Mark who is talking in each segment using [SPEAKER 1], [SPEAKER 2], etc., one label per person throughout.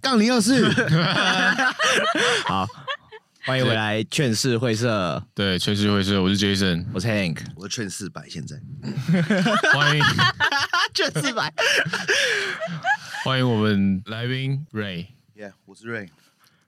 [SPEAKER 1] 杠零二四，
[SPEAKER 2] 好，欢迎回来劝世会社，
[SPEAKER 3] 对，确实会是，我是 Jason，
[SPEAKER 2] 我是 Hank，
[SPEAKER 1] 我劝四百，现在
[SPEAKER 3] 欢迎
[SPEAKER 2] 劝世版。
[SPEAKER 3] 欢迎我们来宾 Ray，
[SPEAKER 1] ，Yeah，我是 Ray，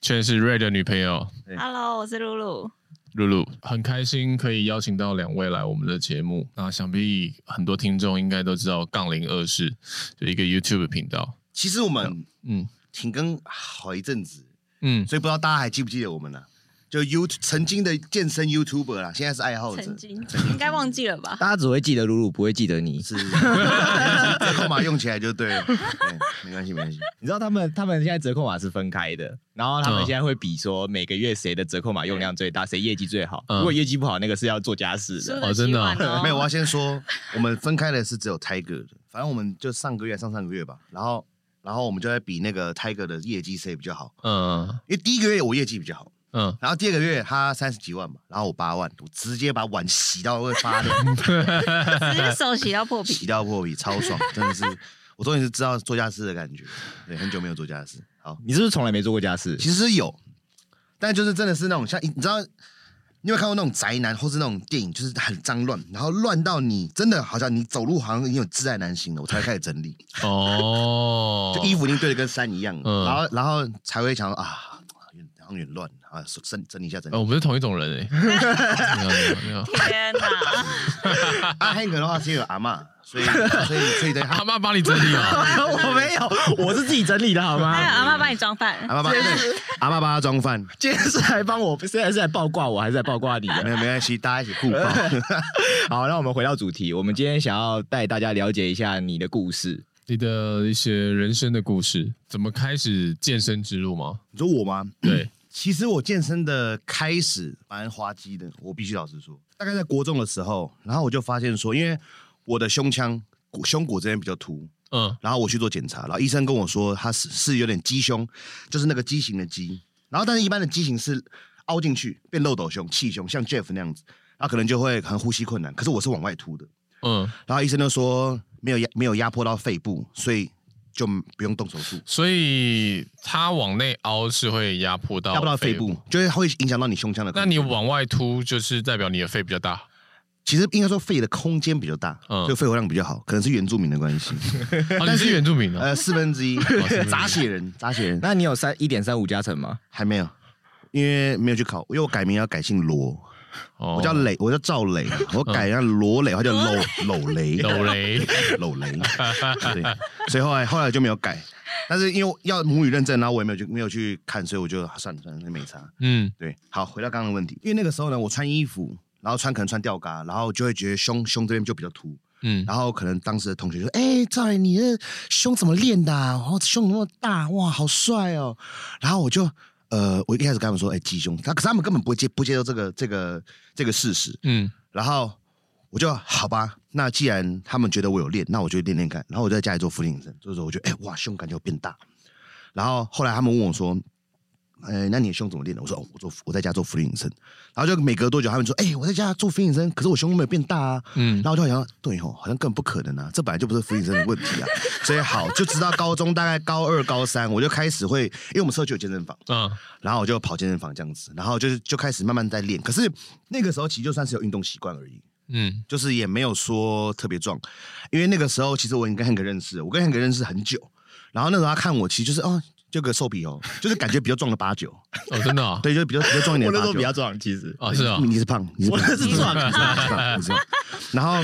[SPEAKER 3] 确实 Ray 的女朋友
[SPEAKER 4] Hello，我是露露。
[SPEAKER 3] 露露，很开心可以邀请到两位来我们的节目。那想必很多听众应该都知道杠铃二世，就一个 YouTube 频道。
[SPEAKER 1] 其实我们
[SPEAKER 3] 嗯
[SPEAKER 1] 停更好一阵子，
[SPEAKER 3] 嗯，
[SPEAKER 1] 所以不知道大家还记不记得我们呢、就 You 曾经的健身 YouTuber 啦，哦现在是爱好者
[SPEAKER 4] 曾，经应该忘记了吧？
[SPEAKER 2] 大家只会记得露露，不会记得你。
[SPEAKER 1] 是 这号码用起来就对了，对，没关系没关系，
[SPEAKER 2] 你知道他们他们现在折扣码是分开的，然后他们
[SPEAKER 3] 嗯
[SPEAKER 2] 现在会比说每个月谁的折扣码用量最大，谁业绩最好。
[SPEAKER 3] 嗯
[SPEAKER 2] 如果业绩不好，那个是要做家事的。
[SPEAKER 3] 哦真的哦
[SPEAKER 1] 啊没有，我要先说，我们分开的是只有 Tiger 的，反正我们就上个月上上个月吧，然后然后我们就在比那个 Tiger 的业绩谁比较好，
[SPEAKER 3] 嗯
[SPEAKER 1] 因为第一个月我业绩比较好。
[SPEAKER 3] 嗯，
[SPEAKER 1] 然后第二个月他三十几万嘛，然后我八万，我直接把碗洗到会发亮，
[SPEAKER 4] 只是手洗到破
[SPEAKER 1] 洗
[SPEAKER 4] 皮。
[SPEAKER 1] 到破皮，超爽，真的是，我终于是知道做家事的感觉，对，很久没有做家事。好，
[SPEAKER 2] 你是不是从来没做过家 事？
[SPEAKER 1] 其实有，但就是真的是那种像你知道，你有没有看过那种宅男或是那种电影，就是很脏乱，然后乱到你真的好像你走路好像已经有挚爱难行了，我才会开始整理，
[SPEAKER 3] 哦，
[SPEAKER 1] 就衣服已经堆的跟山一样了，
[SPEAKER 3] 嗯
[SPEAKER 1] 然后然后才会想说啊，好像有点乱啊，整整理一下整理
[SPEAKER 3] 哦，
[SPEAKER 1] 一
[SPEAKER 3] 我
[SPEAKER 1] 下。
[SPEAKER 3] 们是同一种人 哎、欸。你好你好你好
[SPEAKER 4] 天
[SPEAKER 1] 嗯
[SPEAKER 4] 哪！
[SPEAKER 1] 阿 Hank 的话是啊有阿嬷，所以所以所以对他
[SPEAKER 3] 阿妈帮你整理啊，
[SPEAKER 2] 我没有，我是自己整理的好
[SPEAKER 4] 还有
[SPEAKER 2] 吗？
[SPEAKER 4] 阿妈帮你装饭
[SPEAKER 1] 阿， 妈帮对阿妈帮他装饭，
[SPEAKER 2] 今天是来帮我，现在是来爆挂我，还是来爆挂你的
[SPEAKER 1] 没？有没关系，大家一起互爆。
[SPEAKER 2] 好，那我们回到主题，我们今天想要带大家了解一下你的故事。
[SPEAKER 3] 你的一些人生的故事，怎么开始健身之路吗？
[SPEAKER 1] 你说我吗？
[SPEAKER 3] 对，
[SPEAKER 1] 其实我健身的开始蛮滑稽的，我必须老实说，大概在国中的时候，然后我就发现说，因为我的胸腔骨胸骨这边比较凸，
[SPEAKER 3] 嗯
[SPEAKER 1] 然后我去做检查，然后医生跟我说他是是有点鸡胸，就是那个畸形的鸡，然后但是一般的畸形是凹进去变漏斗胸、气胸，像 Jeff 那样子，然后可能就会可能呼吸困难，可是我是往外凸的，
[SPEAKER 3] 嗯，
[SPEAKER 1] 然后医生就说没有压没有压迫到肺部，所以就不用动手术。
[SPEAKER 3] 所以它往内凹是会压迫到
[SPEAKER 1] 压不到肺部，就是会影响到你胸腔的空
[SPEAKER 3] 那
[SPEAKER 1] 间。
[SPEAKER 3] 你往外凸，就是代表你的肺 比较大。
[SPEAKER 1] 其实应该说肺的空间比较大，
[SPEAKER 3] 嗯
[SPEAKER 1] 所以肺活量比较好，可能是原住民的关 系。
[SPEAKER 3] 哦，你是原住民啊？
[SPEAKER 1] 呃，四分之一
[SPEAKER 3] 哦之一
[SPEAKER 1] 杂血人，杂血人
[SPEAKER 2] 那你有三一点三五加成吗？
[SPEAKER 1] 还没有，因为没有去考，因为我改名要改姓罗，
[SPEAKER 3] 哦
[SPEAKER 1] 我叫磊，我叫赵磊，我改叫罗磊，他叫
[SPEAKER 4] 罗
[SPEAKER 1] 搂搂雷，
[SPEAKER 3] 斗雷。
[SPEAKER 1] 搂雷，对， 所以后来后来就没有改。但是因为要母语认证，然后我也没有去没有去看，所以我就啊算了算了，那没差。
[SPEAKER 3] 嗯
[SPEAKER 1] 对，好，回到刚刚的问题，因为那个时候呢，我穿衣服，然后穿可能穿吊嘎，然后就会觉得胸胸这边就比较凸，
[SPEAKER 3] 嗯，
[SPEAKER 1] 然后可能当时的同学就说：“哎、赵磊，你的胸怎么练的、啊？然后胸那么大，哇，好帅哦！”然后我就呃，我一开始跟他们说：“哎、鸡胸。”他可是他们根本不会接不接受这个这个这个事实。
[SPEAKER 3] 嗯
[SPEAKER 1] 然后我就好吧，那既然他们觉得我有练，那我就练练看。然后我就在家里做俯卧撑，就是我觉得哎、哇，胸感觉有变大。然后后来他们问我说：“呃，那你的胸怎么练的？”我说：“哦，我做我在家做俯卧撑。”然后就每隔多久他们说：“哎、我在家做俯卧撑，可是我胸没有变大啊。”
[SPEAKER 3] 嗯
[SPEAKER 1] 然，后我就想说，对吼，好像根本不可能啊，这本来就不是福影生的问题啊。所以好，就直到高中大概高二、高三，我就开始会，因为我们社区有健身房，
[SPEAKER 3] 啊
[SPEAKER 1] 然后我就跑健身房这样子，然后就是就开始慢慢在练。可是那个时候其实就算是有运动习惯而已，
[SPEAKER 3] 嗯
[SPEAKER 1] 就是也没有说特别壮，因为那个时候其实我已经跟 Hank 认识了，我跟 Hank 认识很久，然后那时候他看我其实就是哦，就个瘦皮哦，就是感觉比较壮的八九，
[SPEAKER 3] 哦，真的啊
[SPEAKER 1] 对，就比较比较壮一点
[SPEAKER 2] 我
[SPEAKER 1] 的
[SPEAKER 2] 那
[SPEAKER 1] 八九
[SPEAKER 2] 时候比。较壮，其实
[SPEAKER 3] 哦，是啊，
[SPEAKER 1] 你是胖，你是胖，
[SPEAKER 2] 我那是壮
[SPEAKER 1] 你是胖，你是胖。然后，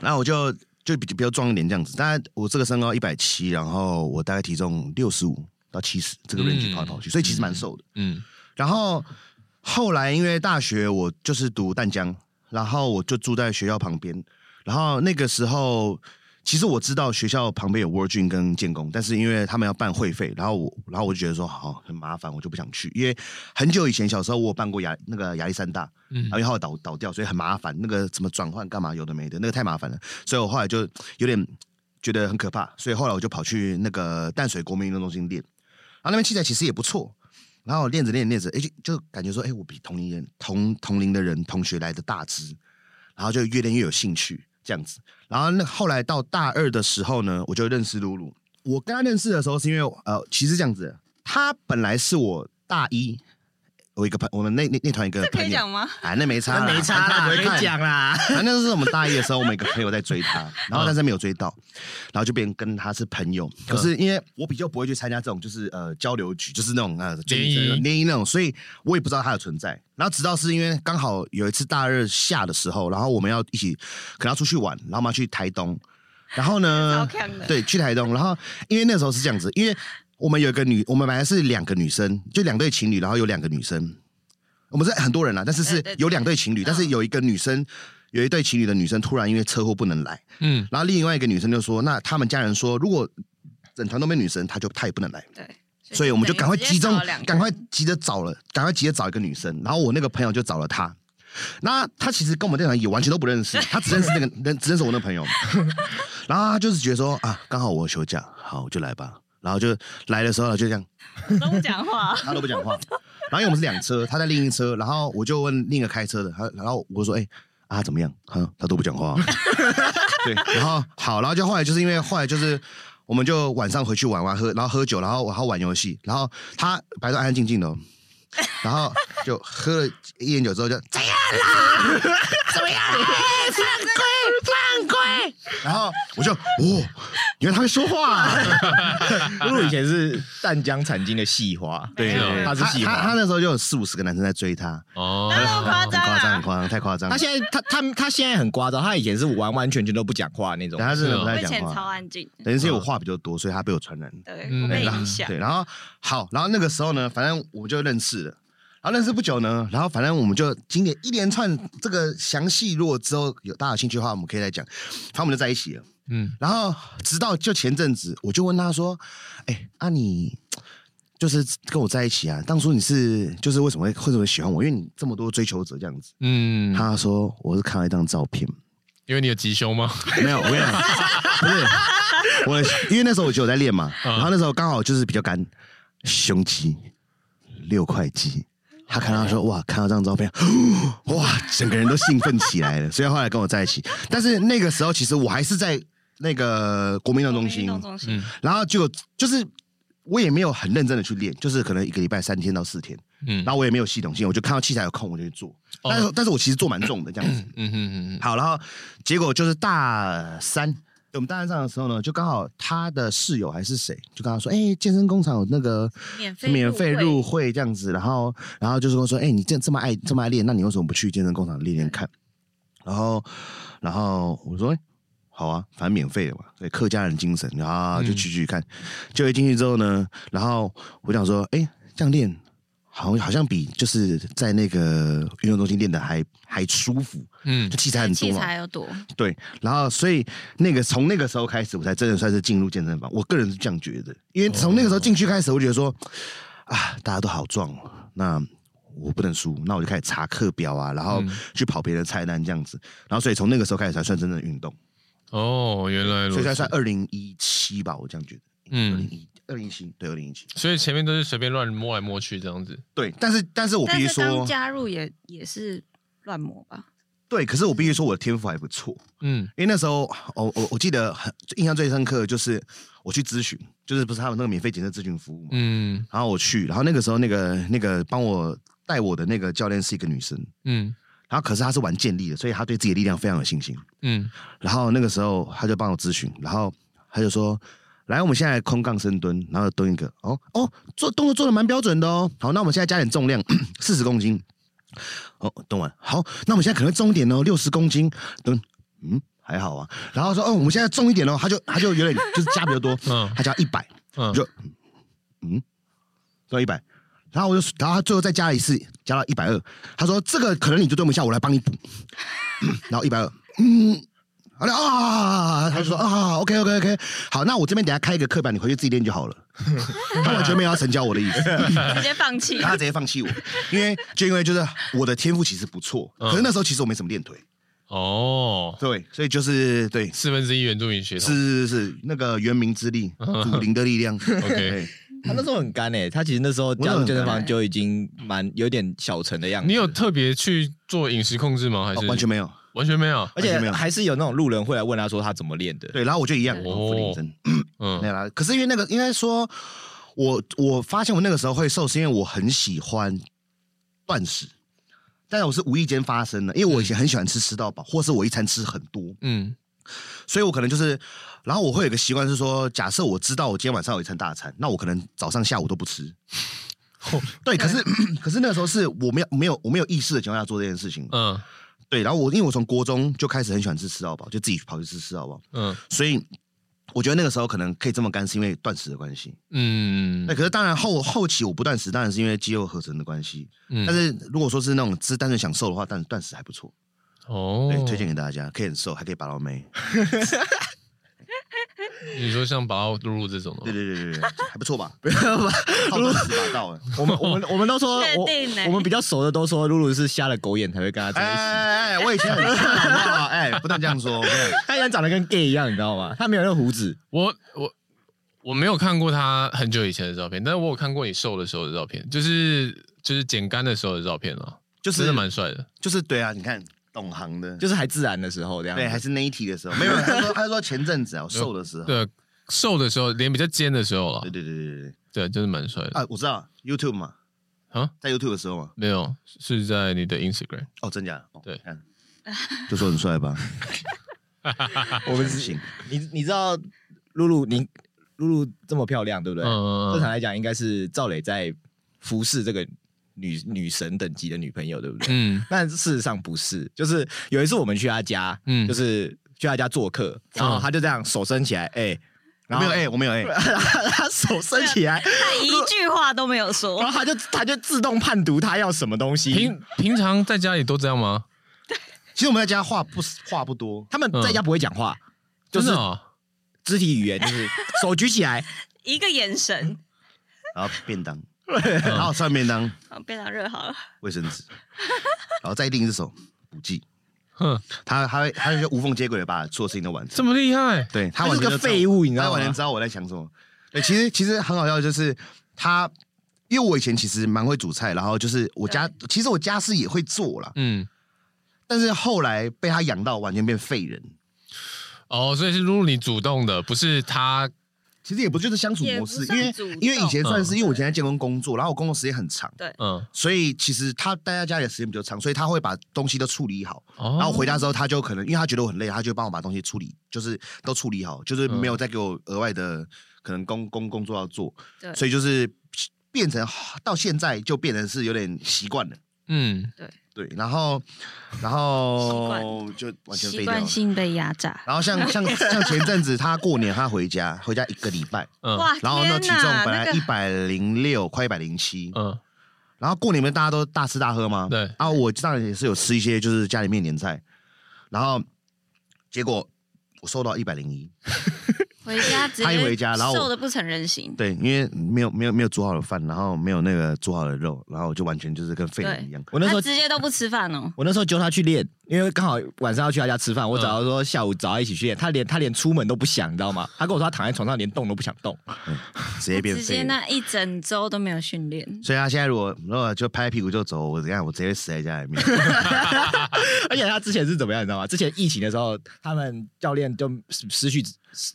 [SPEAKER 1] 然后我就就比比较壮一点这样子。但我这个身高一百七，然后我大概体重六十五到七十这个 range
[SPEAKER 3] 嗯
[SPEAKER 1] 跑来跑去，所以其实蛮瘦的。
[SPEAKER 3] 嗯
[SPEAKER 1] 然后后来因为大学我就是读淡江，然后我就住在学校旁边。然后那个时候，其实我知道学校旁边有 Virgin 跟建工，但是因为他们要办会费，然后我然后我就觉得说好很麻烦，我就不想去。因为很久以前小时候我有办过亚那个亚历山大，
[SPEAKER 3] 嗯
[SPEAKER 1] 然后，因为后来倒倒掉，所以很麻烦，那个怎么转换干嘛有的没的，那个太麻烦了，所以我后来就有点觉得很可怕，所以后来我就跑去那个淡水国民运动中心练，然后那边器材其实也不错，然后练着练着练着，哎、就就感觉说，哎、我比同龄人同同龄的人同学来的大只，然后就越练越有兴趣这样子，然后那后来到大二的时候呢，我就认识露露，我跟他认识的时候是因为呃，其实这样子，他本来是我大一，我一个朋，我们那那那团一个
[SPEAKER 4] 这可
[SPEAKER 1] 朋
[SPEAKER 4] 以
[SPEAKER 1] 友
[SPEAKER 4] 讲，吗？
[SPEAKER 1] 啊，那没差啦，
[SPEAKER 2] 没差啦，
[SPEAKER 1] 他
[SPEAKER 2] 可
[SPEAKER 1] 不会
[SPEAKER 2] 以
[SPEAKER 1] 看。
[SPEAKER 2] 讲啦。
[SPEAKER 1] 反正就是我们大一的时候，我们有一个朋友在追他，
[SPEAKER 4] 嗯
[SPEAKER 1] 然后但是没有追到，然后就变跟他是朋友。
[SPEAKER 4] 嗯
[SPEAKER 1] 可是因为我比较不会去参加这种就是呃交流局，就是那种呃
[SPEAKER 3] 联谊
[SPEAKER 1] 联谊那种，所以我也不知道他的存在。然后直到是因为刚好有一次大二下的时候，然后我们要一起可能要出去玩，然后我们要去台东，然后
[SPEAKER 4] 超
[SPEAKER 1] 呢，
[SPEAKER 4] 强的，，
[SPEAKER 1] 对，去台东，然后因为那时候是这样子，因为我们有一个女，我们本来是两个女生，就两对情侣，然后有两个女生，我们是很多人啦，但是
[SPEAKER 4] 对
[SPEAKER 1] 是
[SPEAKER 4] 对对
[SPEAKER 1] 有两对情侣，但是有一个女生。有一对情侣的女生突然因为车祸不能来，
[SPEAKER 3] 嗯，
[SPEAKER 1] 然后另外一个女生就说：“那他们家人说，如果整团都没女生，她就她也不能来。”所以我们就赶快集中，赶快急着找了，赶快急着找一个女生。然后我那个朋友就找了她，那她其实跟我们这团也完全都不认识，她只认识那个人，只认识我那个朋友。然后她就是觉得说啊，刚好我休假，好我就来吧。然后就来的时候就这样，
[SPEAKER 4] 都不讲
[SPEAKER 1] ，
[SPEAKER 4] 话
[SPEAKER 1] 他都不讲话。然后因为我们是两车，他在另一车，然后我就问另一个开车的，他然后我说：“哎、啊怎么样？”他他都不讲话、 对， 然后好，然后就后来就是因为后来就是。我们就晚上回去玩玩喝，然后喝酒，然后然后玩游戏，然后他白都安安静静的、哦，然后就喝了一点酒之后就怎样啦，怎么样啦，哎放龟放龟，然后我就哦，原来他会说话、啊
[SPEAKER 2] 露露以前是淡江产经的系花，
[SPEAKER 4] 对
[SPEAKER 3] 没有
[SPEAKER 2] 他是
[SPEAKER 1] 他
[SPEAKER 2] 系
[SPEAKER 1] 他他
[SPEAKER 2] 花。
[SPEAKER 1] 那时候就有四五十个男生在追他，
[SPEAKER 3] 哦，
[SPEAKER 4] 哪那么夸
[SPEAKER 1] 很
[SPEAKER 4] 张
[SPEAKER 1] 夸张，
[SPEAKER 4] 啊
[SPEAKER 1] 很！夸张，太夸张
[SPEAKER 2] 他
[SPEAKER 1] 了。
[SPEAKER 2] 现在他他他现在很夸张，他以前是完完全全都不讲话那种
[SPEAKER 1] 对，。他真的不
[SPEAKER 4] 我
[SPEAKER 1] 太
[SPEAKER 4] 以前
[SPEAKER 1] 讲
[SPEAKER 4] 超
[SPEAKER 1] 话，
[SPEAKER 4] 安静，
[SPEAKER 1] 等于是我话比较多，所以他被我传染。
[SPEAKER 4] 对
[SPEAKER 3] 嗯
[SPEAKER 4] 我被
[SPEAKER 1] 然后
[SPEAKER 4] 影响
[SPEAKER 1] 对，，然后好，然后那个时候呢，反正我就认识了，然后认识不久呢，然后反正我们就经典一连串这个详细，如果之后有大家有兴趣的话，我们可以再讲。反正我们就在一起了，
[SPEAKER 3] 嗯，
[SPEAKER 1] 然后直到就前阵子，我就问他说：“哎，啊你就是跟我在一起啊，当初你是就是为什么会为什么会喜欢我？因为你这么多追求者这样子。”
[SPEAKER 3] 嗯，
[SPEAKER 1] 他说：“我是看了一张照片。”
[SPEAKER 3] 因为你有吉凶吗？
[SPEAKER 1] 没有，我跟你讲，不是我，因为那时候我就有在练嘛，
[SPEAKER 3] 嗯
[SPEAKER 1] 然后那时候刚好就是比较干，胸肌六块肌。他看到说哇，看到这张照片， 哇，整个人都兴奋起来了，所以后来跟我在一起。但是那个时候，其实我还是在那个国民运动中心
[SPEAKER 4] 运，动中心
[SPEAKER 3] 嗯，
[SPEAKER 1] 然后就就是我也没有很认真的去练，就是可能一个礼拜三天到四天，
[SPEAKER 3] 嗯，
[SPEAKER 1] 然后我也没有系统性，我就看到器材有空我就去做。
[SPEAKER 3] 哦
[SPEAKER 1] 但是但是我其实做蛮重的这样子，
[SPEAKER 3] 嗯嗯嗯
[SPEAKER 1] 好，然后结果就是大三，我们大三上的时候呢，就刚好他的室友还是谁，就跟他说，哎、健身工厂有那个
[SPEAKER 4] 免费
[SPEAKER 1] 免费入
[SPEAKER 4] 入会，
[SPEAKER 1] 会这样子，然后然后就是跟我说，哎、你这这么爱这么爱练，那你为什么不去健身工厂练练看？然后然后我说。哎好啊，反正免费的嘛，对客家人精神啊，就去去看。
[SPEAKER 4] 嗯
[SPEAKER 1] 就一进去之后呢，然后我想说，哎、这样练好好像比就是在那个运动中心练的还还舒服，
[SPEAKER 3] 嗯
[SPEAKER 1] 就器材很多
[SPEAKER 4] 器
[SPEAKER 1] 嘛。
[SPEAKER 4] 材又多，
[SPEAKER 1] 对，然后所以那个从那个时候开始，我才真的算是进入健身房。我个人是这样觉得，因为从那
[SPEAKER 4] 哦
[SPEAKER 1] 个时候进去开始，我觉得说啊，大家都好壮哦，那我不能输，那我就开始查课表啊，然后
[SPEAKER 4] 嗯
[SPEAKER 1] 去跑别人的菜单这样子。然后所以从那个时候开始才算真正的运动，
[SPEAKER 3] 哦，原来如
[SPEAKER 1] 所
[SPEAKER 3] 此，
[SPEAKER 1] 以才算二零一七吧，我这样觉得。二零
[SPEAKER 3] 嗯，
[SPEAKER 1] 一二零一七对二零一七
[SPEAKER 3] 所以前面都是随便乱摸来摸去这样子，
[SPEAKER 1] 对，但是但是我必
[SPEAKER 4] 但
[SPEAKER 1] 须
[SPEAKER 4] 是刚
[SPEAKER 1] 说，
[SPEAKER 4] 加入也也是乱磨吧，
[SPEAKER 1] 对，可是我必须说我的天赋还不错。
[SPEAKER 3] 嗯
[SPEAKER 1] 因为那时候，哦、我我记得很印象最深刻的就是我去咨询，就是不是他们那个免费检测咨询服务嘛，
[SPEAKER 3] 嗯
[SPEAKER 1] 然后我去，然后那个时候那个那个帮我带我的那个教练是一个女生，
[SPEAKER 3] 嗯
[SPEAKER 1] 然后可是她是玩健力的，所以她对自己的力量非常有信心。
[SPEAKER 3] 嗯，
[SPEAKER 1] 然后那个时候她就帮我咨询，然后她就说：“来，我们现在空杠深蹲，然后蹲一个，哦哦，做动作做的蛮标准的哦。好，那我们现在加点重量， 四十公斤。哦，蹲完，好，那我们现在可能重一点哦，六十公斤蹲，嗯，还好啊。然后说，哦，我们现在重一点哦，她就她就有点就是加比较多，
[SPEAKER 3] 嗯
[SPEAKER 1] 她加一百。”
[SPEAKER 3] 嗯
[SPEAKER 1] 我就嗯，到一百，然后我就，然后他最后再加了一次，加到一百二。他说这个可能你就蹲不下，我来帮你补。然后一百二，嗯，好了啊，他就说啊，OK OK OK，好，那我这边等下开一个课表，你回去自己练就好了。他完全没有要成交我的意思，
[SPEAKER 4] 直接 放弃
[SPEAKER 1] 然后他直接放弃我，因为就因为就是我的天赋其实不错，
[SPEAKER 3] 嗯
[SPEAKER 1] 可是那时候其实我没什么练腿，
[SPEAKER 3] 哦，
[SPEAKER 1] 对，所以就是对。
[SPEAKER 3] 四分之一原住民血统
[SPEAKER 1] 是是是，那个原民之力，
[SPEAKER 3] 嗯
[SPEAKER 1] 祖灵的力量。
[SPEAKER 3] ，OK，
[SPEAKER 1] 对
[SPEAKER 2] 他那时候很干诶、他其实那时候加入健身房就已经蛮有点小成的样子。
[SPEAKER 3] 你有特别去做饮食控制吗？还
[SPEAKER 1] 哦
[SPEAKER 3] 是
[SPEAKER 1] 完全没有。
[SPEAKER 3] 完全没有？
[SPEAKER 2] 而且还是有那种路人会来问他说他怎么练的。
[SPEAKER 1] 对，然后我就一样，
[SPEAKER 4] 哦
[SPEAKER 1] 我不认真。没
[SPEAKER 3] 嗯
[SPEAKER 1] 有啦。可是因为那个，应该说，我我发现我那个时候会瘦，是因为我很喜欢断食，但是我是无意间发生的，因为我以前很喜欢吃吃到饱，或是我一餐吃很多，
[SPEAKER 3] 嗯
[SPEAKER 1] 所以我可能就是，然后我会有个习惯是说，假设我知道我今天晚上有一餐大餐，那我可能早上下午都不吃。
[SPEAKER 3] 哦
[SPEAKER 1] 对，可是 可是那个时候是我没有没有我没有意识的情况下做这件事情。
[SPEAKER 3] 嗯
[SPEAKER 1] 对，然后我因为我从国中就开始很喜欢吃吃到饱，就自己跑去吃吃到饱，
[SPEAKER 3] 嗯
[SPEAKER 1] 所以我觉得那个时候可能可以这么干，是因为断食的关系。
[SPEAKER 3] 嗯
[SPEAKER 1] 那、可是当然后后期我不断食，当然是因为肌肉合成的关系。
[SPEAKER 3] 嗯
[SPEAKER 1] 但是如果说是那种只单纯想瘦的话，但断食还不错，
[SPEAKER 3] 哦
[SPEAKER 1] 对，，推荐给大家，可以很瘦，还可以拔到妹。
[SPEAKER 3] 你说像拔露露这种的吗，
[SPEAKER 1] 对对对对对， 还不错吧？不要吧，好断食拔到了。
[SPEAKER 2] 我们我们我们都 说，
[SPEAKER 4] 确
[SPEAKER 2] 我
[SPEAKER 4] 定欸
[SPEAKER 2] 我们比较熟的都说露露是瞎了狗眼才会跟他在一 起。
[SPEAKER 1] 哎哎哎，我以前很瘦，好不 好？哎，不能这样说。我跟你讲
[SPEAKER 2] 他以前长得跟 gay 一样，你知道吗？他没有那个胡子，
[SPEAKER 3] 我我我没有看过他很久以前的照片，但是我有看过你瘦的时候的照片，就是就是剪干的时候的照片啊，
[SPEAKER 1] 就
[SPEAKER 3] 真
[SPEAKER 1] 是
[SPEAKER 3] 的蛮帅的。
[SPEAKER 1] 就是对啊，你看懂行的，
[SPEAKER 2] 就是还自然的时候这样。
[SPEAKER 1] 对，还是那一题的时候，没有。他说他说前阵子啊，我瘦的时候，对
[SPEAKER 3] 对，瘦的时候脸比较尖的时候了，
[SPEAKER 1] 对对对对对
[SPEAKER 3] 对，真的蛮帅的。
[SPEAKER 1] 啊，我知道 YouTube 嘛，
[SPEAKER 3] 啊，
[SPEAKER 1] 在 YouTube 的时候嘛，
[SPEAKER 3] 没有，是在你的 Instagram。
[SPEAKER 1] 哦，真假的？哦
[SPEAKER 3] 对，
[SPEAKER 1] 看就说很帅 吧，
[SPEAKER 2] 我们
[SPEAKER 1] 不
[SPEAKER 2] 是
[SPEAKER 1] 行。
[SPEAKER 2] 你你知道露露，你露露这么漂亮，对不对？
[SPEAKER 3] 嗯
[SPEAKER 2] 正常来讲，应该是赵磊在服侍这个女女神等级的女朋友，对不 对？
[SPEAKER 3] 嗯
[SPEAKER 2] 但事实上不是，就是有一次我们去他家，
[SPEAKER 3] 嗯
[SPEAKER 2] 就是去他家做客，然后他就这样手伸起来，哎、
[SPEAKER 1] 我
[SPEAKER 2] 然
[SPEAKER 1] 没
[SPEAKER 2] 后
[SPEAKER 1] 有哎，我没有哎，
[SPEAKER 2] 他手伸起来，
[SPEAKER 3] 啊
[SPEAKER 4] 他一句话都没有说
[SPEAKER 2] 然，后他就他就自动判读他要什么东西。
[SPEAKER 3] 平平常在家里都这样吗？
[SPEAKER 1] 其实我们在家话不话不多，
[SPEAKER 2] 他们在家不会讲话，就是
[SPEAKER 3] 嗯真的哦
[SPEAKER 2] 肢体语言，就是手举起 来，
[SPEAKER 4] 一个眼神，
[SPEAKER 1] 然后便当，然后上便当，
[SPEAKER 4] 好，非常热好了，
[SPEAKER 1] 卫生纸，然后再另一只手补剂，
[SPEAKER 3] 哼，
[SPEAKER 1] 他他会他就无缝接轨的把所有事情都完成
[SPEAKER 3] 这。么厉害，
[SPEAKER 1] 对他
[SPEAKER 2] 他
[SPEAKER 1] 完
[SPEAKER 2] 是
[SPEAKER 1] 全
[SPEAKER 2] 个
[SPEAKER 1] 就知道
[SPEAKER 2] 废物，你知
[SPEAKER 1] 他
[SPEAKER 2] 道
[SPEAKER 1] 完全
[SPEAKER 2] 吗
[SPEAKER 1] 知？道我在想什么。对，其实其实很好笑，就是他，因为我以前其实蛮会煮菜，然后就是我家其实我家事也会做啦，
[SPEAKER 3] 嗯，
[SPEAKER 1] 但是后来被他养到完全变废人。
[SPEAKER 3] 哦，所以是露露你主动的，不是他，
[SPEAKER 1] 其实也不就是相处模式，因
[SPEAKER 4] 也不算
[SPEAKER 1] 为
[SPEAKER 4] 主动
[SPEAKER 1] 因为以前算是、
[SPEAKER 4] 嗯
[SPEAKER 1] 因为我以前在建工工作，然后我工作时间很长，
[SPEAKER 3] 嗯，
[SPEAKER 1] 所以其实他待在家里的时间比较长，所以他会把东西都处理好。
[SPEAKER 3] 哦，
[SPEAKER 1] 然后回家之后，他就可能因为他觉得我很累，他就帮我把东西处理，就是都处理好，就是没有
[SPEAKER 4] 嗯
[SPEAKER 1] 再给我额外的可能工工工作要做，
[SPEAKER 4] 对
[SPEAKER 1] 所以就是变成到现在就变成是有点习惯了，
[SPEAKER 3] 嗯，
[SPEAKER 1] 对，然后然后就完全
[SPEAKER 4] 习
[SPEAKER 1] 废掉
[SPEAKER 4] 惯
[SPEAKER 1] 了。
[SPEAKER 4] 性被压榨。
[SPEAKER 1] 然后像像像前阵子他过年他回家回家一个礼拜，
[SPEAKER 3] 嗯
[SPEAKER 4] 哇，
[SPEAKER 1] 然后那体
[SPEAKER 4] 天
[SPEAKER 1] 重
[SPEAKER 4] 哪
[SPEAKER 1] 本来
[SPEAKER 4] 那
[SPEAKER 1] 一
[SPEAKER 4] 个
[SPEAKER 1] 百零六快一百零七，
[SPEAKER 3] 嗯，
[SPEAKER 1] 然后过年不是大家都大吃大喝吗？
[SPEAKER 3] 对
[SPEAKER 1] 啊，我当然也是有吃一些就是家里面年菜，然后结果我瘦到一百零一，
[SPEAKER 4] 回家直接
[SPEAKER 1] 他一回家然后我
[SPEAKER 4] 瘦的不成人形，
[SPEAKER 1] 对，因为没有没有没有煮好的饭，然后没有那个煮好的肉，然后我就完全就是跟废人一样。
[SPEAKER 2] 我那时
[SPEAKER 4] 他
[SPEAKER 2] 候
[SPEAKER 4] 直接都不吃饭哦。
[SPEAKER 2] 我那时候揪他去练，因为刚好晚上要去他家吃饭，我
[SPEAKER 3] 嗯
[SPEAKER 2] 找他说下午找他一起去练，他连他连出门都不想，你知道吗？他跟我说他躺在床上连动都不想动，
[SPEAKER 1] 直接变
[SPEAKER 4] 直
[SPEAKER 1] 废
[SPEAKER 4] 接
[SPEAKER 1] 人。
[SPEAKER 4] 那一整周都没有训练，
[SPEAKER 1] 所以他现在如果如果就拍屁股就走，我怎样？我直接死在家里面。
[SPEAKER 2] 而且他之前是怎么样，你知道吗？之前疫情的时候，他们教练就失失去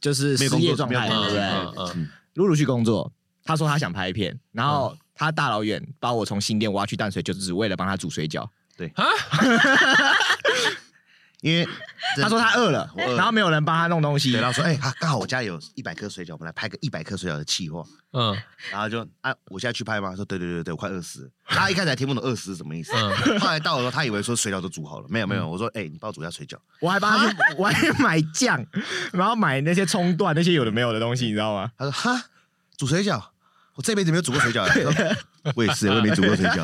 [SPEAKER 2] 就是
[SPEAKER 1] 没
[SPEAKER 2] 失
[SPEAKER 1] 有工作
[SPEAKER 2] 业状态，
[SPEAKER 1] 没有工
[SPEAKER 2] 对不
[SPEAKER 1] 作
[SPEAKER 2] 对？
[SPEAKER 3] 嗯嗯嗯，
[SPEAKER 2] 露露去工作，他说他想拍片，然
[SPEAKER 1] 嗯
[SPEAKER 2] 后他大老远把我从新店挖去淡水，就只为了帮他煮水饺。
[SPEAKER 1] 因为
[SPEAKER 2] 他说他饿了，
[SPEAKER 1] 我饿了
[SPEAKER 2] 然后没有人帮他弄东西
[SPEAKER 1] 对，，然后说哎，他刚好我家里有一百颗水饺，我们来拍个一百颗水饺的气话。
[SPEAKER 3] 嗯
[SPEAKER 1] 然后就啊，我现在去拍吗？他说对对对对，我快饿死了。他一开始还听不懂饿死是什么意思，
[SPEAKER 3] 嗯
[SPEAKER 1] 后来到了时候他以为说水饺都煮好了，没有没有，我说哎、你帮我煮一下水饺。
[SPEAKER 2] 我还帮他去，
[SPEAKER 1] 啊
[SPEAKER 2] 我还去买酱，然后买那些葱段那些有的没有的东西，你知道吗？
[SPEAKER 1] 他说哈，煮水饺，我这辈子没有煮过水饺。我说我也是，我也没煮过水饺。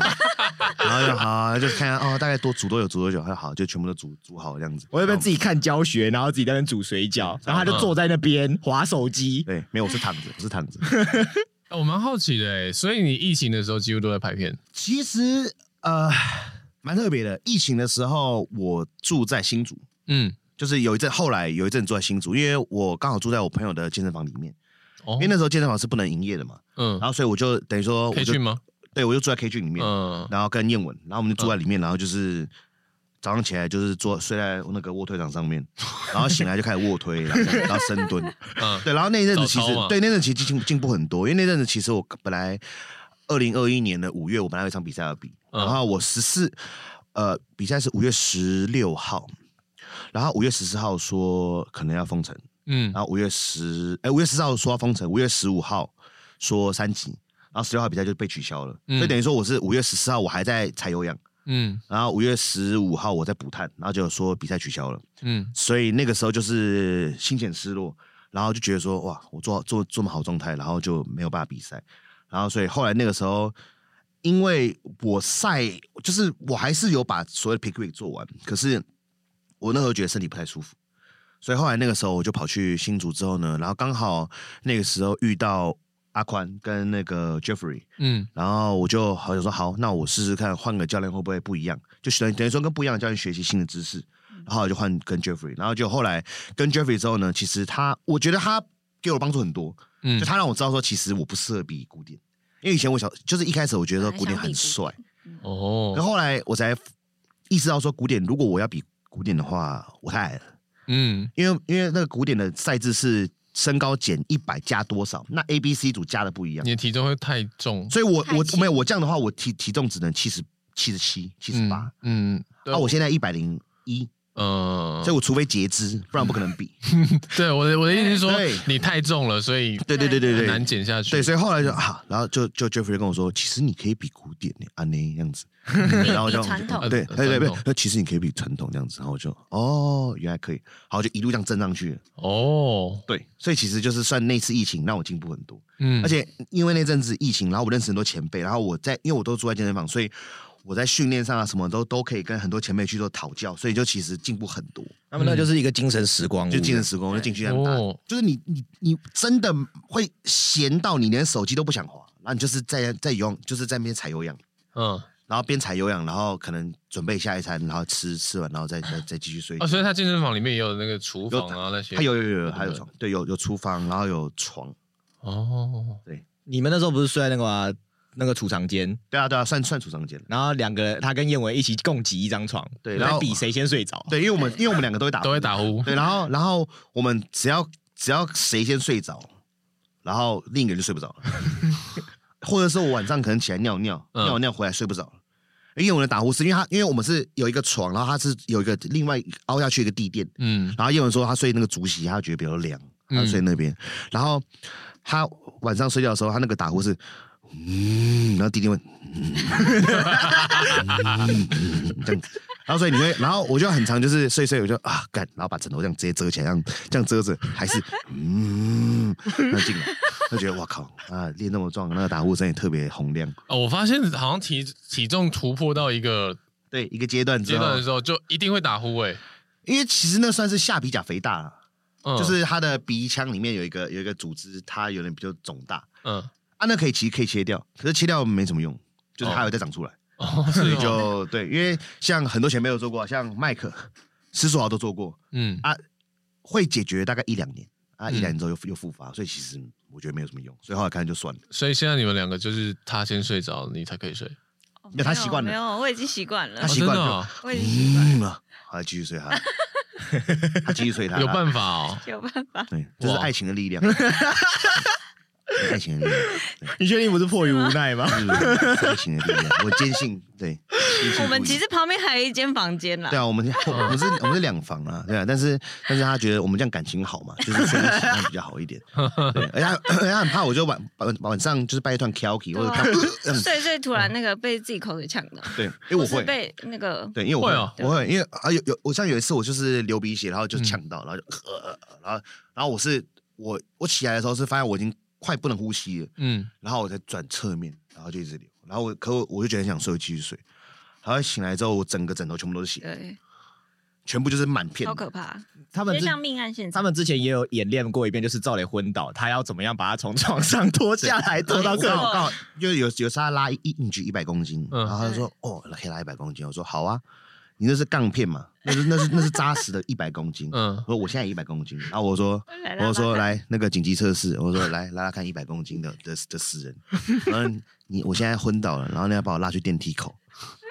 [SPEAKER 1] 然后就好，就看哦，大概多煮多久，煮多久。他说好，就全部都煮煮好这样子。
[SPEAKER 2] 我那边自
[SPEAKER 1] 己
[SPEAKER 2] 己看教学，然后自己在那边煮水饺，然后他就坐在那边划手机。
[SPEAKER 1] 嗯对，没有，我是躺着，我是躺着。
[SPEAKER 3] 哎我蛮好奇的哎，所以你疫情的时候几乎都在拍片，
[SPEAKER 1] 其实呃，蛮特别的。疫情的时候，我住在新竹，
[SPEAKER 3] 嗯，
[SPEAKER 1] 就是有一阵，后来有一阵住在新竹，因为我刚好住在我朋友的健身房里面。
[SPEAKER 3] 哦
[SPEAKER 1] 因为那时候健身房是不能营业的嘛，
[SPEAKER 3] 嗯
[SPEAKER 1] 然，后所以我就等于说
[SPEAKER 3] 可
[SPEAKER 1] 我
[SPEAKER 3] 以
[SPEAKER 1] 就
[SPEAKER 3] 去吗？
[SPEAKER 1] 对我就住在 K 区里面，
[SPEAKER 3] 嗯，
[SPEAKER 1] 然后跟燕文，然后我们就住在里面，然后就是早上起来就是坐睡在那个卧推床上面，然后醒来就开始卧推，然后然后深蹲，
[SPEAKER 3] 嗯
[SPEAKER 1] 对，然后那一阵子其
[SPEAKER 3] 早
[SPEAKER 1] 实
[SPEAKER 3] 操嘛
[SPEAKER 1] 对那阵子其实进进步很多，因为那阵子其实我本来二零二一年的五月我本来有一场比赛要比，
[SPEAKER 3] 嗯
[SPEAKER 1] 然后我十四呃比赛是五月十六号，然后五月十四号说可能要封城，
[SPEAKER 3] 嗯
[SPEAKER 1] 然后五月十哎五月十四号说要封城，五月十五号说三级，然后十六号比赛就被取消了，
[SPEAKER 3] 嗯
[SPEAKER 1] 所以等于说我是五月十四号我还在踩有氧，
[SPEAKER 3] 嗯
[SPEAKER 1] 然后五月十五号我在补碳，然后就说比赛取消了。
[SPEAKER 3] 嗯
[SPEAKER 1] 所以那个时候就是心情失落，然后就觉得说哇，我做做这么好状态，然后就没有办法比赛，然后所以后来那个时候，因为我赛就是我还是有把所有的 pick week 做完，可是我那时候觉得身体不太舒服，所以后来那个时候我就跑去新竹之后呢，然后刚好那个时候遇到阿宽跟那个 Jeffrey，
[SPEAKER 3] 嗯
[SPEAKER 1] 然后我就好想说，好，那我试试看换个教练会不会不一样，就等于等于说跟不一样的教练学习新的知识。然后我就换跟 Jeffrey，然后就后来跟 Jeffrey 之后呢，其实他我觉得他给我帮助很多，
[SPEAKER 3] 嗯
[SPEAKER 1] 就，他让我知道说其实我不适合比古典，因为以前我小就是一开始我觉得古典很帅，然
[SPEAKER 3] 哦，
[SPEAKER 1] 后后来我才意识到说古典如果我要比古典的话，我太矮了，
[SPEAKER 3] 嗯
[SPEAKER 1] 因为因为那个古典的赛制是身高减一百加多少，那 A B C 组加的不一样
[SPEAKER 3] 你。的体重会太重，
[SPEAKER 1] 所以我
[SPEAKER 4] 太
[SPEAKER 1] 我
[SPEAKER 4] 轻
[SPEAKER 1] 没有我这样的话，我体体重只能七十七十七、七十八。
[SPEAKER 3] 嗯，嗯，对
[SPEAKER 1] 那我现在一百零一，
[SPEAKER 3] 嗯，
[SPEAKER 1] 所以我除非截肢，不然不可能比。
[SPEAKER 3] 对我的我的意思是说
[SPEAKER 1] 对，
[SPEAKER 3] 你太重了，所以
[SPEAKER 1] 对对对对
[SPEAKER 3] 很
[SPEAKER 1] 对
[SPEAKER 3] 难。减下去。
[SPEAKER 1] 对，所以后来就啊，然后就就 Jeffrey 跟我说，其实你可以比古典呢、啊那样 子，然后我就
[SPEAKER 4] 比传统
[SPEAKER 1] 对对
[SPEAKER 3] 呃
[SPEAKER 1] 对
[SPEAKER 3] 传
[SPEAKER 1] 对
[SPEAKER 3] 统，
[SPEAKER 1] 那其实你可以比传统这样子，然后我就哦原来可以，好就一路这样增上去了。
[SPEAKER 3] 哦，
[SPEAKER 1] 对，所以其实就是算那次疫情让我进步很多，
[SPEAKER 3] 嗯，
[SPEAKER 1] 而且因为那阵子疫情，然后我认识很多前辈，然后我在因为我都住在健身房，所以我在训练上啊什么都都可以跟很多前辈去做讨教，所以就其实进步很多，
[SPEAKER 2] 他们那就是一个精神时光屋，
[SPEAKER 1] 就精神时光就进去那边打，
[SPEAKER 3] 嗯哦
[SPEAKER 1] 就是你你你真的会闲到你连手机都不想滑，然后你就是在在游泳，就是在那边踩有氧，
[SPEAKER 3] 嗯
[SPEAKER 1] 然后边踩有氧，然后可能准备下一餐，然后吃吃完，然后再再再继续睡
[SPEAKER 3] 啊，。所以他健身房里面也有那个厨
[SPEAKER 1] 有
[SPEAKER 3] 房啊那些，
[SPEAKER 1] 还有有有有，还有
[SPEAKER 3] 对
[SPEAKER 1] 床，对，有有厨房，然后有床，
[SPEAKER 3] 哦，
[SPEAKER 2] 你们那时候不是睡在那个吗那个储藏间，
[SPEAKER 1] 对啊对啊，算算储藏间了。
[SPEAKER 2] 然后两个人他跟燕文一起共挤一张床，
[SPEAKER 1] 对
[SPEAKER 2] 来
[SPEAKER 1] 然后
[SPEAKER 2] 比谁先睡 着。
[SPEAKER 1] 对，因为我们因为我们两个都会打呼，
[SPEAKER 3] 都会打呼，
[SPEAKER 1] 对，然后然后我们只要只要谁先睡着，然后另一个人就睡不着了， 或者是我晚上可能起来尿尿，
[SPEAKER 3] 嗯
[SPEAKER 1] 尿尿回来睡不着了。因为我的打呼是因为他，因为我们是有一个床，然后他是有一个另外凹下去一个地垫，
[SPEAKER 3] 嗯
[SPEAKER 1] 然后叶文说他睡那个竹席，他觉得比较凉，他就睡那边。然后他晚上睡觉的时候，他那个打呼是，嗯，然后弟弟问，嗯嗯嗯这样子。然后所以你会，然后我就很常就是睡一睡，我就啊干，然后把枕头这样直接遮起来，这样这样遮着，还是嗯，那进来，就觉得哇靠啊，练那么壮，那个打呼声也特别洪亮。
[SPEAKER 3] 哦，我发现好像体体重突破到一个
[SPEAKER 1] 对，一个阶段
[SPEAKER 3] 阶
[SPEAKER 1] 之
[SPEAKER 3] 段
[SPEAKER 1] 后
[SPEAKER 3] 的，时候，就一定会打呼诶，
[SPEAKER 1] 因为其实那算是下鼻甲肥大了，
[SPEAKER 3] 嗯
[SPEAKER 1] 就是他的鼻腔里面有一个有一个组织，它有点比较肿大，
[SPEAKER 3] 嗯，
[SPEAKER 1] 啊，那可以其实可以切掉，可是切掉没什么用，就是它还会再长出来，
[SPEAKER 3] 哦，
[SPEAKER 1] 所
[SPEAKER 3] 所
[SPEAKER 1] 以就对，因为像很多前辈都做过，像麦克、施书豪都做过，
[SPEAKER 3] 嗯
[SPEAKER 1] 会解决大概一两年啊，
[SPEAKER 3] 嗯
[SPEAKER 1] 一两年之后又又复发，所以其实我觉得没有什么用，所以后来看就算了。
[SPEAKER 3] 所以现在你们两个就是他先睡着，你才可以睡。
[SPEAKER 4] 哦
[SPEAKER 1] 那他习惯了
[SPEAKER 4] 没有，没有我已经习惯了
[SPEAKER 1] 他，习惯
[SPEAKER 3] 哦真的
[SPEAKER 1] 了
[SPEAKER 3] 哦，
[SPEAKER 4] 我已经习惯了，
[SPEAKER 1] 嗯啊，好，继续睡 他，他继续睡他，
[SPEAKER 3] 有
[SPEAKER 1] 法，
[SPEAKER 3] 办法哦。
[SPEAKER 4] 有办 法。
[SPEAKER 1] 对，这是
[SPEAKER 3] 哇
[SPEAKER 1] 爱情的力 量，爱情的力量，
[SPEAKER 2] 你确定不是迫于无奈吗？
[SPEAKER 1] 嗯爱情的力量，我坚信，对，坚信
[SPEAKER 4] 我们
[SPEAKER 1] 不疑
[SPEAKER 4] 其实旁边还有一间房间 啦
[SPEAKER 1] 对，啊，我们我们是我们是两房啊，对啊，但是但是他觉得我们这样感情好嘛，就是睡在一起那比较好一 点。对，而且他 而且他很怕我就晚晚晚上就是半夜突然 kalky
[SPEAKER 4] 啊
[SPEAKER 1] 或者他这样子，
[SPEAKER 4] 睡一睡突然那个被自己口水呛到，
[SPEAKER 1] 对，因为我
[SPEAKER 4] 或是
[SPEAKER 1] 会，
[SPEAKER 4] 被那个
[SPEAKER 1] 对，因为我
[SPEAKER 3] 会哦
[SPEAKER 1] 我会，因为啊有有我像有一次我就是流鼻血，然后就呛到，然后就呃，然后然后我是我我起来的时候是发现我已经快不能呼吸了，
[SPEAKER 3] 嗯，
[SPEAKER 1] 然后我才转侧面，然后就一直流，然后我可我我就觉得很想睡，我继续睡，然后醒来之后我整个枕头全部都是血，
[SPEAKER 4] 对，
[SPEAKER 1] 全部就是满片
[SPEAKER 4] 超
[SPEAKER 1] 的，
[SPEAKER 4] 可怕，
[SPEAKER 2] 他们
[SPEAKER 4] 就
[SPEAKER 2] 之
[SPEAKER 4] 像命案现
[SPEAKER 2] 他
[SPEAKER 4] 场。
[SPEAKER 2] 们之前也有演练过一遍，就是赵磊昏倒，他要怎么样把他从床上拖下来， 拖到
[SPEAKER 1] 我
[SPEAKER 2] 客
[SPEAKER 1] 刚
[SPEAKER 2] 厅。
[SPEAKER 1] 好刚好就有有时候他拉一一你举一百公斤，
[SPEAKER 3] 嗯
[SPEAKER 1] 然后他就说哦可以拉一百公斤，我说好啊，你那是杠片 嘛？那是那是那是扎实的一百公斤。
[SPEAKER 3] 嗯，
[SPEAKER 1] 我说我现在一百公斤，然后我说
[SPEAKER 4] 来拉拉
[SPEAKER 1] 我说
[SPEAKER 4] 看
[SPEAKER 1] 来那个紧急测试，我说来拉拉看一百公斤的的的死人，然后你我现在昏倒了，然后你要把我拉去电梯口，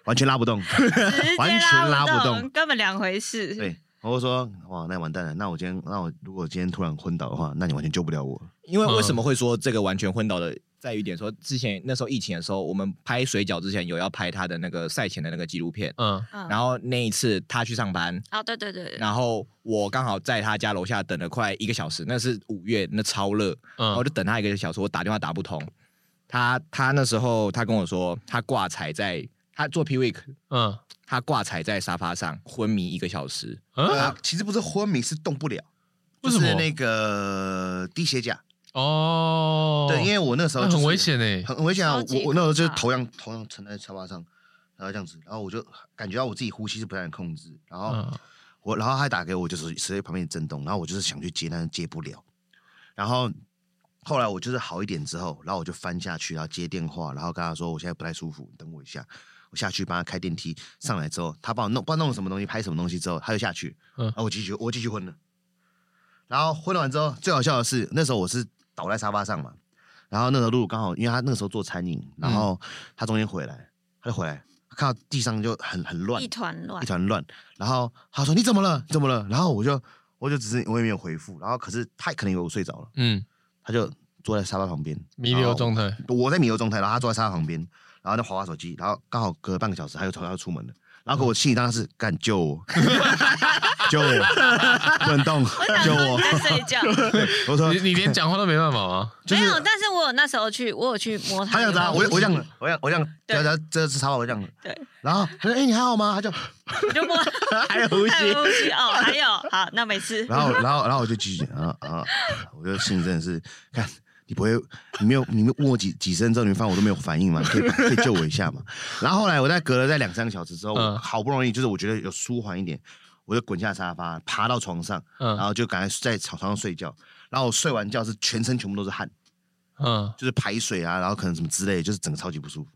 [SPEAKER 1] 完全拉不动，
[SPEAKER 4] 直接
[SPEAKER 1] 完全拉不动
[SPEAKER 4] 动，根本两回事。
[SPEAKER 1] 对，我就说哇，那完蛋了，那我今天那我如果今天突然昏倒的话，那你完全救不了我。
[SPEAKER 2] 因为为什么会说这个完全昏倒的，在于一点说，之前那时候疫情的时候，我们拍水饺之前有要拍他的那个赛前的那个纪录片，
[SPEAKER 3] 嗯，
[SPEAKER 4] 嗯，
[SPEAKER 2] 然后那一次他去上班，
[SPEAKER 4] 哦，对对对，
[SPEAKER 2] 然后我刚好在他家楼下等了快一个小时，那是五月，那超热，然后
[SPEAKER 3] 嗯
[SPEAKER 2] 我就等他一个小时，我打电话打不通，他他那时候他跟我说他挂彩在他做 P week，
[SPEAKER 3] 嗯
[SPEAKER 2] 他挂彩在沙发上昏迷一个小时，
[SPEAKER 3] 嗯，
[SPEAKER 1] 啊，其实不是昏迷，是动不了，
[SPEAKER 3] 为什么
[SPEAKER 1] 就是那个低血钾。
[SPEAKER 3] 哦，
[SPEAKER 1] 对，因为我那时候
[SPEAKER 3] 那
[SPEAKER 1] 就是
[SPEAKER 3] 很危，险欸诶，
[SPEAKER 1] 很很危险啊！
[SPEAKER 4] 超级
[SPEAKER 1] 我我那时候就是
[SPEAKER 4] 可怕
[SPEAKER 1] 头仰头仰沉在沙发上，然后这样子，然后我就感觉到我自己呼吸是不太能控制，然后
[SPEAKER 3] 嗯
[SPEAKER 1] 我，然后他还打给我，就是实在旁边震动，然后我就是想去接，但是接不了。然后后来我就是好一点之后，然后我就翻下去，然后接电话，然后跟他说我现在不太舒服，你等我一下。我下去帮他开电梯，上来之后，他帮我弄，不知道弄了什么东西，拍什么东西之后，他就下去，
[SPEAKER 3] 嗯
[SPEAKER 1] 然后我继续，我继续昏了。然后昏完之后，最好笑的是，那时候我是倒在沙发上嘛，然后那时候露露刚好，因为他那个时候做餐饮，然后他中间回来，他就回来，看到地上就很很乱，
[SPEAKER 4] 一团乱
[SPEAKER 1] 一，团乱。然后他说：“你怎么了？你怎么了？”然后我就我就只是我也没有回复。然后可是他可能以为我睡着了，
[SPEAKER 3] 嗯，
[SPEAKER 1] 他就坐在沙发旁边
[SPEAKER 3] 弥留，状态，
[SPEAKER 1] 然后我在弥留状态，然后他坐在沙发旁边，然后在划划手机，然后刚好隔了半个小时，他又他又出门了。然后可我心里当时是干救我， 救我，不能动，救我
[SPEAKER 4] 我。在睡觉，
[SPEAKER 1] 对，我说
[SPEAKER 3] 你你连讲话都没办法吗？
[SPEAKER 1] 就是
[SPEAKER 4] 没有，但是我有那时候去，我有去摸他
[SPEAKER 1] 他这样子啊，我我这样，我这样我这样，
[SPEAKER 4] 对
[SPEAKER 1] 然后这是沙发我这样，
[SPEAKER 4] 对，
[SPEAKER 1] 然后他说：“哎，你还好吗？”他就
[SPEAKER 4] 我就摸，
[SPEAKER 2] 还有呼吸
[SPEAKER 4] 还有呼吸哦，还有，好，那没事。
[SPEAKER 1] 然后，然后，然后我就继续，然后，然后我就心里真的是，看你不会，你没有，你们问我几几声之后，你们发现我都没有反应嘛，你可以可以救我一下嘛。然后后来我在隔了在两三个小时之后，
[SPEAKER 3] 嗯
[SPEAKER 1] 我好不容易就是我觉得有舒缓一点，我就滚下沙发，爬到床上，然
[SPEAKER 3] 嗯
[SPEAKER 1] 后就赶快在床上睡觉。然后我睡完觉是全身全部都是汗，
[SPEAKER 3] 嗯，
[SPEAKER 1] 就是排水啊，然后可能什么之类的，就是整个超级不舒服。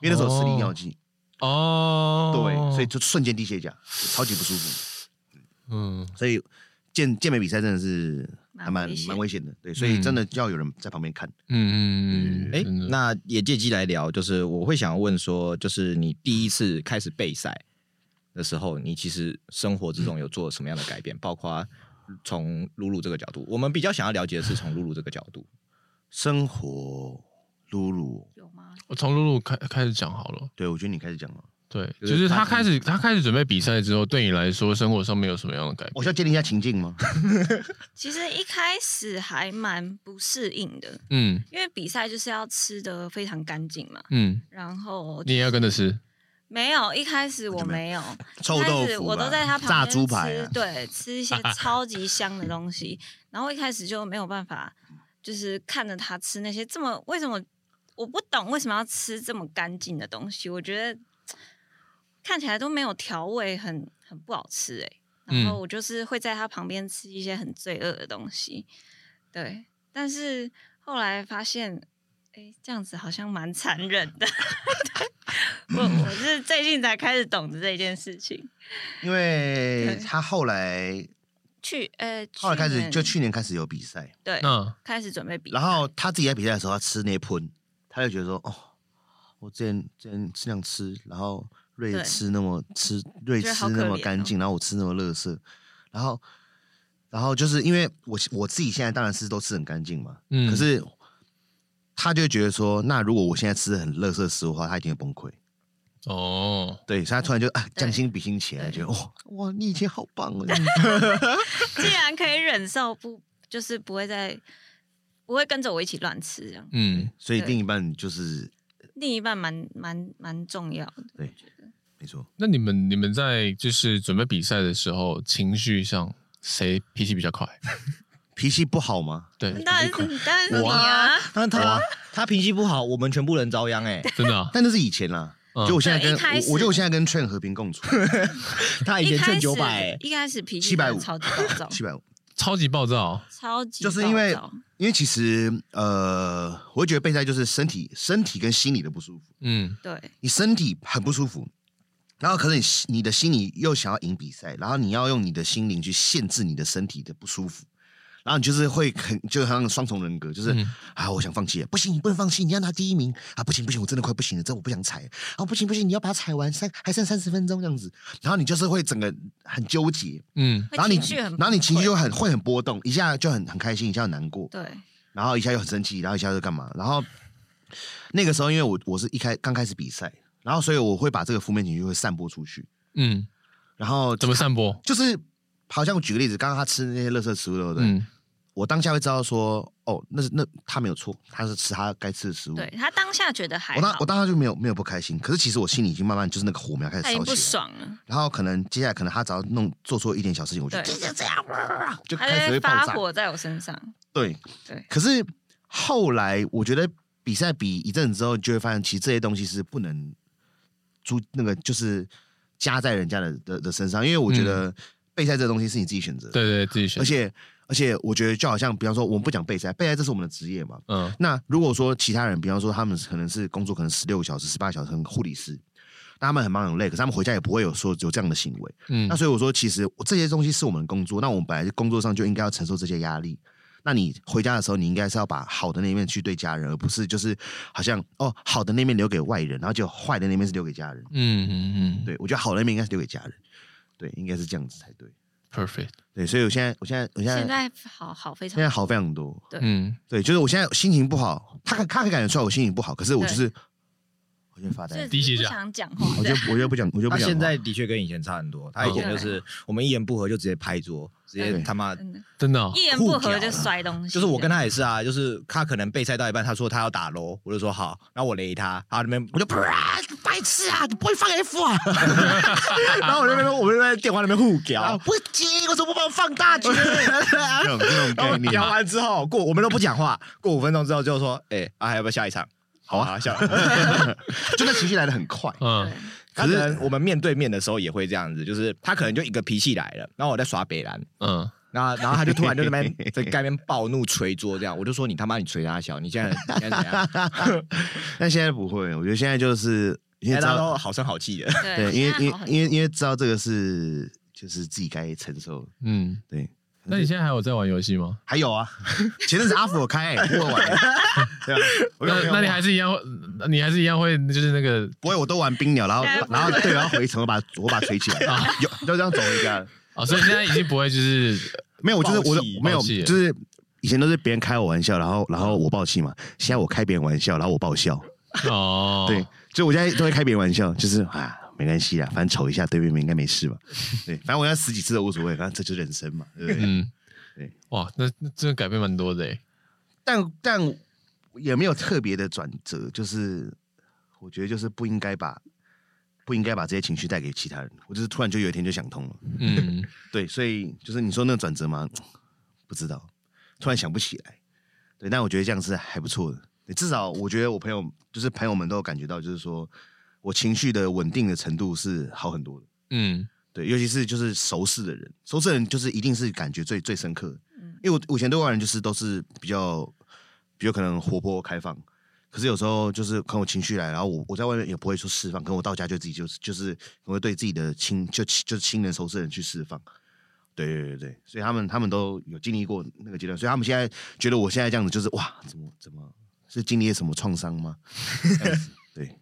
[SPEAKER 1] 因为那时候吃利尿剂，
[SPEAKER 3] 哦，
[SPEAKER 1] 对，所以就瞬间低血钾，超级不舒服。
[SPEAKER 3] 嗯，
[SPEAKER 1] 所以健健美比赛真的是还蛮
[SPEAKER 4] 蛮危险
[SPEAKER 1] 蛮危险的，对，所以真的要有人在旁边看。
[SPEAKER 3] 嗯嗯嗯，
[SPEAKER 2] 哎、
[SPEAKER 3] 嗯真的
[SPEAKER 2] 那也借机来聊，就是我会想要问说，就是你第一次开始备赛的时候，你其实生活之中有做什么样的改变？包括从露露这个角度，我们比较想要了解的是从露露这个角度。
[SPEAKER 1] 生活，露露，
[SPEAKER 4] 有吗？
[SPEAKER 3] 我从露露开开始讲好了。
[SPEAKER 1] 对我觉得你开始讲了，
[SPEAKER 3] 对，
[SPEAKER 2] 就
[SPEAKER 3] 就是是他
[SPEAKER 2] 他
[SPEAKER 3] 开始他开始准备比赛之后，对你来说生活上面有什么样的改变？
[SPEAKER 1] 我需要建立一下情境 吗？
[SPEAKER 4] 其实一开始还蛮不适应的，
[SPEAKER 3] 嗯
[SPEAKER 4] 因为比赛就是要吃的非常干净嘛。
[SPEAKER 3] 嗯，
[SPEAKER 4] 然后
[SPEAKER 3] 你也要跟着吃，
[SPEAKER 4] 没有，一开始我没有，
[SPEAKER 1] 臭豆
[SPEAKER 4] 一开始
[SPEAKER 1] 腐吧，啊
[SPEAKER 4] 我都在他旁边
[SPEAKER 1] 炸猪排
[SPEAKER 4] 吃
[SPEAKER 1] 啊，
[SPEAKER 4] 对，吃 一些超级香的东西。然后一开始就没有办法，就是看着他吃那些这么为什么我不懂为什么要吃这么干净的东西？我觉得看起来都没有调味，很很不好吃哎、然后
[SPEAKER 3] 嗯
[SPEAKER 4] 我就是会在他旁边吃一些很罪恶的东西，对。但是后来发现，哎，这样子好像蛮残忍的。 我我是最近才开始懂得这件事情。
[SPEAKER 1] 因为
[SPEAKER 4] 对
[SPEAKER 1] 他后来
[SPEAKER 4] 去呃，
[SPEAKER 1] 后来开始就去
[SPEAKER 4] 年
[SPEAKER 1] 年开始有比赛，
[SPEAKER 4] 对
[SPEAKER 3] 嗯
[SPEAKER 4] 开始准备比赛，
[SPEAKER 1] 然后他自己在比赛的时候，他吃那喷，他就觉得说，哦，我之前之前这样吃，然后瑞
[SPEAKER 4] 对
[SPEAKER 1] 吃那么吃瑞
[SPEAKER 4] 觉得
[SPEAKER 1] 吃
[SPEAKER 4] 好
[SPEAKER 1] 那
[SPEAKER 4] 可
[SPEAKER 1] 么
[SPEAKER 4] 怜
[SPEAKER 1] 干
[SPEAKER 4] 哦
[SPEAKER 1] 净，然后我吃那么垃圾，然后然后就是因为我我自己现在当然是都吃很干净嘛，
[SPEAKER 3] 嗯，
[SPEAKER 1] 可是他就觉得说，那如果我现在吃的很垃圾食物的话，他一定会崩溃。
[SPEAKER 3] 哦，
[SPEAKER 1] 对，所以他突然就啊，
[SPEAKER 4] 对
[SPEAKER 1] 将心比心起来，觉
[SPEAKER 4] 对
[SPEAKER 1] 得哇哇，你以前好棒哦！ 这样
[SPEAKER 4] 既然可以忍受不，就是不会再不会跟着我一起乱吃这样。
[SPEAKER 3] 嗯，
[SPEAKER 1] 所以
[SPEAKER 4] 对
[SPEAKER 1] 另一半就是
[SPEAKER 4] 另一半蛮蛮蛮重要的，
[SPEAKER 1] 对
[SPEAKER 4] 我觉得
[SPEAKER 1] 没错，
[SPEAKER 3] 那你们你们在就是准备比赛的时候，情绪上谁脾气比较 快？
[SPEAKER 1] 脾气不好吗？
[SPEAKER 3] 对，
[SPEAKER 4] 当然是当然是你啊，
[SPEAKER 2] 那他他脾气不好，我们全部人遭殃哎、
[SPEAKER 3] 真 的啊，
[SPEAKER 1] 但那是以前啦，
[SPEAKER 3] 嗯
[SPEAKER 1] 就我现在
[SPEAKER 4] 对
[SPEAKER 1] 跟
[SPEAKER 4] 一开
[SPEAKER 1] 我
[SPEAKER 4] 始
[SPEAKER 1] 我觉得我现在跟 Train 和平共 处，
[SPEAKER 2] 他以
[SPEAKER 4] 一
[SPEAKER 2] 前
[SPEAKER 4] 开
[SPEAKER 2] 欠
[SPEAKER 4] 始
[SPEAKER 2] 九百，
[SPEAKER 4] 一开始脾气
[SPEAKER 1] 750
[SPEAKER 4] 超级暴躁，
[SPEAKER 1] 七百五。
[SPEAKER 3] 超级哦暴躁，
[SPEAKER 4] 超级
[SPEAKER 1] 就是因为
[SPEAKER 4] 暴躁
[SPEAKER 1] 因为其实呃，我会觉得备赛就是身体、身体跟心理的不舒服。
[SPEAKER 3] 嗯
[SPEAKER 4] 对
[SPEAKER 1] 你身体很不舒服，然后可能你心你的心里又想要赢比赛，然后你要用你的心灵去限制你的身体的不舒服，然后你就是会很就好像双重人格，就是、
[SPEAKER 3] 嗯
[SPEAKER 1] 啊，我想放弃了，不行，你不能放弃，你要拿第一名啊，不行不行，我真的快不行了，这我不想踩啊，不行不行，你要把它踩完，三还剩三十分钟这样子，然后你就是会整个很纠结，
[SPEAKER 3] 嗯，
[SPEAKER 4] 会
[SPEAKER 1] 然后你
[SPEAKER 4] 情绪很
[SPEAKER 1] 然后你情绪
[SPEAKER 4] 崩溃
[SPEAKER 1] 就很会很波动，一下就很很开心，一下很难过，
[SPEAKER 4] 对，
[SPEAKER 1] 然后一下又很生气，然后一下又干嘛？然后那个时候，因为我我是一开刚开始比赛，然后所以我会把这个负面情绪会散播出去，
[SPEAKER 3] 嗯，
[SPEAKER 1] 然后
[SPEAKER 3] 怎么散播？
[SPEAKER 1] 就是好像我举个例子，刚刚他吃那些垃圾食物，对不对？
[SPEAKER 3] 嗯
[SPEAKER 1] 我当下会知道说，哦，那是那他没有错，他是吃他该吃的食物。
[SPEAKER 4] 对他当下觉得还
[SPEAKER 1] 我当
[SPEAKER 4] 好
[SPEAKER 1] 我，当下就没有没有不开心，可是其实我心里已经慢慢就是那个火苗开始
[SPEAKER 4] 他已
[SPEAKER 1] 烧
[SPEAKER 4] 经不
[SPEAKER 1] 起来，
[SPEAKER 4] 爽了，
[SPEAKER 1] 然后可能接下来可能他只要弄做错一点小事情，我就
[SPEAKER 4] 对
[SPEAKER 1] 就这样，就
[SPEAKER 4] 他
[SPEAKER 1] 开
[SPEAKER 4] 就
[SPEAKER 1] 始
[SPEAKER 4] 会
[SPEAKER 1] 会爆
[SPEAKER 4] 发
[SPEAKER 1] 炸。
[SPEAKER 4] 火在我身上。
[SPEAKER 1] 对
[SPEAKER 4] 对
[SPEAKER 1] 可是后来我觉得比赛比一阵子之后，就会发现其实这些东西是不能租那个就是加在人家的的的身上，因为我觉得备赛这东西是你自己选择的，
[SPEAKER 3] 嗯对对，自己选
[SPEAKER 1] 而。且而且我觉得就好像比方说我们不讲备赛，备赛这是我们的职业嘛。
[SPEAKER 3] 嗯，
[SPEAKER 1] 那如果说其他人，比方说他们可能是工作可能十六小时、十八小时，护理师，那他们很忙很累，可是他们回家也不会有说有这样的行为。
[SPEAKER 3] 嗯
[SPEAKER 1] 那所以我说，其实这些东西是我们的工作，那我们本来工作上就应该要承受这些压力。那你回家的时候，你应该是要把好的那一面去对家人，而不是就是好像哦，好的那面留给外人，然后就坏的那面是留给家人。
[SPEAKER 3] 嗯嗯嗯，
[SPEAKER 1] 对我觉得好的那面应该是留给家人，对，应该是这样子才对。
[SPEAKER 3] ，perfect。
[SPEAKER 1] 对，所以我现在，我现在，我现在，
[SPEAKER 4] 现在好好非
[SPEAKER 1] 现
[SPEAKER 4] 常
[SPEAKER 1] 在好非常多。
[SPEAKER 4] 对
[SPEAKER 3] 嗯，
[SPEAKER 1] 对，就是我现在心情不好，他可他可以感觉出来我心情不好，可是我就是，我就发
[SPEAKER 4] 好，就是
[SPEAKER 1] 呆，
[SPEAKER 3] 低血
[SPEAKER 4] 不
[SPEAKER 3] 钾
[SPEAKER 4] 想讲话，
[SPEAKER 1] 我就我就不讲，我就不
[SPEAKER 2] 他
[SPEAKER 1] 讲话。
[SPEAKER 2] 现在的确跟以前差很多，他以前就是我们一言不合就直接拍桌，直接
[SPEAKER 1] 对
[SPEAKER 2] 他妈
[SPEAKER 4] 真的
[SPEAKER 3] 真的哦，
[SPEAKER 4] 一言不合就
[SPEAKER 1] 啊
[SPEAKER 4] 摔东西。
[SPEAKER 2] 就是我跟他也是啊，就是他可能备赛到一半，他说他要打喽，我就说好，然后我雷他，然后那边
[SPEAKER 1] 我就啪，白痴啊，你不会放 F 啊？然后我那边说，我们在电话那边互
[SPEAKER 2] 屌
[SPEAKER 1] 屌，不接，为什么不帮我放大决？啊
[SPEAKER 2] 啊
[SPEAKER 1] 这种这种
[SPEAKER 2] 然后聊完之后过，我们都不讲话，过五分钟之后就说，哎、啊还要不要下一场？好啊，下。
[SPEAKER 1] 就那情绪来的很快。
[SPEAKER 3] 嗯
[SPEAKER 4] 对，
[SPEAKER 2] 他可能我们面对面的时候也会这样子，就是他可能就一个脾气来了，然后我在耍北兰，
[SPEAKER 3] 嗯，
[SPEAKER 2] 然后然后他就突然就在那 边在那边暴怒捶桌这样，我就说你他妈你捶他小，你现在你现在怎 样？
[SPEAKER 1] 但现在不会，我觉得现在就是因为
[SPEAKER 2] 哎
[SPEAKER 1] 知
[SPEAKER 2] 大家
[SPEAKER 1] 道，
[SPEAKER 2] 都好声好气的，
[SPEAKER 1] 对，因为
[SPEAKER 4] 哎现
[SPEAKER 1] 因
[SPEAKER 4] 在好
[SPEAKER 1] 为
[SPEAKER 4] 很
[SPEAKER 1] 因为因为知道这个是就是自己该承受的。
[SPEAKER 3] 嗯，
[SPEAKER 1] 对，
[SPEAKER 3] 那你现在还有在玩游戏吗？
[SPEAKER 1] 还有啊， 前阵子阿福有开、欸，我有玩、 对啊，我有
[SPEAKER 3] 那
[SPEAKER 1] 朋友
[SPEAKER 3] 那你
[SPEAKER 1] 玩
[SPEAKER 3] 还是一样会，你还是一样会，就是那个
[SPEAKER 1] 不会，我都玩冰鸟，然后
[SPEAKER 4] 哎现在不
[SPEAKER 1] 然后队友要回城，我把我把锤起来， 有啊就这样走回家了。
[SPEAKER 3] 啊，所以现在已经不 会就是
[SPEAKER 1] 没有，我就是我
[SPEAKER 2] 暴
[SPEAKER 1] 就
[SPEAKER 2] 气
[SPEAKER 1] 没有，
[SPEAKER 3] 暴气
[SPEAKER 1] 就是以前都是别人开我玩笑，然后然后我爆气嘛。现在我开别人玩笑，然后我爆笑。
[SPEAKER 3] 哦，
[SPEAKER 1] 对，所以我现在都会开别人玩笑，就是啊，没关系啦，反正瞅一下对面应该没事吧。 对，反正我要十几次都无所谓，反正这就是人生嘛，对不对？
[SPEAKER 3] 嗯，
[SPEAKER 1] 对，
[SPEAKER 3] 哇，那那真的改变蛮多的欸，
[SPEAKER 1] 但但也没有特别的转折，就是我觉得就是不应该把不应该把这些情绪带给其他人。我就是突然就有一天就想通了，
[SPEAKER 3] 嗯，
[SPEAKER 1] 对，所以就是你说那个转折吗？不知道，突然想不起来。对，但我觉得这样是还不错的。对至少我觉得我朋友就是朋友们都有感觉到，就是说我情绪的稳定的程度是好很多的。
[SPEAKER 3] 嗯
[SPEAKER 1] 对，尤其是就是熟识的人，熟识的人就是一定是感觉最最深刻的
[SPEAKER 4] 嗯。
[SPEAKER 1] 因为我我以前对外人就是都是比较比较可能活泼开放，可是有时候就是看我情绪来，然后我我在外面也不会说释放，可能我到家就自己就是就是我会对自己的亲就亲就是亲人熟识的人去释放。对对对对，所以他们他们都有经历过那个阶段，所以他们现在觉得我现在这样子就是哇，怎么怎么是经历了什么创伤吗？这样子对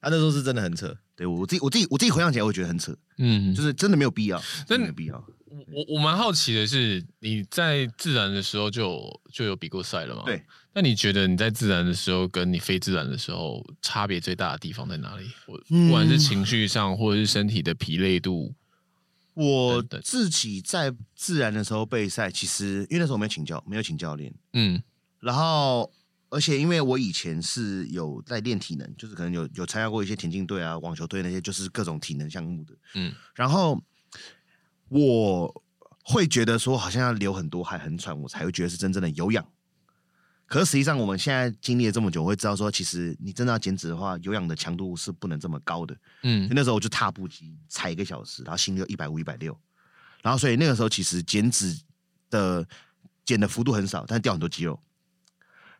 [SPEAKER 2] 他那时候是真的很扯。
[SPEAKER 1] 对，我自己我自己我自己回想起来，我觉得很扯，
[SPEAKER 3] 嗯，
[SPEAKER 1] 就是真的没有必要，真的
[SPEAKER 3] 那你
[SPEAKER 1] 没有必要。
[SPEAKER 3] 我我我蛮好奇的是，你在自然的时候就就有比过赛了吗？
[SPEAKER 1] 对。
[SPEAKER 3] 那你觉得你在自然的时候跟你非自然的时候差别最大的地方在哪里？我
[SPEAKER 1] 嗯
[SPEAKER 3] 不管是情绪上，或者是身体的疲累度，
[SPEAKER 1] 我
[SPEAKER 3] 等等
[SPEAKER 1] 自己在自然的时候备赛，其实因为那时候我没有请教，没有请教练，
[SPEAKER 3] 嗯
[SPEAKER 1] 然后而且因为我以前是有在练体能，就是可能有有参加过一些田径队啊、网球队那些，就是各种体能项目的。
[SPEAKER 3] 嗯
[SPEAKER 1] 然后我会觉得说，好像要流很多汗、很喘，我才会觉得是真正的有氧。可是实际上，我们现在经历了这么久，我会知道说，其实你真的要减脂的话，有氧的强度是不能这么高的。所以
[SPEAKER 3] 嗯
[SPEAKER 1] 那时候我就踏步机踩一个小时，然后心率一百五、一百六，然后所以那个时候其实减脂的减的幅度很少，但是掉很多肌肉，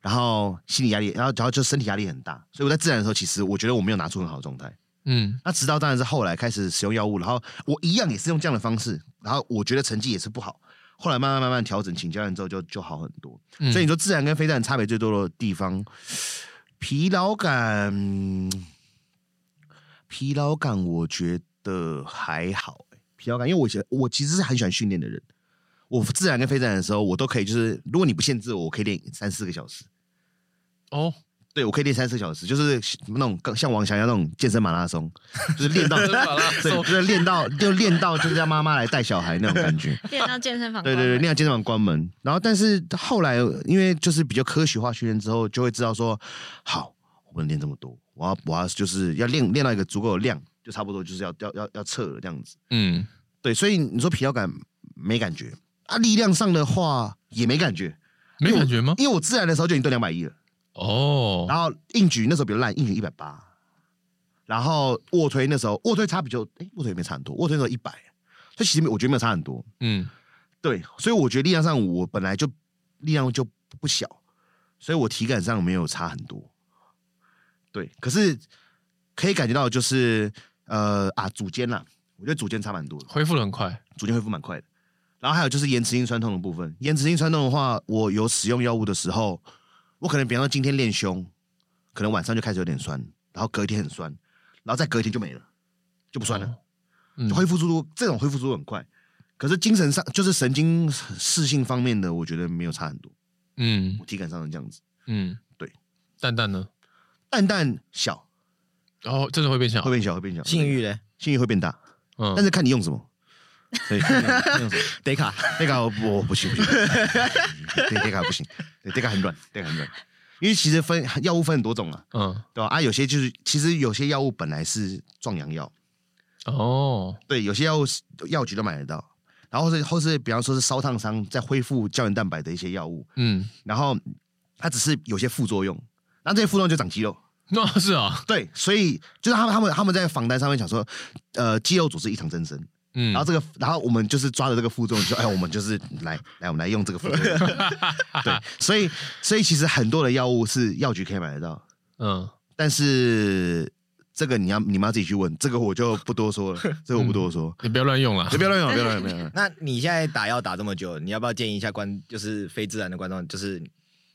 [SPEAKER 1] 然后心理压力，然后然后就身体压力很大，所以我在自然的时候，其实我觉得我没有拿出很好的状态，
[SPEAKER 3] 嗯
[SPEAKER 1] 那直到当然是后来开始使用药物，然后我一样也是用这样的方式，然后我觉得成绩也是不好。后来慢慢慢慢调整，请教练之后就就好很多。
[SPEAKER 3] 嗯
[SPEAKER 1] 所以你说自然跟非自然差别最多的地方，疲劳感，嗯疲劳感我觉得还好、欸疲劳感，因为我其实我其实是很喜欢训练的人。我自然跟非自然的时候，我都可以，就是如果你不限制我，我可以练三四个小时。
[SPEAKER 3] 哦，
[SPEAKER 1] 对，我可以练三四个小时，就是那种更像王翔一样那种健身马拉松，就是练到
[SPEAKER 3] 马拉
[SPEAKER 1] 对，
[SPEAKER 3] 松
[SPEAKER 1] 就是练到就练到就是让妈妈来带小孩那种感觉。
[SPEAKER 4] 练到健身 房
[SPEAKER 1] 对
[SPEAKER 4] 关门。
[SPEAKER 1] 对对，练到健身房关门。然后，但是后来因为就是比较科学化训练之后，就会知道说，好，我不能练这么多，我要我要就是要练练到一个足够的量，就差不多就是要要要要撤了这样子。
[SPEAKER 3] 嗯
[SPEAKER 1] 对，所以你说疲劳感没感觉啊，力量上的话也没感觉，
[SPEAKER 3] 没感觉吗？
[SPEAKER 1] 因为我自然的时候就已经对两百一了。
[SPEAKER 3] 哦，
[SPEAKER 1] 然后硬举那时候比较烂，硬举一百八，然后卧推那时候卧推差比较，哎，卧推也没差很多，卧推那时候一百，所以其实我觉得没有差很多。
[SPEAKER 3] 嗯
[SPEAKER 1] 对，所以我觉得力量上我本来就力量就不小，所以我体感上没有差很多。对，可是可以感觉到就是呃啊组间啦，我觉得组间差蛮多的，
[SPEAKER 3] 恢复的很快，
[SPEAKER 1] 逐渐恢复蛮快的。然后还有就是延迟性酸痛的部分，延迟性酸痛的话，我有使用药物的时候，我可能比方说今天练胸，可能晚上就开始有点酸，然后隔一天很酸，然后再隔一天就没了，就不酸了，
[SPEAKER 3] 嗯
[SPEAKER 1] 就恢复速度这种恢复速度很快。可是精神上就是神经适性方面的，我觉得没有差很多，
[SPEAKER 3] 嗯
[SPEAKER 1] 我体感上是这样子。
[SPEAKER 3] 嗯，
[SPEAKER 1] 对。
[SPEAKER 3] 蛋蛋呢？
[SPEAKER 1] 蛋蛋小
[SPEAKER 3] 然后真的会变小
[SPEAKER 1] 会，变小，会变小，
[SPEAKER 2] 性 欲嘞，
[SPEAKER 1] 性欲会变大，
[SPEAKER 3] 嗯
[SPEAKER 1] 但是看你用什么。对，看你用 看你用什么？
[SPEAKER 2] 得卡，
[SPEAKER 1] 那个我不我不行不 行，对这个不行，对这个很软，这个很软，因为其实分药物分很多种啊，
[SPEAKER 3] 嗯
[SPEAKER 1] 对吧、啊？有些就是其实有些药物本来是壮阳药，
[SPEAKER 3] 哦
[SPEAKER 1] 对，有些药物是药局都买得到，然后是或是比方说是烧烫伤在恢复胶原蛋白的一些药物，
[SPEAKER 3] 嗯，
[SPEAKER 1] 然后它只是有些副作用，那这些副作用就长肌肉，
[SPEAKER 3] 那是啊，
[SPEAKER 1] 对，所以就是他们他们他们在访单上面讲说，呃，肌肉组织异常增生，
[SPEAKER 3] 嗯
[SPEAKER 1] 然后这个，然后我们就是抓着这个副作用，就哎，我们就是来来，我们来用这个副作用。对，所以所以其实很多的药物是药局可以买得到，
[SPEAKER 3] 嗯
[SPEAKER 1] 但是这个你要你们要自己去问，这个我就不多说了，这个我不多说，
[SPEAKER 3] 你不要乱用啦
[SPEAKER 1] 就。不要乱用，不要乱用，不要乱用。
[SPEAKER 2] 那你现在打药打这么久，你要不要建议一下观，就是非自然的观众，就是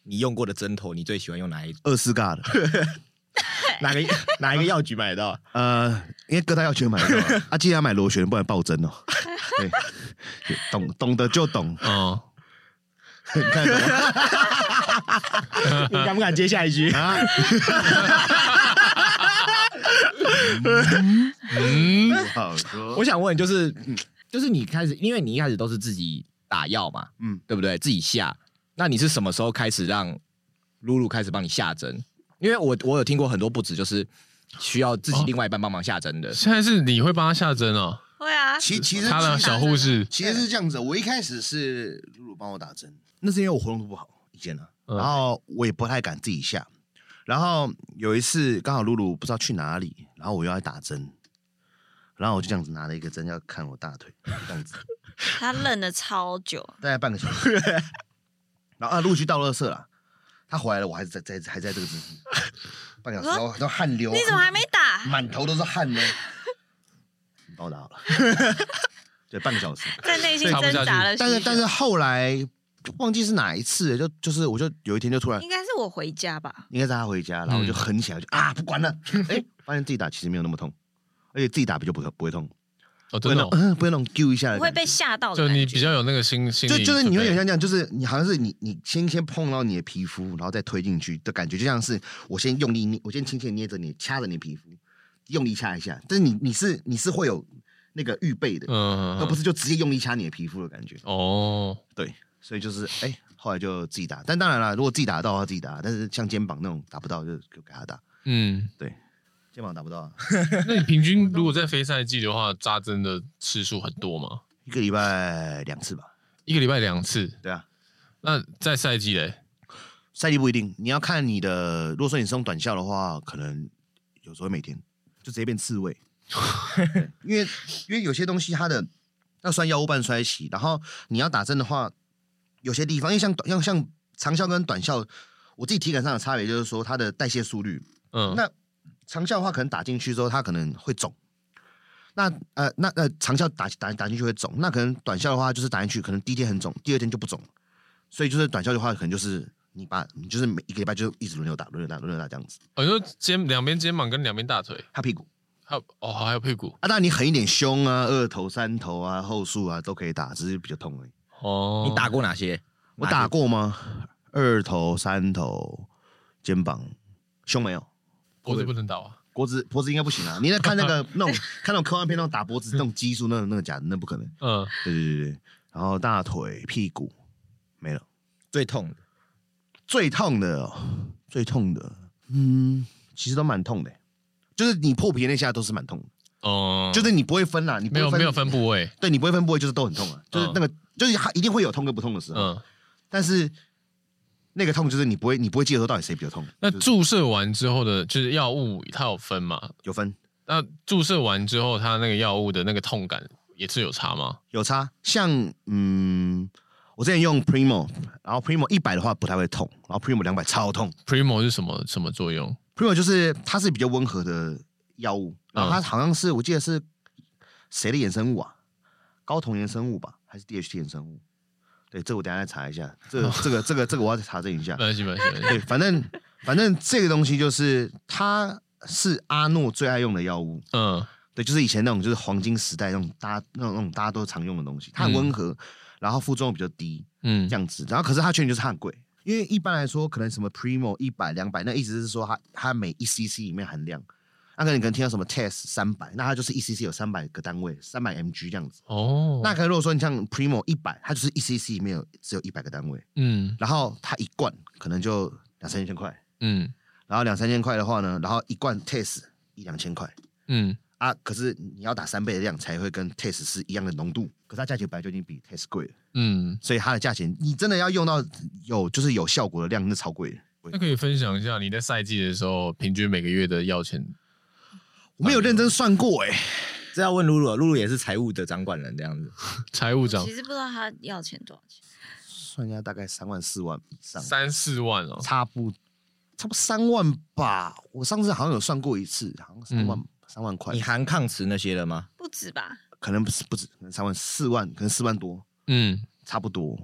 [SPEAKER 2] 你用过的针头，你最喜欢用哪一
[SPEAKER 1] 二四尬的，
[SPEAKER 2] 哪个哪一个药局买得到？
[SPEAKER 1] 呃，因为各大药局有买得到啊， 啊，既然买螺旋，不然爆针哦。对，懂懂得就懂，
[SPEAKER 3] 嗯，
[SPEAKER 1] 你看懂吗
[SPEAKER 2] 你敢不敢接下一句？
[SPEAKER 1] 啊？
[SPEAKER 3] 嗯
[SPEAKER 1] 不好说
[SPEAKER 2] 我，想问，就是
[SPEAKER 1] 嗯
[SPEAKER 2] 就是你开始，因为你一开始都是自己打药嘛，
[SPEAKER 1] 嗯，
[SPEAKER 2] 对不对？自己下，那你是什么时候开始让露露开始帮你下针？因为我我有听过很多不止就是需要自己
[SPEAKER 3] 哦
[SPEAKER 2] 另外一半帮忙下针的，
[SPEAKER 3] 现在是你会帮他下针哦，
[SPEAKER 4] 会 啊，
[SPEAKER 1] 其其实
[SPEAKER 3] 他的小护士，
[SPEAKER 1] 其实是这样子，我一开始是露露帮我打针，那是因为我活动度不好，以前呢、
[SPEAKER 3] 嗯
[SPEAKER 1] 然后我也不太敢自己下。然后有一次刚好露露不知道去哪里，然后我又要打针，然后我就这样子拿了一个针要看我大腿，这样子
[SPEAKER 4] 他愣了超久，
[SPEAKER 1] 大概半个小时， 然后啊陆续到垃圾了，他回来了，我还是在在还在这个姿势，半个小时，然后然后汗流，
[SPEAKER 4] 啊你怎么还没打？
[SPEAKER 1] 满头都是汗呢？你帮我打好了， 对，半个 小时。
[SPEAKER 4] 在内心挣扎了许久，
[SPEAKER 1] 但是但是后来就忘记是哪一次了，就就是我就有一天就突然
[SPEAKER 4] 应该是我回家吧，
[SPEAKER 1] 应该是他回家，然
[SPEAKER 3] 嗯
[SPEAKER 1] 后我就狠起来，我就啊不管了，哎，发现自己打其实没有那么痛，而且自己打比较不痛不会痛，
[SPEAKER 3] 哦，
[SPEAKER 1] 不会
[SPEAKER 3] 真的
[SPEAKER 1] 那
[SPEAKER 3] 哦
[SPEAKER 1] 种，嗯不会那种揪一下
[SPEAKER 4] 我
[SPEAKER 1] 的
[SPEAKER 4] 会
[SPEAKER 1] 感觉，
[SPEAKER 4] 被吓到的
[SPEAKER 3] 就
[SPEAKER 4] 感
[SPEAKER 3] 你
[SPEAKER 4] 觉。
[SPEAKER 3] 比较有那个心心
[SPEAKER 1] 就
[SPEAKER 3] 理准备，
[SPEAKER 1] 就是你会有像这样，就是你好像是你你先先碰到你的皮肤，然后再推进去的感觉，就像是我先用力捏，我先轻轻地捏着你，掐着你皮肤，用力掐一下，但是你你是你是会有那个预备的，
[SPEAKER 3] 嗯，
[SPEAKER 1] 而不
[SPEAKER 3] 是
[SPEAKER 1] 是就直接用力掐你的皮肤的感觉。
[SPEAKER 3] 哦，
[SPEAKER 1] 对，所以就是哎、后来就自己打。但当然了，如果自己打得到的话，自己打；但是像肩膀那种打不到，就就给他打。
[SPEAKER 3] 嗯，
[SPEAKER 1] 肩膀打不到啊，
[SPEAKER 3] 那你平均如果在非赛季的话，扎针的次数很多吗？
[SPEAKER 1] 一个礼拜两次吧。
[SPEAKER 3] 一个礼拜两次，
[SPEAKER 1] 对啊，
[SPEAKER 3] 那在赛季嘞，
[SPEAKER 1] 赛季不一定，你要看你的。如果说你是用短效的话，可能有时候会每天就直接变刺猬，对因为因为有些东西它的要算药物半衰期，然后你要打针的话，有些地方因为像短像像长效跟短效，我自己体感上的差别就是说它的代谢速率
[SPEAKER 3] 嗯，
[SPEAKER 1] 那长效的话，可能打进去之后它可能会肿。那呃，那呃，长效打打打进去会肿，那可能短效的话就是打进去，可能第一天很肿，第二天就不肿了。所以就是短效的话，可能就是你把你就是每一个礼拜就一直轮流打，轮流打，轮流打这样子。
[SPEAKER 3] 我、哦就肩两边肩膀跟两边大腿，
[SPEAKER 1] 他屁股
[SPEAKER 3] 还有哦还有屁股
[SPEAKER 1] 啊，当然你狠一点，胸啊、二头、三头啊、后束啊都可以打，只是比较痛而已。
[SPEAKER 3] 哦。
[SPEAKER 2] 你打过哪些？
[SPEAKER 1] 我
[SPEAKER 2] 哪
[SPEAKER 1] 打
[SPEAKER 2] 些
[SPEAKER 1] 过吗？二头、三头、肩膀、胸没有，
[SPEAKER 3] 脖子不能打啊？
[SPEAKER 1] 脖子脖子应该不行啊。你在看那 个那种看那种科幻片那种打脖子那种激素那种那个假的，那不可能。
[SPEAKER 3] 嗯，
[SPEAKER 1] 对对对对，然后大腿、屁股没了。
[SPEAKER 2] 最痛的？
[SPEAKER 1] 最痛的、哦，最痛的，嗯，其实都蛮痛的，欸就是你破皮那下都是蛮痛的，
[SPEAKER 3] 哦、
[SPEAKER 1] 就是你不会分啦，你不
[SPEAKER 3] 没
[SPEAKER 1] 会
[SPEAKER 3] 有没有，分部位，
[SPEAKER 1] 对你不会分部位，就是都很痛啊，就是
[SPEAKER 3] 嗯
[SPEAKER 1] 那个，就是它一定会有痛跟不痛的时候，
[SPEAKER 3] 嗯。
[SPEAKER 1] 但是那个痛就是你不会，你不会记得说到底谁比较痛，
[SPEAKER 3] 那
[SPEAKER 1] 就是
[SPEAKER 3] 注射完之后的，就是药物，它有分嘛？
[SPEAKER 1] 有分
[SPEAKER 3] 那注射完之后，它那个药物的那个痛感也是有差吗？
[SPEAKER 1] 有差，像嗯，我之前用 Primo，然后 Primo 一百的话不太会痛，然后 Primo 两百超痛
[SPEAKER 3] Primo 是什么什么作用？
[SPEAKER 1] ，Primo 就是它是比较温和的药物，然后它好像是我记得是谁的衍生物啊？高酮衍生物吧，还是 DHT 衍生物？对，这我等一下再查一下。这个、这个这个这个我要查证一下
[SPEAKER 3] 没。关系，没关系没关系。
[SPEAKER 1] 对，反正反正这个东西就是它是阿诺最爱用的药物。
[SPEAKER 3] 嗯
[SPEAKER 1] 对，就是以前那种就是黄金时代那种大家那种那种大家都常用的东西，它很温和，然后副作用比较低
[SPEAKER 3] 嗯
[SPEAKER 1] 这，样子。然后可是它缺点就是它很贵，因为一般来说可能什么 Primo 一百两百，那意思是说它它每一 CC 里面含量，那可能你可能听到什么 Test 三百，那它就是一 CC 有三百个单位，三百 mg 这样子。
[SPEAKER 3] 哦，
[SPEAKER 1] 那可能如果说你像 Primo 一百，它就是一 CC 里面有只有一百个单位，
[SPEAKER 3] 嗯
[SPEAKER 1] 然后它一罐可能就两三千块，
[SPEAKER 3] 嗯
[SPEAKER 1] 然后两三千块的话呢，然后一罐 test 一两千块
[SPEAKER 3] 嗯
[SPEAKER 1] 啊，可是你要打三倍的量才会跟 test 是一样的浓度，可是它价钱本来就已经比 test 贵了，
[SPEAKER 3] 嗯，
[SPEAKER 1] 所以它的价钱你真的要用到有就是有效果的量，那超贵的。
[SPEAKER 3] 那可以分享一下你在赛季的时候平均每个月的药钱？
[SPEAKER 1] 我没有认真算过哎、
[SPEAKER 2] 这要问露露了，露露也是财务的掌管人这样子。
[SPEAKER 3] 财务长
[SPEAKER 4] 其实不知道他要钱多少钱，
[SPEAKER 1] 算一下大概三万四万以上，
[SPEAKER 3] 三四万哦，
[SPEAKER 1] 差不差不多三万吧。我上次好像有算过一次，好像三万、三万块
[SPEAKER 2] 你，含抗磁那些了吗？
[SPEAKER 4] 不止吧？
[SPEAKER 1] 可能不是不止，可能三万四万，可能四万多。
[SPEAKER 3] 嗯，
[SPEAKER 1] 差不多。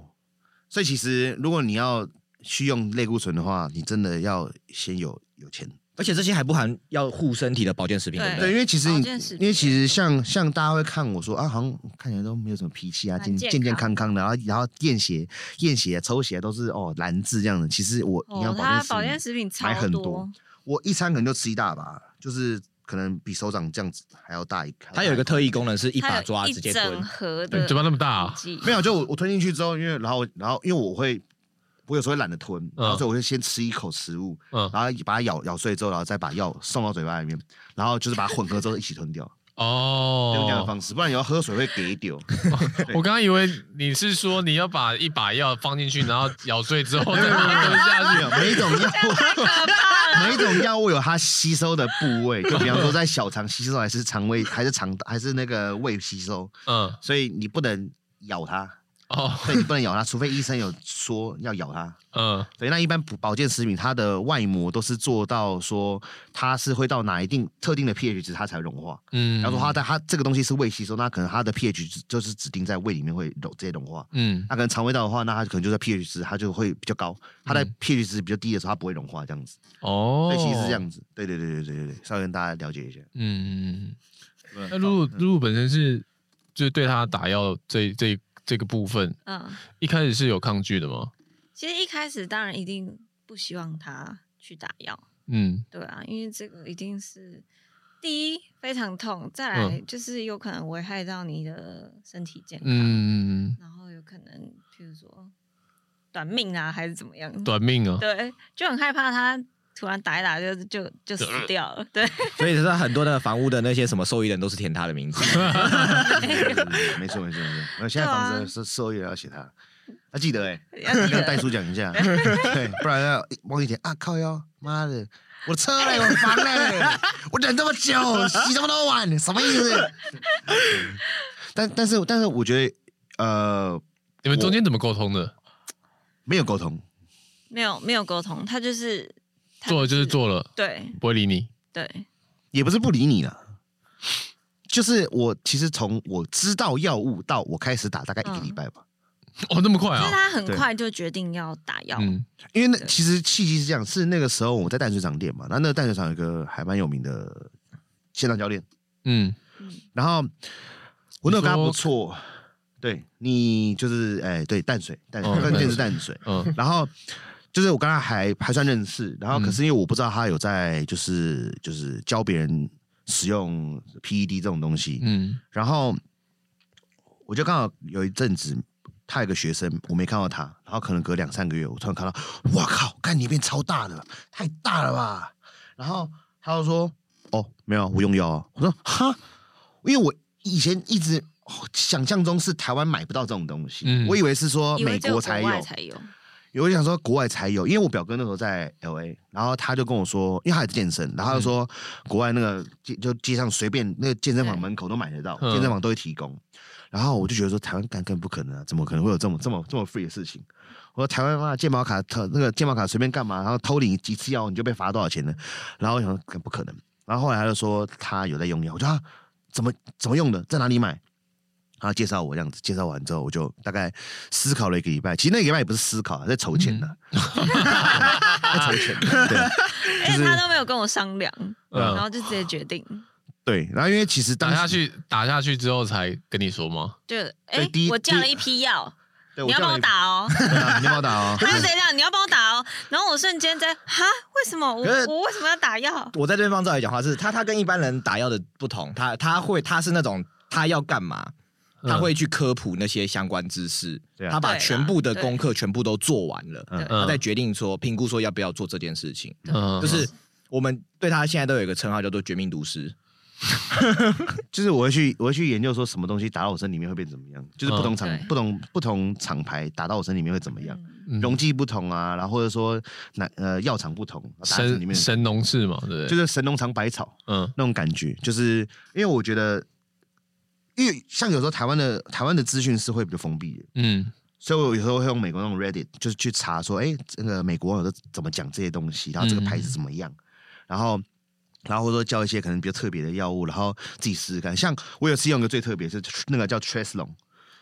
[SPEAKER 1] 所以其实如果你要去用类固醇的话，你真的要先有有钱。
[SPEAKER 2] 而且这些还不含要护身体的保健食品，对
[SPEAKER 4] 对
[SPEAKER 2] 不
[SPEAKER 1] 对，因
[SPEAKER 2] 对？
[SPEAKER 1] 为其实
[SPEAKER 4] 哎保
[SPEAKER 1] 你
[SPEAKER 4] 健食，品
[SPEAKER 1] 因为其实像像大家会看我说啊，好像看起来都没有什么脾气啊，
[SPEAKER 4] 很
[SPEAKER 1] 健
[SPEAKER 4] 健
[SPEAKER 1] 健健
[SPEAKER 4] 康
[SPEAKER 1] 康康的，然后然后验血、验血、抽血都是哦蓝字这样的。其实我你要
[SPEAKER 4] 哦，他
[SPEAKER 1] 保
[SPEAKER 4] 保
[SPEAKER 1] 健
[SPEAKER 4] 健
[SPEAKER 1] 食
[SPEAKER 4] 食品
[SPEAKER 1] 买
[SPEAKER 4] 超
[SPEAKER 1] 很多，我一餐可能就吃一大把，就是可能比手掌这样子还要大一。
[SPEAKER 2] 它有一个特异功能，是一
[SPEAKER 4] 一
[SPEAKER 2] 把抓
[SPEAKER 4] 一
[SPEAKER 2] 直接吞
[SPEAKER 4] 整。盒
[SPEAKER 3] 对
[SPEAKER 4] 的，
[SPEAKER 3] 嘴巴那么大啊、
[SPEAKER 4] 剂
[SPEAKER 1] 没有，就我我吞进去之后，因为然后然后因为我会，我有时候会懒得吞，然后
[SPEAKER 3] 嗯
[SPEAKER 1] 所以我就先吃一口食物，
[SPEAKER 3] 嗯，
[SPEAKER 1] 然后把它咬咬碎之后，然后再把药送到嘴巴里面，然后就是把它混合之后一起吞掉，用这样的
[SPEAKER 3] 哦，
[SPEAKER 1] 方式，不然你要喝水会给丢。
[SPEAKER 3] 我刚刚以为你是说你要把一把药放进去，然后咬碎之 后再吞下
[SPEAKER 1] 没
[SPEAKER 3] 去。
[SPEAKER 1] 有，每一种药物，每一种药物有它吸收的部位，就比方说在小肠吸收，还是肠胃，还是肠，还是那个胃吸收，
[SPEAKER 3] 嗯，
[SPEAKER 1] 所以你不能咬它，
[SPEAKER 3] 哦，
[SPEAKER 1] 所以你不能咬它，除非医生有说要咬它。
[SPEAKER 3] 嗯
[SPEAKER 1] 对，那一般补保健食品，它的外膜都是做到说它是会到哪一定特定的 pH 值，它才融化。
[SPEAKER 3] 嗯，
[SPEAKER 1] 然后说它的它这个东西是胃吸收，那可能它的 pH 值就是指定在胃里面会融这些融化。
[SPEAKER 3] 嗯
[SPEAKER 1] 那可能肠胃道的话，那它可能就在 pH 值，它就会比较高；它在
[SPEAKER 3] 嗯
[SPEAKER 1] pH 值比较低的时候，它不会融化，这样子。
[SPEAKER 3] 哦，
[SPEAKER 1] 对，其实是这样子。对对对对对对对，稍微跟大家了解一下。
[SPEAKER 3] 嗯，那露露
[SPEAKER 1] 嗯
[SPEAKER 3] 露露本身是，就是对他打药这这这个部分，
[SPEAKER 4] 嗯，
[SPEAKER 3] 一开始是有抗拒的吗？
[SPEAKER 4] 其实一开始当然一定不希望他去打药，
[SPEAKER 3] 嗯
[SPEAKER 4] 对啊，因为这个一定是第一非常痛，再来就是有可能危害到你的身体健康，
[SPEAKER 3] 嗯，
[SPEAKER 4] 然后有可能譬如说短命啊，还是怎么样，
[SPEAKER 3] 短命啊，
[SPEAKER 4] 对，就很害怕他突然打一打就就就死
[SPEAKER 1] 呃
[SPEAKER 4] 掉了， 对，
[SPEAKER 2] 所以说很多的房屋的那些什么受益人都是填他的 名字。
[SPEAKER 1] 对对对对没错没错没错。那现在房子是受益人要写它，要记得哎、
[SPEAKER 4] 要记
[SPEAKER 1] 跟袋
[SPEAKER 4] 得
[SPEAKER 1] 叔讲一下，对，不然要忘一点啊！靠腰，妈的，我的车嘞，我的房嘞，我忍这么久，洗这么多碗，什么意思？ 啊但但是但是，我觉得呃，
[SPEAKER 3] 你们中间怎么沟通的？
[SPEAKER 1] 没有沟通，
[SPEAKER 4] 没有没有沟通，他就是他
[SPEAKER 3] 做了就是，做了，
[SPEAKER 4] 对
[SPEAKER 3] 不会理你。
[SPEAKER 4] 对，
[SPEAKER 1] 也不是不理你了，就是我其实从我知道药物到我开始打大概一个礼拜吧，
[SPEAKER 3] 哦，那么快
[SPEAKER 4] 就
[SPEAKER 3] 啊！
[SPEAKER 4] 是他很
[SPEAKER 1] 对
[SPEAKER 4] 快就决定要打药，
[SPEAKER 3] 嗯，
[SPEAKER 1] 因为那其实契机是这样，是那个时候我在淡水厂练嘛，然后那个淡水厂有一个还蛮有名的线上教练，
[SPEAKER 3] 嗯，
[SPEAKER 1] 然后我那个跟他
[SPEAKER 3] 你说
[SPEAKER 1] 不错，对你就是哎对淡水淡水，
[SPEAKER 3] 哦
[SPEAKER 1] 那
[SPEAKER 3] 淡
[SPEAKER 1] 店
[SPEAKER 3] 水
[SPEAKER 1] 是淡水，
[SPEAKER 3] 嗯，
[SPEAKER 1] 然后就是我跟他还还算认识，然后可
[SPEAKER 3] 嗯
[SPEAKER 1] 是因为我不知道他有在就是就是教别人使用 PED 这种东西，
[SPEAKER 3] 嗯，
[SPEAKER 1] 然后我就刚好有一阵子，他有个学生，我没看到他，然后可能隔两三个月，我突然看到，哇靠，看你变超大的，太大了吧？然后他就说，哦，没有，我用药啊。我说哈，因为我以前一直。哦想象中是台湾买不到这种东西，
[SPEAKER 3] 嗯
[SPEAKER 1] 我以为是说
[SPEAKER 4] 以为
[SPEAKER 1] 哦美
[SPEAKER 4] 只有
[SPEAKER 1] 国
[SPEAKER 4] 国
[SPEAKER 1] 才
[SPEAKER 4] 外
[SPEAKER 1] 有，
[SPEAKER 4] 才有，
[SPEAKER 1] 有想说国外才有，因为我表哥那时候在 L A，然后他就跟我说，因为他也在健身，然后他就说、国外那个街就街上随便那个健身房
[SPEAKER 4] 对
[SPEAKER 1] 门口都买得到，
[SPEAKER 3] 嗯
[SPEAKER 1] 健身房都会提供。然后我就觉得说台湾干更不可能啊，怎么可能会有这么这么这么 free 的事情？我说台湾嘛，健保卡特那个健保卡随便干嘛，然后偷领几次药你就被罚多少钱呢？然后我想说干不可能。然后后来他就说他有在用药，我就啊怎么怎么用的，在哪里买？他介绍我这样子，介绍完之后，我就大概思考了一个礼拜。其实那个礼拜也不是思考啊，在筹钱呢、
[SPEAKER 3] 嗯
[SPEAKER 1] 在筹钱啊。对
[SPEAKER 4] 因
[SPEAKER 1] 就
[SPEAKER 4] 为
[SPEAKER 1] 是
[SPEAKER 4] 哎他都没有跟我商量，
[SPEAKER 3] 嗯
[SPEAKER 4] 然后就直接决定，
[SPEAKER 1] 对，然后因为其实当
[SPEAKER 3] 打
[SPEAKER 1] 时
[SPEAKER 3] 下，去，打下去之后才跟你说吗？
[SPEAKER 4] 就哎
[SPEAKER 1] 第一，
[SPEAKER 4] 我叫了
[SPEAKER 1] 第一
[SPEAKER 4] 一批药，
[SPEAKER 1] 对
[SPEAKER 4] 你要
[SPEAKER 1] 叫
[SPEAKER 4] 帮我
[SPEAKER 1] 你
[SPEAKER 4] 打哦。
[SPEAKER 1] 对啊你要帮我打 哦。
[SPEAKER 4] 他就直接这样，你要帮我打哦。然后我瞬间在哈，为什么我
[SPEAKER 2] 可是
[SPEAKER 4] 我为什么要打药？
[SPEAKER 1] 哦
[SPEAKER 2] 我在对方这里讲话是，他他跟一般人打药的不同，他他会他是那种他要干嘛，他
[SPEAKER 3] 嗯
[SPEAKER 2] 会去科普那些相关知识，
[SPEAKER 1] 对啊
[SPEAKER 2] 他把
[SPEAKER 4] 对啊
[SPEAKER 2] 全部的
[SPEAKER 4] 对
[SPEAKER 2] 功课全部都做完了，
[SPEAKER 1] 嗯
[SPEAKER 2] 他再
[SPEAKER 3] 嗯，
[SPEAKER 2] 决定说评估说要不要做这件事情。
[SPEAKER 3] 嗯，
[SPEAKER 2] 就是我们对他现在都有一个称号叫做“绝命毒师
[SPEAKER 1] 就是我会去，我会去研究说什么东西打到我身里面会变怎么样，就是不
[SPEAKER 3] 哦
[SPEAKER 1] 同厂、
[SPEAKER 4] 对
[SPEAKER 1] 不同不同厂牌打到我身里面会怎么样，
[SPEAKER 4] 嗯
[SPEAKER 3] 嗯
[SPEAKER 1] 容器不同啊，然后或者说哪呃药厂不同，打到身里
[SPEAKER 3] 神
[SPEAKER 1] 面
[SPEAKER 3] 神农氏嘛，对不对？
[SPEAKER 1] 就是神农尝百草。
[SPEAKER 3] 嗯
[SPEAKER 1] 那种感觉，就是因为我觉得，因为像有时候台湾的台湾的资讯是会比较封闭的，
[SPEAKER 3] 嗯
[SPEAKER 1] 所以我有时候会用美国那种 Reddit，就是去查说，哎、这个美国网友都怎么讲这些东西，然后这个
[SPEAKER 3] 嗯
[SPEAKER 1] 牌子怎么样，然后。然后或者说叫一些可能比较特别的药物，然后自己试试看。像我有次用一个最特别是那个叫 Treslon，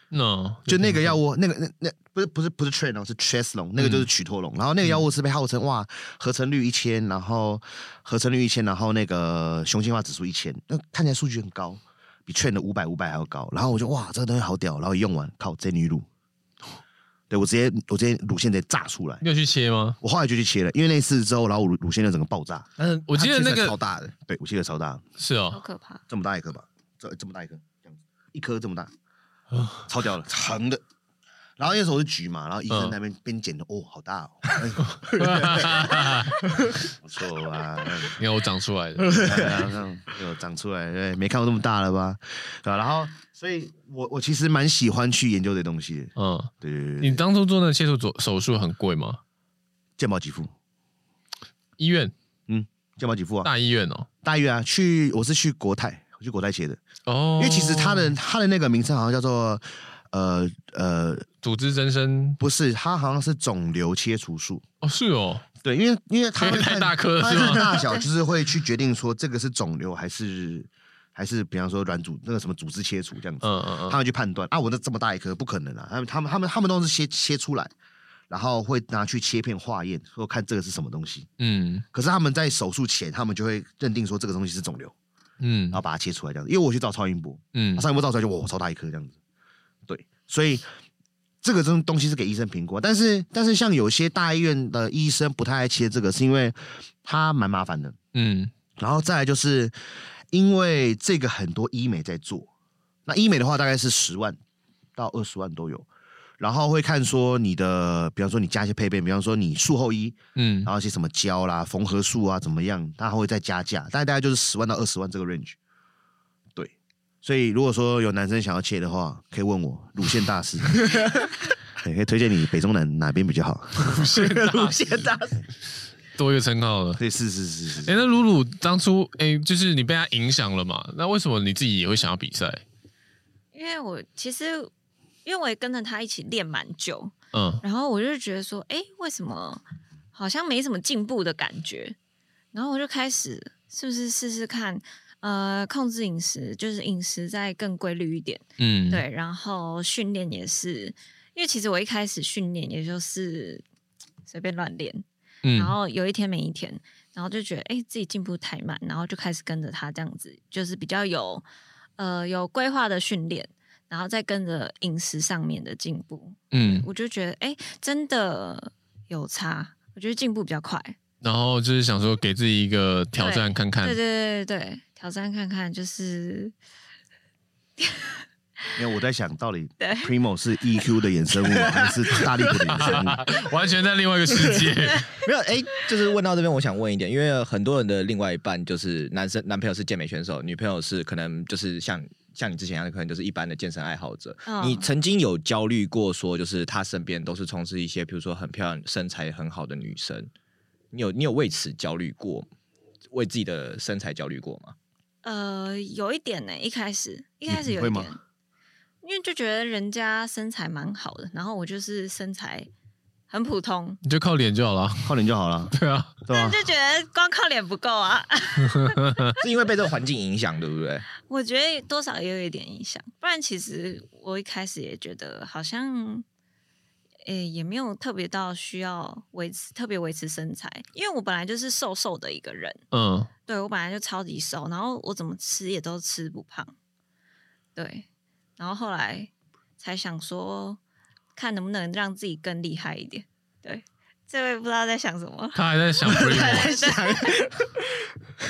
[SPEAKER 3] 那
[SPEAKER 1] 就那个药物，那个那那不是不是不是 train 哦，是 treslon，那个就是曲托龙。然后那个药物是被号称哇合成率一千，然后合成率一千，然后那个雄性化指数一千，那看起来数据很高，比 train 的五百五百还要高。然后我就哇这个东西好屌，然后一用完靠这女乳，对我直接我直接乳腺直接炸出来。
[SPEAKER 3] 你有去切吗？
[SPEAKER 1] 我后来就去切了，因为那次之后，然后我乳乳腺就整个爆炸，”，
[SPEAKER 2] 但是
[SPEAKER 3] 我记得
[SPEAKER 2] 他切
[SPEAKER 3] 那个
[SPEAKER 2] 成超大的，
[SPEAKER 1] 对我切的超大，
[SPEAKER 3] 是
[SPEAKER 4] 好
[SPEAKER 3] 哦，
[SPEAKER 4] 可怕！
[SPEAKER 1] 这么大一颗吧，这这么大一颗，这样子，一颗这么大
[SPEAKER 3] 啊，
[SPEAKER 1] 超屌的，长的。然后那时候我是橘嘛，然后医生
[SPEAKER 3] 嗯
[SPEAKER 1] 那边边剪的，哦，好 大哦，哎不错 啊，
[SPEAKER 3] 你看我长出来的，
[SPEAKER 1] 有长出来，对，没看过那么大了吧？对吧然后，所以我我其实蛮喜欢去研究这东西的，
[SPEAKER 3] 嗯，
[SPEAKER 1] 对对对对，
[SPEAKER 3] 你当初做那个切除手手术很贵吗？
[SPEAKER 1] 健保给付，
[SPEAKER 3] 医院
[SPEAKER 1] 健保给付啊，
[SPEAKER 3] 大医院哦，
[SPEAKER 1] 大约啊，去我是去国泰，我去国泰切的，
[SPEAKER 3] 哦
[SPEAKER 1] 因，为其实它的它的那个名称好像叫做呃呃
[SPEAKER 3] 组织增生
[SPEAKER 1] 不是，它好像是肿瘤切除术。
[SPEAKER 3] 哦，是哦，
[SPEAKER 1] 对，因为因为它
[SPEAKER 3] 因
[SPEAKER 1] 会
[SPEAKER 3] 为 太
[SPEAKER 1] 看
[SPEAKER 3] 大颗了
[SPEAKER 1] 它
[SPEAKER 3] 是
[SPEAKER 1] 看
[SPEAKER 3] 吗？
[SPEAKER 1] 大小就是会去决定说这个是肿瘤还是还是比方说软组那个什么组织切除这样子，
[SPEAKER 3] 嗯嗯
[SPEAKER 1] 他
[SPEAKER 3] 嗯，
[SPEAKER 1] 们去判断啊，我那这么大一颗不可能啊，他们他们他们他们都是切切出来，然后会拿去切片化验，说看这个是什么东西。
[SPEAKER 3] 嗯
[SPEAKER 1] 可是他们在手术前，他们就会认定说这个东西是肿瘤，然
[SPEAKER 3] 嗯
[SPEAKER 1] 后把它切出来这样子。因为我去照超音波，
[SPEAKER 3] 嗯
[SPEAKER 1] 啊，上一波照出来就哇超大一颗这样子，对，所以这个东东西是给医生评估，啊但是但是像有些大医院的医生不太爱切这个，是因为它蛮麻烦的，
[SPEAKER 3] 嗯
[SPEAKER 1] 然后再来就是因为这个很多医美在做，那医美的话大概是十万到二十万都有。然后会看说你的，比方说你加一些配备，比方说你术后医，
[SPEAKER 3] 嗯
[SPEAKER 1] 然，后一些什么胶啦、缝合术啊怎么样，它会再加价，大概大概就是十万到二十万这个 range。对，所以如果说有男生想要切的话，可以问我乳腺大 师，对可以推荐你北中南哪边比较好。
[SPEAKER 2] 乳腺大师，
[SPEAKER 3] 多一个称号了。
[SPEAKER 1] 对，是是是是是，
[SPEAKER 3] 哎，那露露当初哎，就是你被他影响了嘛？那为什么你自己也会想要比赛？
[SPEAKER 4] 因为我其实因为我也跟着他一起练蛮久，
[SPEAKER 3] 嗯
[SPEAKER 4] 然后我就觉得说，哎，为什么好像没什么进步的感觉？然后我就开始是不是试试看？呃，控制饮食，就是饮食再更规律一点，
[SPEAKER 3] 嗯，
[SPEAKER 4] 对，然后训练也是，因为其实我一开始训练也就是随便乱练，
[SPEAKER 3] 嗯，
[SPEAKER 4] 然后有一天没一天，然后就觉得哎、诶自己进步太慢，然后就开始跟着他这样子，就是比较有呃有规划的训练，然后再跟着饮食上面的进步，
[SPEAKER 3] 嗯，
[SPEAKER 4] 我就觉得哎、诶真的有差，我觉得进步比较快。
[SPEAKER 3] 然后就是想说给自己一个挑战看看
[SPEAKER 4] 对，对对对对，挑战看看，就是
[SPEAKER 1] 因为我在想到底
[SPEAKER 4] 对
[SPEAKER 1] Primo 是 EQ 的衍生物还是大力普的衍生物？
[SPEAKER 3] 嗯 完全在另外一个世 界。
[SPEAKER 2] 没有，哎、就是问到这边，我想问一点，因为很多人的另外一半就是男生，男朋友是健美选手，女朋友是可能就是像像你之前一样，可能就是一般的健身爱好者。
[SPEAKER 4] 嗯
[SPEAKER 2] 你曾经有焦虑过说，就是他身边都是从事一些，比如说很漂亮、身材很好的女生，你有你有为此焦虑过，为自己的身材焦虑过 吗？
[SPEAKER 4] 呃有一点呢、一开始一开始
[SPEAKER 1] 你
[SPEAKER 4] 有
[SPEAKER 1] 会
[SPEAKER 4] 一
[SPEAKER 1] 吗
[SPEAKER 4] 点，因为就觉得人家身材蛮好的，然后我就是身材很普通，
[SPEAKER 3] 你就靠脸就好了，
[SPEAKER 1] 靠脸就好了，
[SPEAKER 3] 对啊，
[SPEAKER 1] 对吧？
[SPEAKER 4] 但就觉得光靠脸不够啊。
[SPEAKER 2] 是因为被这个环境影响，对不对？
[SPEAKER 4] 我觉得多少也有一点影响，不然其实我一开始也觉得好像，诶、也没有特别到需要维持特别维持身材，因为我本来就是瘦瘦的一个人，
[SPEAKER 3] 嗯，
[SPEAKER 4] 对我本来就超级瘦，然后我怎么吃也都吃不胖，对，然后后来才想说，看能不能让自己更厉害一点，对，这位不知道在想什么，
[SPEAKER 3] 他还在想 Primo，
[SPEAKER 4] 对对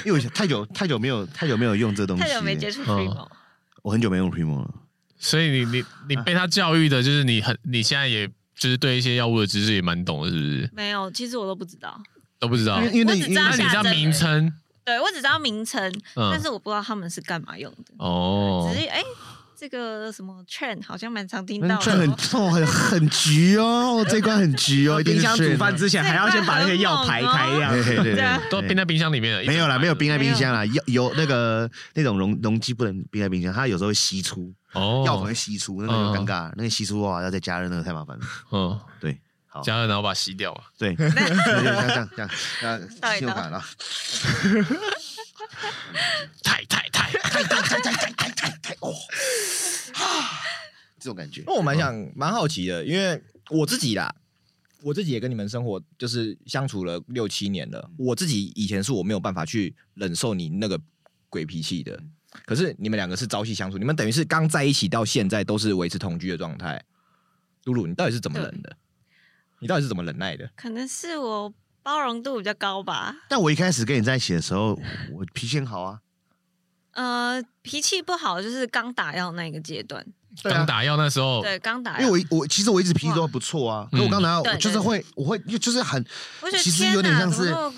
[SPEAKER 1] 因为我太久太久没有太久没有用这东西，
[SPEAKER 4] 太久没接触
[SPEAKER 3] 嗯
[SPEAKER 4] Primo，、
[SPEAKER 1] 我很久没用 Primo 了。
[SPEAKER 3] 所以你你你被他教育的，就是你很你现在也就是对一些药物的知识也蛮懂的，是不是？
[SPEAKER 4] 没有，其实我都不知道，
[SPEAKER 3] 都不知道
[SPEAKER 1] 因为，因为那
[SPEAKER 4] 我只知道
[SPEAKER 3] 那
[SPEAKER 1] 因
[SPEAKER 3] 你
[SPEAKER 1] 为
[SPEAKER 3] 知道名称
[SPEAKER 4] 对我只知道名称，但
[SPEAKER 3] 嗯
[SPEAKER 4] 是我不知道他们是干嘛用的，
[SPEAKER 3] 哦
[SPEAKER 4] 只，是哎、这个什么 trend 好像蛮常听
[SPEAKER 1] 那
[SPEAKER 4] 到
[SPEAKER 1] 你这嗯很
[SPEAKER 4] 的。哦
[SPEAKER 1] 痛，很很橘哦，这一关很橘哦，一定
[SPEAKER 5] 冰
[SPEAKER 1] 是
[SPEAKER 5] 箱煮
[SPEAKER 1] Shane
[SPEAKER 5] 饭之前还要先把那个药排开这样
[SPEAKER 1] 嘿。嘿 对对
[SPEAKER 4] 对啊
[SPEAKER 1] 对，
[SPEAKER 3] 都冰在冰箱里面了，
[SPEAKER 1] 没有啦，没有冰在
[SPEAKER 4] 没
[SPEAKER 1] 冰
[SPEAKER 4] 有
[SPEAKER 1] 箱啦，有有那个那种容容积不能冰在冰箱，它有时候会析出，
[SPEAKER 3] 哦，
[SPEAKER 1] 药粉会析出，那个
[SPEAKER 3] 嗯
[SPEAKER 1] 就尴尬，那个析出哇要再加热，那个太麻烦了。
[SPEAKER 3] 嗯，
[SPEAKER 1] 对，好，
[SPEAKER 3] 加热然后把它吸掉啊，
[SPEAKER 1] 对，对对这样这样这样，
[SPEAKER 4] 倒
[SPEAKER 1] 呃
[SPEAKER 4] 一
[SPEAKER 1] 信用
[SPEAKER 4] 倒
[SPEAKER 1] 卡了，
[SPEAKER 3] 太太太，
[SPEAKER 1] 这种感觉
[SPEAKER 2] 那。我蛮想蛮好奇的，因为我自己啦，我自己也跟你们生活就是相处了六七年了，我自己以前是我没有办法去忍受你那个鬼脾气的。可是你们两个是朝夕相处，你们等于是刚在一起到现在都是维持同居的状态。露露，你到底是怎么忍的？你到底是怎么忍耐的？
[SPEAKER 4] 可能是我包容度比较高吧。
[SPEAKER 1] 但我一开始跟你在一起的时候，我脾气很好啊，
[SPEAKER 4] 呃，脾气不好就是刚打药那个阶段，
[SPEAKER 1] 对啊
[SPEAKER 3] 刚打药那时候，
[SPEAKER 4] 对，刚打
[SPEAKER 1] 因
[SPEAKER 4] 药。
[SPEAKER 1] 为我我其实我一直脾气都不错啊，可我刚拿到我就是会我会就是很
[SPEAKER 4] 我觉得
[SPEAKER 1] 其实
[SPEAKER 4] 天
[SPEAKER 1] 有点
[SPEAKER 4] 哪
[SPEAKER 1] 像
[SPEAKER 4] 怎么
[SPEAKER 1] 是
[SPEAKER 4] 那么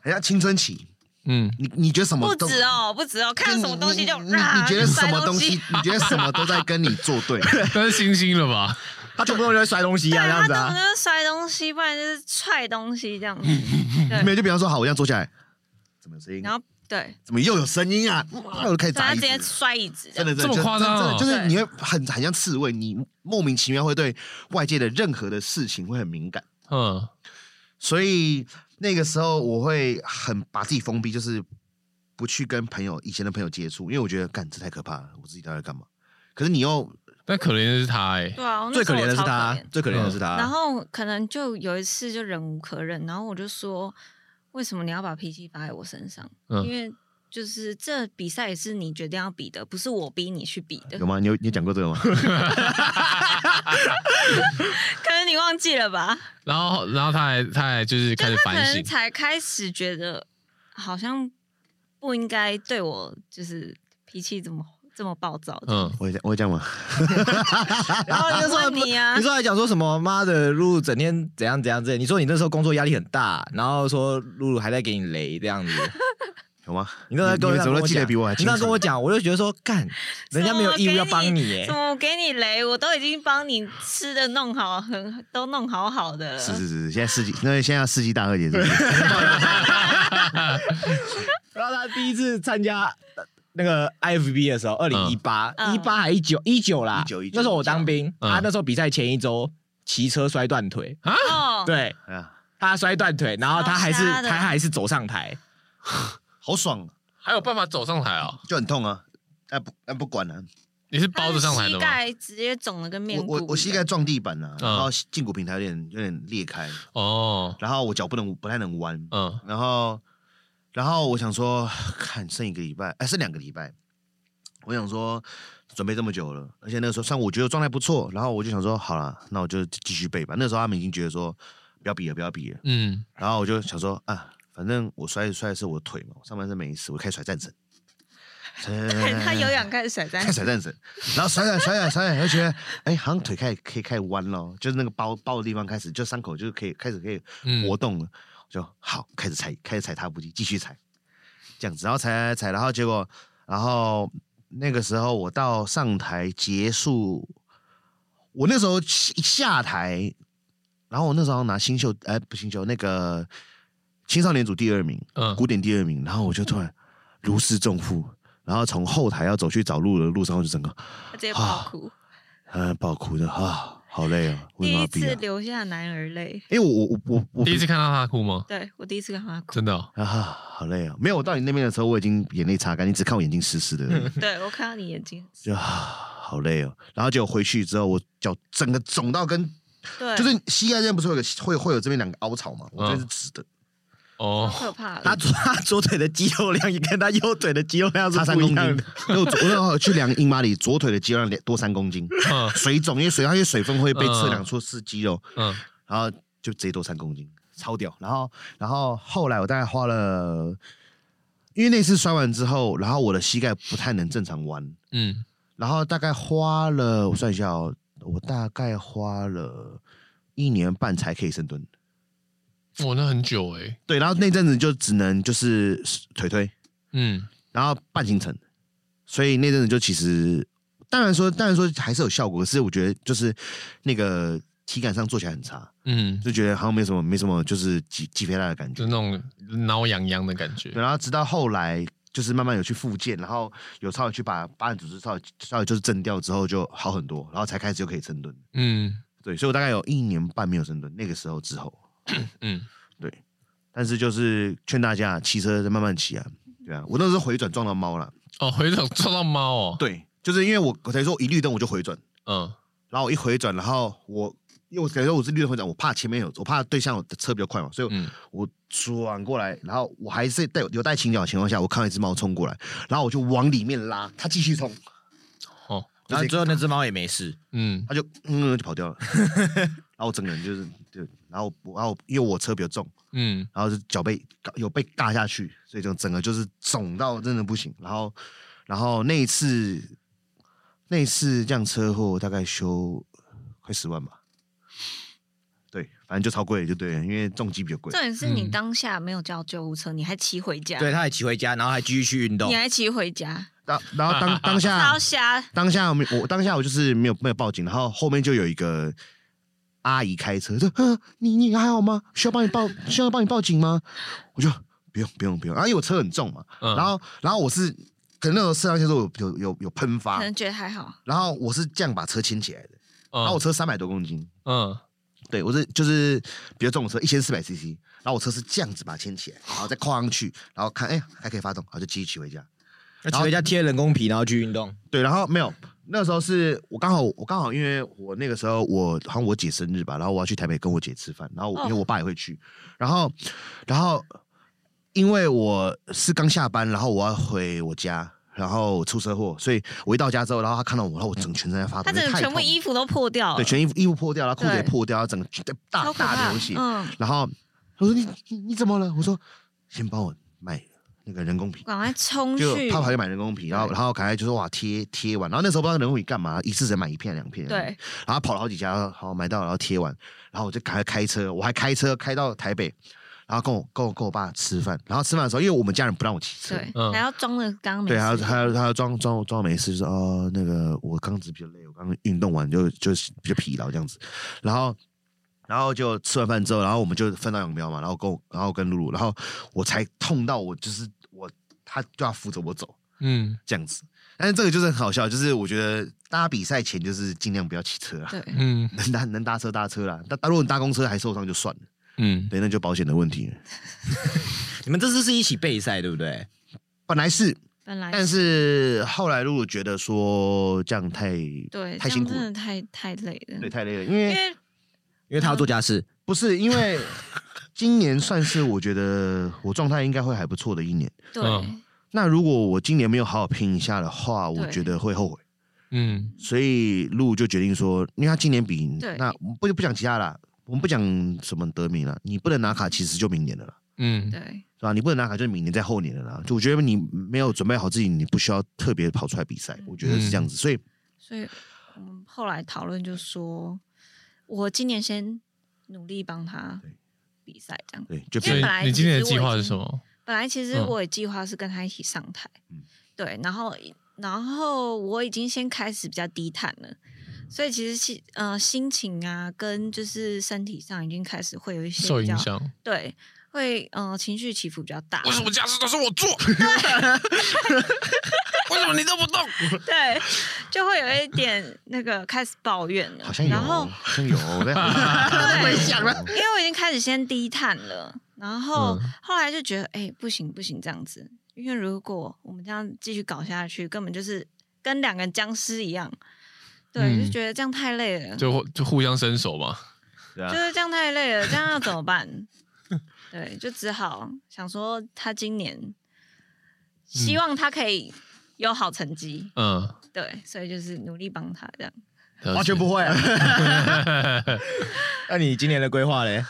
[SPEAKER 1] 很像青春期，
[SPEAKER 3] 嗯，
[SPEAKER 1] 你你觉得什么
[SPEAKER 4] 不
[SPEAKER 1] 都
[SPEAKER 4] 止哦，不止哦，
[SPEAKER 1] 就
[SPEAKER 4] 看
[SPEAKER 1] 你
[SPEAKER 4] 什么东西就
[SPEAKER 1] 你你你觉得什么东西？
[SPEAKER 4] 西？
[SPEAKER 1] 你觉得什么都在跟你作对，
[SPEAKER 3] 那是星星了吧？
[SPEAKER 2] 他动不动就会摔东西啊，这样
[SPEAKER 4] 他
[SPEAKER 2] 子
[SPEAKER 4] 动
[SPEAKER 2] 啊
[SPEAKER 4] 不。动就摔东西，不然就是踹东西 这样子。
[SPEAKER 1] 没
[SPEAKER 4] 对，
[SPEAKER 1] 有就比方说，好，我这样坐下来，怎么有声音
[SPEAKER 4] 然？后对，
[SPEAKER 1] 怎么又有声音啊？哇我就开始
[SPEAKER 4] 所
[SPEAKER 1] 砸
[SPEAKER 4] 以他
[SPEAKER 1] 椅子，
[SPEAKER 4] 直接摔椅子这
[SPEAKER 1] 真
[SPEAKER 4] 样。
[SPEAKER 1] 的真的
[SPEAKER 3] 这么夸张哦
[SPEAKER 2] 啊
[SPEAKER 1] 真的真的就是
[SPEAKER 4] 对
[SPEAKER 1] 你会很很像刺猬，你莫名其妙会对外界的任何的事情会很敏感，
[SPEAKER 3] 嗯，
[SPEAKER 1] 所以那个时候我会很把自己封闭，就是不去跟朋友以前的朋友接触，因为我觉得干这太可怕了，我自己到底在干嘛？可是你又
[SPEAKER 3] 但可怜的是他哎，
[SPEAKER 4] 对啊，我那
[SPEAKER 2] 最
[SPEAKER 4] 时
[SPEAKER 2] 可
[SPEAKER 4] 候
[SPEAKER 2] 怜的是
[SPEAKER 4] 我超
[SPEAKER 2] 他
[SPEAKER 4] 怜，嗯
[SPEAKER 2] 最可怜的是他。
[SPEAKER 4] 然后可能就有一次就忍无可忍，然后我就说，为什么你要把脾气发在我身上？
[SPEAKER 3] 嗯
[SPEAKER 4] 因为就是这比赛也是你决定要比的，不是我逼你去比的
[SPEAKER 1] 有。吗？你有你有讲过 这个吗？
[SPEAKER 4] 可能你忘记了吧？
[SPEAKER 3] 然后然后他还他还就是开始
[SPEAKER 4] 可
[SPEAKER 3] 反
[SPEAKER 4] 能
[SPEAKER 3] 省，
[SPEAKER 4] 才开始觉得好像不应该对我就是脾气这么这么暴躁的。
[SPEAKER 3] 嗯，
[SPEAKER 1] 我也这样我也这样吗？
[SPEAKER 2] 然后你那时候还不
[SPEAKER 4] 我问你啊
[SPEAKER 2] 你说还讲说什么妈的露露整天怎样怎样之类，你说你那时候工作压力很大，然后说露露还在给你雷这样子，
[SPEAKER 1] 有吗？
[SPEAKER 2] 你那时候跟
[SPEAKER 1] 你
[SPEAKER 2] 我
[SPEAKER 1] 们怎
[SPEAKER 2] 讲
[SPEAKER 1] 么记得比我还
[SPEAKER 2] 你
[SPEAKER 1] 清楚？
[SPEAKER 2] 那时候跟我讲，我就觉得说干， 人家没有义务要帮你耶
[SPEAKER 4] 怎，么我给你雷？我都已经帮你吃的弄好，很都弄好好的了。
[SPEAKER 1] 是是是，现在世纪，那现在要世纪大和解是不是？
[SPEAKER 2] 然后他第一次参加。呃那个 IFB 的时候，二零一八
[SPEAKER 4] 嗯
[SPEAKER 2] 一八还一九一九啦，
[SPEAKER 1] 19 19
[SPEAKER 2] 那时候我当兵，啊
[SPEAKER 3] 嗯
[SPEAKER 2] 他那时候比赛前一周骑车摔断腿，
[SPEAKER 4] 哦，
[SPEAKER 2] 对
[SPEAKER 1] 哎呀
[SPEAKER 2] 他摔断腿，然后他还是
[SPEAKER 4] 超瞎的
[SPEAKER 2] 他还是走上台，
[SPEAKER 1] 好爽啊，
[SPEAKER 3] 还有办法走上台啊？
[SPEAKER 1] 就很痛啊。那不那不管了、
[SPEAKER 3] 你是包着上台
[SPEAKER 4] 膝
[SPEAKER 3] 的吗？
[SPEAKER 4] 盖直接肿了跟面
[SPEAKER 1] 我
[SPEAKER 4] 糊一
[SPEAKER 1] 我
[SPEAKER 4] 样
[SPEAKER 1] 我膝盖撞地板了、
[SPEAKER 3] 嗯
[SPEAKER 1] 然后胫骨平台有点有点裂开，
[SPEAKER 3] 哦，
[SPEAKER 1] 然后我脚不能不太能弯，
[SPEAKER 3] 嗯
[SPEAKER 1] 然后，然后我想说，看剩一个礼拜，哎，剩两个礼拜，我想说准备这么久了，而且那个时候算我觉得状态不错，然后我就想说，好了，那我就继续背吧。那时候他们已经觉得说不要比了，不要比了，
[SPEAKER 3] 嗯，
[SPEAKER 1] 然后我就想说啊，反正我摔摔的是我腿嘛，我上半身没事，我就开始甩 战神，
[SPEAKER 4] 对 他有氧开始甩
[SPEAKER 1] 开始
[SPEAKER 4] 单，
[SPEAKER 1] 甩战神，然后甩甩甩甩甩，就觉得哎，好像腿开始可以开始弯了，就是那个包包的地方开始，就伤口就可以开始可以
[SPEAKER 3] 嗯
[SPEAKER 1] 活动了，我就好开始踩，开始踩踏步机，继续踩，这样子，然后踩踩踩，然后结果，然后那个时候我到上台结束，我那时候下下台，然后我那时候拿新秀，哎、不新秀那个青少年组第二名，
[SPEAKER 3] 嗯
[SPEAKER 1] 古典第二名，然后我就突然如释重负，然后从后台要走去找路的路上，我就整个
[SPEAKER 4] 他直接
[SPEAKER 1] 啊
[SPEAKER 4] 爆哭，
[SPEAKER 1] 呃爆哭的啊，好累啊，为什么
[SPEAKER 4] 第
[SPEAKER 1] 要
[SPEAKER 4] 一
[SPEAKER 1] 逼、
[SPEAKER 4] 次
[SPEAKER 1] 啊？
[SPEAKER 4] 流下男儿泪。
[SPEAKER 1] 因为我我我我
[SPEAKER 3] 第一次看到他哭吗？
[SPEAKER 4] 对我第一次看 他哭，
[SPEAKER 3] 真的哦
[SPEAKER 1] 啊，好累啊！没有，我到你那边的时候，我已经眼泪擦干，你只看我眼睛湿湿
[SPEAKER 3] 嗯
[SPEAKER 1] 的，
[SPEAKER 4] 对我看到你眼睛，
[SPEAKER 1] 就啊，好累哦。然后结果回去之后，我脚整个肿到跟，
[SPEAKER 4] 对，
[SPEAKER 1] 就是膝盖这边不是会有个会会有这边两个凹槽
[SPEAKER 3] 嗯
[SPEAKER 1] 嘛？我这边是直的，
[SPEAKER 4] 好
[SPEAKER 3] 哦，
[SPEAKER 4] 可怕
[SPEAKER 5] 他
[SPEAKER 4] 的。
[SPEAKER 5] 左他左腿的肌肉量也跟他右腿的肌肉量是
[SPEAKER 1] 差三
[SPEAKER 5] 不
[SPEAKER 1] 公
[SPEAKER 5] 一
[SPEAKER 1] 斤
[SPEAKER 5] 样的。。
[SPEAKER 1] 因为我左我那时候去量英马里左腿的肌肉量多三公斤，
[SPEAKER 3] 嗯
[SPEAKER 1] 水肿，因为水它因为水分会被测量出是肌肉，
[SPEAKER 3] 嗯
[SPEAKER 1] 然后就直接多三公斤，超屌。然后，然后后来我大概花了，因为那次摔完之后，然后我的膝盖不太能正常弯，
[SPEAKER 3] 嗯，
[SPEAKER 1] 然后大概花了，我算一下哦，我大概花了一年半才可以深蹲。
[SPEAKER 3] 哇，那很久哎，
[SPEAKER 1] 对，然后那阵子就只能就是腿推，
[SPEAKER 3] 嗯
[SPEAKER 1] 然后半行程，所以那阵子就其实，当然说，当然说还是有效果，可是我觉得就是那个体感上做起来很差，
[SPEAKER 3] 嗯，
[SPEAKER 1] 就觉得好像没什么，没什么，就是肌肌肥大的感觉
[SPEAKER 3] 就。那种挠痒痒的感觉
[SPEAKER 1] 对，，然后直到后来就是慢慢有去复健，然后有稍微去把疤痕组织稍微稍微就是震掉之后就好很多，然后才开始就可以深蹲。
[SPEAKER 3] 嗯
[SPEAKER 1] 对，所以我大概有一年半没有深蹲，那个时候之后，
[SPEAKER 3] 嗯，
[SPEAKER 1] 但是就是劝大家骑车慢慢骑啊，对啊，我那时候回转撞到猫了，
[SPEAKER 3] 哦，回头撞到猫哦，
[SPEAKER 1] 对，就是因为我我才说我一绿灯我就回转，
[SPEAKER 3] 嗯
[SPEAKER 1] 然后我一回转，然后我因为我感觉我是绿灯回转，我怕前面有，我怕对向的车比较快嘛，所以
[SPEAKER 3] 嗯，
[SPEAKER 1] 我转过来，然后我还是带有带倾角的情况下，我看到一只猫冲过来，然后我就往里面拉，它继续冲，
[SPEAKER 3] 哦，
[SPEAKER 1] 然后
[SPEAKER 2] 然后
[SPEAKER 1] 最
[SPEAKER 2] 最后那只猫也没事，
[SPEAKER 3] 嗯
[SPEAKER 1] 它就嗯就跑掉了， 然后我整个人就是就然后我然后因为我车比较重。
[SPEAKER 3] 嗯，
[SPEAKER 1] 然后就脚被有被尬下去，所以就整个就是肿到真的不行。然后，然后那一次那一次这样车祸大概修快十万吧，对，反正就超贵就对了，因为重疾比较贵
[SPEAKER 4] 重。点是你
[SPEAKER 3] 嗯
[SPEAKER 4] 当下没有叫救护车，你还骑回家，
[SPEAKER 2] 对，它还骑回家，然后还继续去运动
[SPEAKER 4] 啊你。还骑回家，
[SPEAKER 1] 当然后当当 下
[SPEAKER 4] 超瞎，
[SPEAKER 1] 当下我没我当下我就是没有没有报警，然后后面就有一个阿姨开车说：“呃，你你还好吗？需要帮你 报需要帮你报警吗？”我就不用不用不用，然后因为我车很重嘛，
[SPEAKER 3] 嗯
[SPEAKER 1] 然后然后我是可能那时候肾上腺素有有有有喷发
[SPEAKER 4] 可，能觉得还好，
[SPEAKER 1] 然后我是这样把车牵起来的，然后我
[SPEAKER 3] 嗯
[SPEAKER 1] 车三百多公斤，
[SPEAKER 3] 嗯，
[SPEAKER 1] 对我是就是比较重的车一千四百 CC，然后我车是这样子把它牵起来，然后再跨上去，然后看哎还可以发动，然后就继续骑回家。
[SPEAKER 2] 那骑回家贴人工皮，然后去运动。
[SPEAKER 1] 对，然后没有，那时候是我刚好我刚好因为我那个时候我好像我姐生日吧，然后我要去台北跟我姐吃饭，然后我、
[SPEAKER 4] 哦
[SPEAKER 1] 因为我爸也会去，然后然后因为我是刚下班，然后我要回我家。然后出车祸，所以我一到家之后，然后他看到我，然后我整个全身在发抖，
[SPEAKER 4] 他整
[SPEAKER 1] 因为
[SPEAKER 4] 个
[SPEAKER 1] 太
[SPEAKER 4] 全部
[SPEAKER 1] 痛
[SPEAKER 4] 衣服都破掉了
[SPEAKER 1] 对，，全衣服衣服破掉，然后裤子也
[SPEAKER 4] 对
[SPEAKER 1] 破掉，整个大
[SPEAKER 4] 超可怕
[SPEAKER 1] 大流血。
[SPEAKER 4] 嗯，
[SPEAKER 1] 然后我说你你你怎么了？我说先帮我买那个人工皮，
[SPEAKER 4] 赶快冲
[SPEAKER 1] 就
[SPEAKER 4] 去，
[SPEAKER 1] 他跑去买人工皮，然后
[SPEAKER 4] 对
[SPEAKER 1] 然后赶快就说哇贴贴完，然后那时候不知道人工皮干嘛，一次只能买一片两片，
[SPEAKER 4] 对，
[SPEAKER 1] 然后跑了好几家，好买到然后贴完，然后我就赶快开车，我还开车开到台北，然后跟我跟我跟我爸吃饭，然后吃饭的时候，因为我们家人不让我骑车，
[SPEAKER 4] 对，
[SPEAKER 3] 嗯
[SPEAKER 4] 还要装的刚刚没
[SPEAKER 1] 对，还要
[SPEAKER 4] 事
[SPEAKER 1] 还要还要装装装没事，就说哦，那个我刚子比较累，我刚运动完就就是比较疲劳这样子，然后然后就吃完饭之后，然后我们就分道扬镳嘛，然后跟我然后跟露露，然后我才痛到我就是我他就要扶着我走
[SPEAKER 3] 嗯
[SPEAKER 1] 这样子，但是这个就是很好笑，就是我觉得大家比赛前就是尽量不要骑车啦，啊
[SPEAKER 4] 对，
[SPEAKER 3] 嗯
[SPEAKER 1] 能搭能搭车搭车啦，但但如果你搭公车还受伤就算了，
[SPEAKER 3] 嗯，
[SPEAKER 1] 对，那就保险的问题了。
[SPEAKER 2] 你们这次是一起备赛对不对？
[SPEAKER 1] 本来是，
[SPEAKER 4] 本来
[SPEAKER 1] 但是后来露露觉得说这样太
[SPEAKER 4] 对
[SPEAKER 1] 太
[SPEAKER 4] 这
[SPEAKER 1] 辛
[SPEAKER 4] 样
[SPEAKER 1] 苦
[SPEAKER 4] 真
[SPEAKER 1] 了，
[SPEAKER 4] 的太太累了，
[SPEAKER 1] 对，太累了，因
[SPEAKER 4] 因
[SPEAKER 1] 为
[SPEAKER 4] 为
[SPEAKER 2] 因为他要做家事，
[SPEAKER 1] 不是因为 今年算是我觉得我状态应该会还不错的一年。
[SPEAKER 4] 对、
[SPEAKER 3] 嗯
[SPEAKER 1] 那如果我今年没有好好拼一下的话，我
[SPEAKER 4] 对
[SPEAKER 1] 觉得会后悔。
[SPEAKER 3] 嗯
[SPEAKER 1] 所以露就决定说，因为他今年比
[SPEAKER 4] 对
[SPEAKER 1] 那我们不不讲其他啦，我们不讲什么得名了，你不能拿卡，其实就明年的了啦，
[SPEAKER 3] 嗯，
[SPEAKER 4] 对
[SPEAKER 1] 是吧？你不能拿卡，就是明年在后年的啦。就我觉得你没有准备好自己，你不需要特别跑出来比赛，我觉得是这样
[SPEAKER 5] 嗯
[SPEAKER 1] 子。所以
[SPEAKER 4] 所以我们后来讨论就说，我今年先努力帮他
[SPEAKER 1] 对
[SPEAKER 4] 比赛这样。
[SPEAKER 1] 对，就
[SPEAKER 4] 因
[SPEAKER 3] 所
[SPEAKER 4] 为
[SPEAKER 3] 以
[SPEAKER 4] 本来
[SPEAKER 3] 你今天的
[SPEAKER 4] 其实
[SPEAKER 3] 计
[SPEAKER 4] 我已
[SPEAKER 3] 划是
[SPEAKER 4] 经
[SPEAKER 3] 什么？
[SPEAKER 4] 本来其实
[SPEAKER 3] 嗯
[SPEAKER 4] 我也计划是跟他一起上台，
[SPEAKER 1] 嗯
[SPEAKER 4] 对，然后然后我已经先开始比较低碳了，所以其实心呃心情啊跟就是身体上已经开始会有一些
[SPEAKER 3] 受
[SPEAKER 4] 比较
[SPEAKER 3] 影，响？
[SPEAKER 4] 对，会呃情绪起伏比较大，
[SPEAKER 3] 为什么家事都是我做？ 为什么你都不动？
[SPEAKER 4] 对，就会有一点那个开始抱怨了，
[SPEAKER 1] 好像有，哦
[SPEAKER 4] 然后
[SPEAKER 1] 好像有，我 在
[SPEAKER 4] 对
[SPEAKER 1] 回
[SPEAKER 4] 想
[SPEAKER 1] 了。
[SPEAKER 4] 因为我已经开始先低碳了，然后
[SPEAKER 3] 嗯
[SPEAKER 4] 后来就觉得，哎、不行不行，这样子，因为如果我们这样继续搞下去，根本就是跟两个僵尸一样。对，
[SPEAKER 3] 嗯
[SPEAKER 4] 就觉得这样太累了，
[SPEAKER 3] 就就互相伸手嘛。
[SPEAKER 4] 就是这样太累了，这样要怎么 办？对，就只好想说他今年，希
[SPEAKER 1] 嗯
[SPEAKER 4] 望他可以有好成绩。
[SPEAKER 3] 嗯，
[SPEAKER 4] 对，所以就是努力帮他 这样。
[SPEAKER 3] 了解
[SPEAKER 5] 完全不会啊。 那你今年的规划嘞？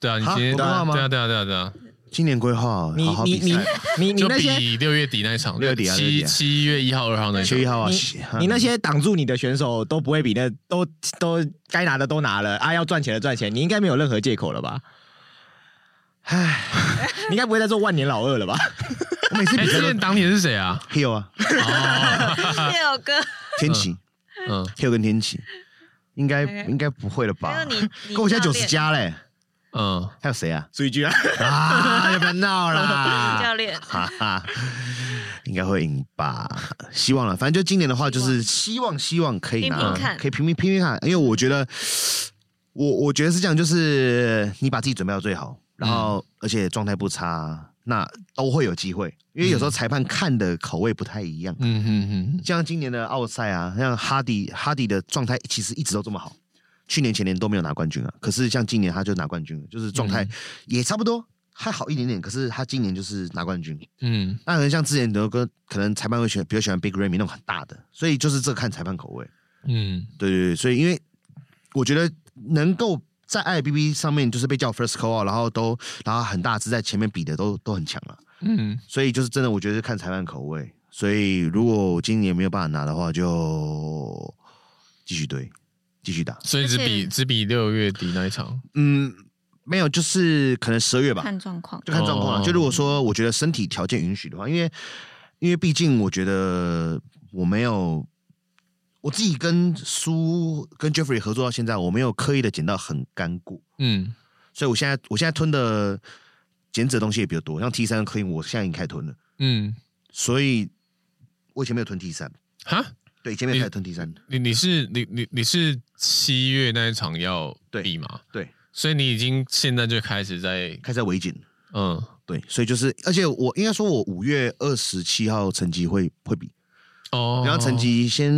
[SPEAKER 3] 对啊，你
[SPEAKER 1] 哈
[SPEAKER 3] 今天
[SPEAKER 1] 我不怕吗
[SPEAKER 3] 对啊对啊对啊对啊，
[SPEAKER 1] 今年规划
[SPEAKER 5] 你
[SPEAKER 1] 好好
[SPEAKER 5] 你
[SPEAKER 1] 比
[SPEAKER 5] 你
[SPEAKER 1] 赛，
[SPEAKER 5] 你你
[SPEAKER 3] 就
[SPEAKER 5] 那些
[SPEAKER 3] 比六月底那一场，
[SPEAKER 1] 六月底啊六月
[SPEAKER 3] 七
[SPEAKER 1] 底啊
[SPEAKER 3] 七月一号、二号那一
[SPEAKER 1] 七
[SPEAKER 3] 场
[SPEAKER 1] 月一，号啊，
[SPEAKER 5] 你
[SPEAKER 1] 西
[SPEAKER 5] 你那些挡住你的选手都不会比那都都该拿的都拿了啊，要赚钱的赚钱，你应该没有任何借口了吧？唉，你应该不会再做万年老二了吧？
[SPEAKER 1] 我每次
[SPEAKER 3] 哎，
[SPEAKER 1] 比赛
[SPEAKER 3] 之
[SPEAKER 1] 都
[SPEAKER 3] 前挡你的是谁 啊？
[SPEAKER 1] Hill 啊，
[SPEAKER 3] 哦，
[SPEAKER 4] 谢友 哥，
[SPEAKER 1] 天启
[SPEAKER 3] 嗯，
[SPEAKER 1] Hill 跟天启，应该
[SPEAKER 4] 哎
[SPEAKER 1] 应该不会了
[SPEAKER 4] 还
[SPEAKER 1] 吧
[SPEAKER 4] 有？你，你
[SPEAKER 1] 跟我现在
[SPEAKER 4] 教
[SPEAKER 1] 九
[SPEAKER 4] 练
[SPEAKER 1] 十，加嘞，
[SPEAKER 3] 嗯，
[SPEAKER 1] 还有谁啊？
[SPEAKER 5] 所以居然
[SPEAKER 1] 啊，要不要 闹
[SPEAKER 4] 你 教
[SPEAKER 1] 啦？
[SPEAKER 4] 练，
[SPEAKER 1] 哈哈，应该会赢吧？希望了，反正就今年的话，就是希望希望可以
[SPEAKER 4] 拼
[SPEAKER 1] 拿
[SPEAKER 4] 拼看，
[SPEAKER 1] 可以拼拼拼拼看，因为我觉得，我我觉得是这样，就是你把自己准备到最好，然后而且状态不差，那都会有机会，因为有时候裁判看的口味不太一样。
[SPEAKER 3] 嗯哼哼，
[SPEAKER 1] 像今年的奥赛啊，像哈迪哈迪的状态其实一直都这么好，去年前年都没有拿冠军啊，可是像今年他就拿冠军了，就是状态
[SPEAKER 3] 嗯
[SPEAKER 1] 也差不多，还好一点点，可是他今年就是拿冠军。
[SPEAKER 3] 嗯，
[SPEAKER 1] 那可能像之前德哥，可能裁判会喜欢比较喜欢 Big Remy 那种很大的，所以就是这看裁判口味。
[SPEAKER 3] 嗯，
[SPEAKER 1] 对对对，所以因为我觉得能够在 IBB 上面就是被叫 First Call，out，然后都然后很大只在前面比的都都很强了、
[SPEAKER 3] 嗯，
[SPEAKER 1] 所以就是真的，我觉得是看裁判口味。所以如果我今年没有办法拿的话，就继续堆，继续打。
[SPEAKER 3] 所以只比
[SPEAKER 4] 而且
[SPEAKER 3] 只比六月底那一场，
[SPEAKER 1] 嗯，没有，就是可能十二月吧，
[SPEAKER 4] 看状况。
[SPEAKER 1] 就看状况了。
[SPEAKER 3] 哦
[SPEAKER 1] 就如果说我觉得身体条件允许的话，因为因为毕竟我觉得我没有。我自己跟苏跟 Jeffrey 合作到现在，我没有刻意的减到很干过，
[SPEAKER 3] 嗯
[SPEAKER 1] 所以我现在我现在吞的减脂的东西也比较多，像 T 三 clean 我现在已经开始吞了，
[SPEAKER 3] 嗯，
[SPEAKER 1] 所以我以前没有吞 T 三，
[SPEAKER 3] 哈，
[SPEAKER 1] 对，前面
[SPEAKER 3] 你
[SPEAKER 1] 开始吞 T 三，
[SPEAKER 3] 你你是你你你是七月那一场要比吗？
[SPEAKER 1] 对对，
[SPEAKER 3] 所以你已经现在就开始在，
[SPEAKER 1] 开始在围紧，
[SPEAKER 3] 嗯
[SPEAKER 1] 对，所以就是，而且我应该说，我五月二十七号成绩会会比，
[SPEAKER 3] 哦，
[SPEAKER 1] 然后成绩先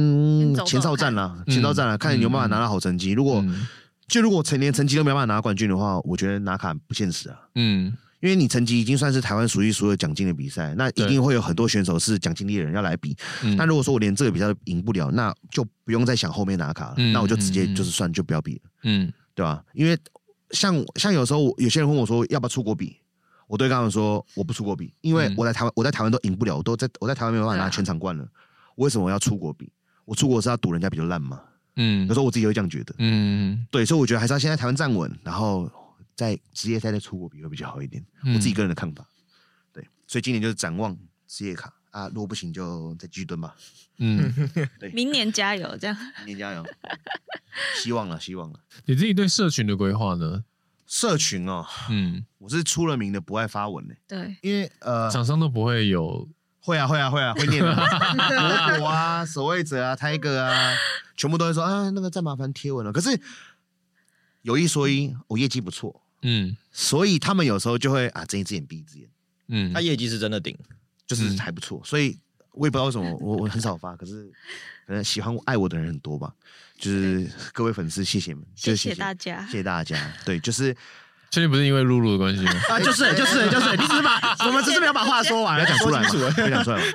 [SPEAKER 4] 走走
[SPEAKER 1] 前哨战啦，前哨战啦，
[SPEAKER 3] 嗯
[SPEAKER 1] 看你有没有办法拿到好成绩。如果
[SPEAKER 3] 嗯
[SPEAKER 1] 就如果成年成绩都没有办法拿冠军的话，我觉得拿卡不现实啊，
[SPEAKER 3] 嗯
[SPEAKER 1] 因为你成绩已经算是台湾数一数二奖金的比赛，那一
[SPEAKER 3] 对
[SPEAKER 1] 定会有很多选手是奖金猎人要来比。
[SPEAKER 3] 嗯
[SPEAKER 1] 那如果说我连这个比赛都赢不了，那就不用再想后面拿卡了，
[SPEAKER 3] 嗯
[SPEAKER 1] 那我就直接
[SPEAKER 3] 嗯嗯
[SPEAKER 1] 就是算就不要比了。
[SPEAKER 3] 嗯
[SPEAKER 1] 对吧、因为像像有时候我有些人问我说要不要出国比，我都会跟他们说我不出国比，因为
[SPEAKER 3] 嗯
[SPEAKER 1] 我在台湾我在台湾都赢不了，我都在我在台湾没有办法
[SPEAKER 4] 对
[SPEAKER 1] 拿
[SPEAKER 4] 啊
[SPEAKER 1] 全场冠了，我为什么我要出国比？我出国是要赌人家比较烂嘛？
[SPEAKER 3] 嗯
[SPEAKER 1] 有时候我自己会这样觉得，
[SPEAKER 3] 嗯，
[SPEAKER 1] 对，所以我觉得还是要先在台湾站稳，然后在职业赛再出国比会比较好一点，
[SPEAKER 3] 嗯
[SPEAKER 1] 我自己个人的看法。对，所以今年就是展望职业卡啊，如果不行就再继续蹲吧，
[SPEAKER 3] 嗯。
[SPEAKER 4] 明年加油，这样。
[SPEAKER 1] 明年加油， 希望了，希望了。
[SPEAKER 3] 你自己对社群的规划呢？
[SPEAKER 1] 社群哦，
[SPEAKER 3] 嗯，
[SPEAKER 1] 我是出了名的不爱发文呢、
[SPEAKER 4] 对，
[SPEAKER 1] 因为呃，
[SPEAKER 3] 厂商都不会有，
[SPEAKER 1] 会啊，会啊，会啊，会念的。果果啊，守卫者啊，Tiger 啊，全部都会说啊，那个再麻烦贴文了。可是有一说一，我业绩不错，
[SPEAKER 3] 嗯
[SPEAKER 1] 所以他们有时候就会啊睁一只眼闭一只眼。
[SPEAKER 3] 嗯
[SPEAKER 2] 他业绩是真的顶，
[SPEAKER 1] 就是
[SPEAKER 3] 嗯
[SPEAKER 1] 还不错。所以我也不知道为什么，我我很少发，可是可能喜欢我爱我的人很多吧。就是各位粉丝，谢谢你们，就
[SPEAKER 4] 谢
[SPEAKER 1] 是
[SPEAKER 4] 谢
[SPEAKER 1] 谢
[SPEAKER 4] 大家
[SPEAKER 1] 谢。谢大家。对，就是
[SPEAKER 3] 确定不是因为露露的关系 吗？
[SPEAKER 5] 啊，就是就是就是，你只是把 我们只是没有把话说完，嗯
[SPEAKER 1] 不要讲出来嘛，
[SPEAKER 5] 说清
[SPEAKER 1] 不要讲出来嘛。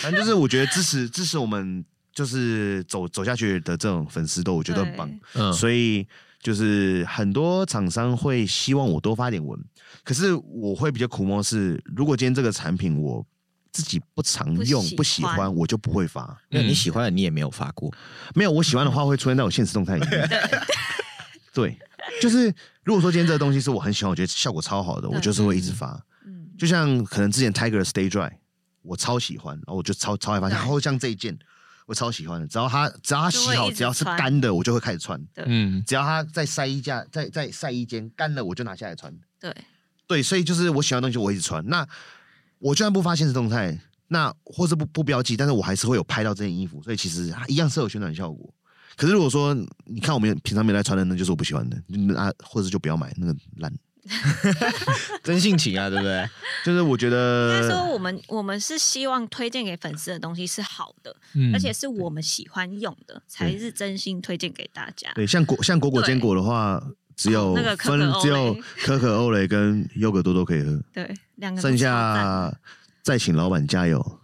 [SPEAKER 1] 反正就是我觉得支持支持我们就是走走下去的这种粉丝都我觉得很棒，
[SPEAKER 3] 嗯，
[SPEAKER 1] 所以就是很多厂商会希望我多发点文，可是我会比较苦闷是，如果今天这个产品我自己不常用
[SPEAKER 4] 不
[SPEAKER 1] 不
[SPEAKER 4] 喜
[SPEAKER 1] 喜
[SPEAKER 4] 欢
[SPEAKER 1] 欢，我就不会发。
[SPEAKER 2] 那你喜欢的你也没有发过，
[SPEAKER 1] 没有我喜欢的话会出现在我现实动态里 面。对，就是如果说今天这个东西是我很喜欢，我觉得效果超好的，我
[SPEAKER 4] 对
[SPEAKER 1] 就是会一直发。
[SPEAKER 4] 嗯，
[SPEAKER 1] 就像可能之前 Tiger 的 Stay Dry，我超喜欢，然后我就超超爱发现，
[SPEAKER 4] 对
[SPEAKER 1] 然后像这一件，我超喜欢的，只要它只要它洗
[SPEAKER 4] 就会一
[SPEAKER 1] 好，
[SPEAKER 4] 直
[SPEAKER 1] 只要是
[SPEAKER 4] 穿
[SPEAKER 1] 干的，我就会开始穿；
[SPEAKER 3] 嗯，
[SPEAKER 1] 只要它在晒衣架在在晒衣间干了，我就拿下来穿。
[SPEAKER 4] 对，
[SPEAKER 1] 对，所以就是我喜欢的东西，我会一直穿。那我就算不发现实动态，那或是不不标记，但是我还是会有拍到这件衣服，所以其实它一样是有宣传效果。可是如果说你看我们平常没来穿的，那就是我不喜欢的，那啊或者就不要买那个烂。
[SPEAKER 5] 楚，真性情啊，对不 对？
[SPEAKER 1] 就是我觉
[SPEAKER 4] 应该
[SPEAKER 1] 得
[SPEAKER 4] 说我们我们是希望推荐给粉丝的东西是好的，
[SPEAKER 3] 嗯
[SPEAKER 4] 而且是我们喜欢用的，才是真心推荐给大家。
[SPEAKER 1] 对，像果像果果
[SPEAKER 4] 对
[SPEAKER 1] 坚果的话，只有
[SPEAKER 4] 哦那个可可
[SPEAKER 1] 分
[SPEAKER 4] 欧
[SPEAKER 1] 只有
[SPEAKER 4] 蕾
[SPEAKER 1] 可可欧蕾跟优格多多可以喝，
[SPEAKER 4] 对，两个都
[SPEAKER 1] 剩
[SPEAKER 4] 超赞
[SPEAKER 1] 下哦再请老板加油。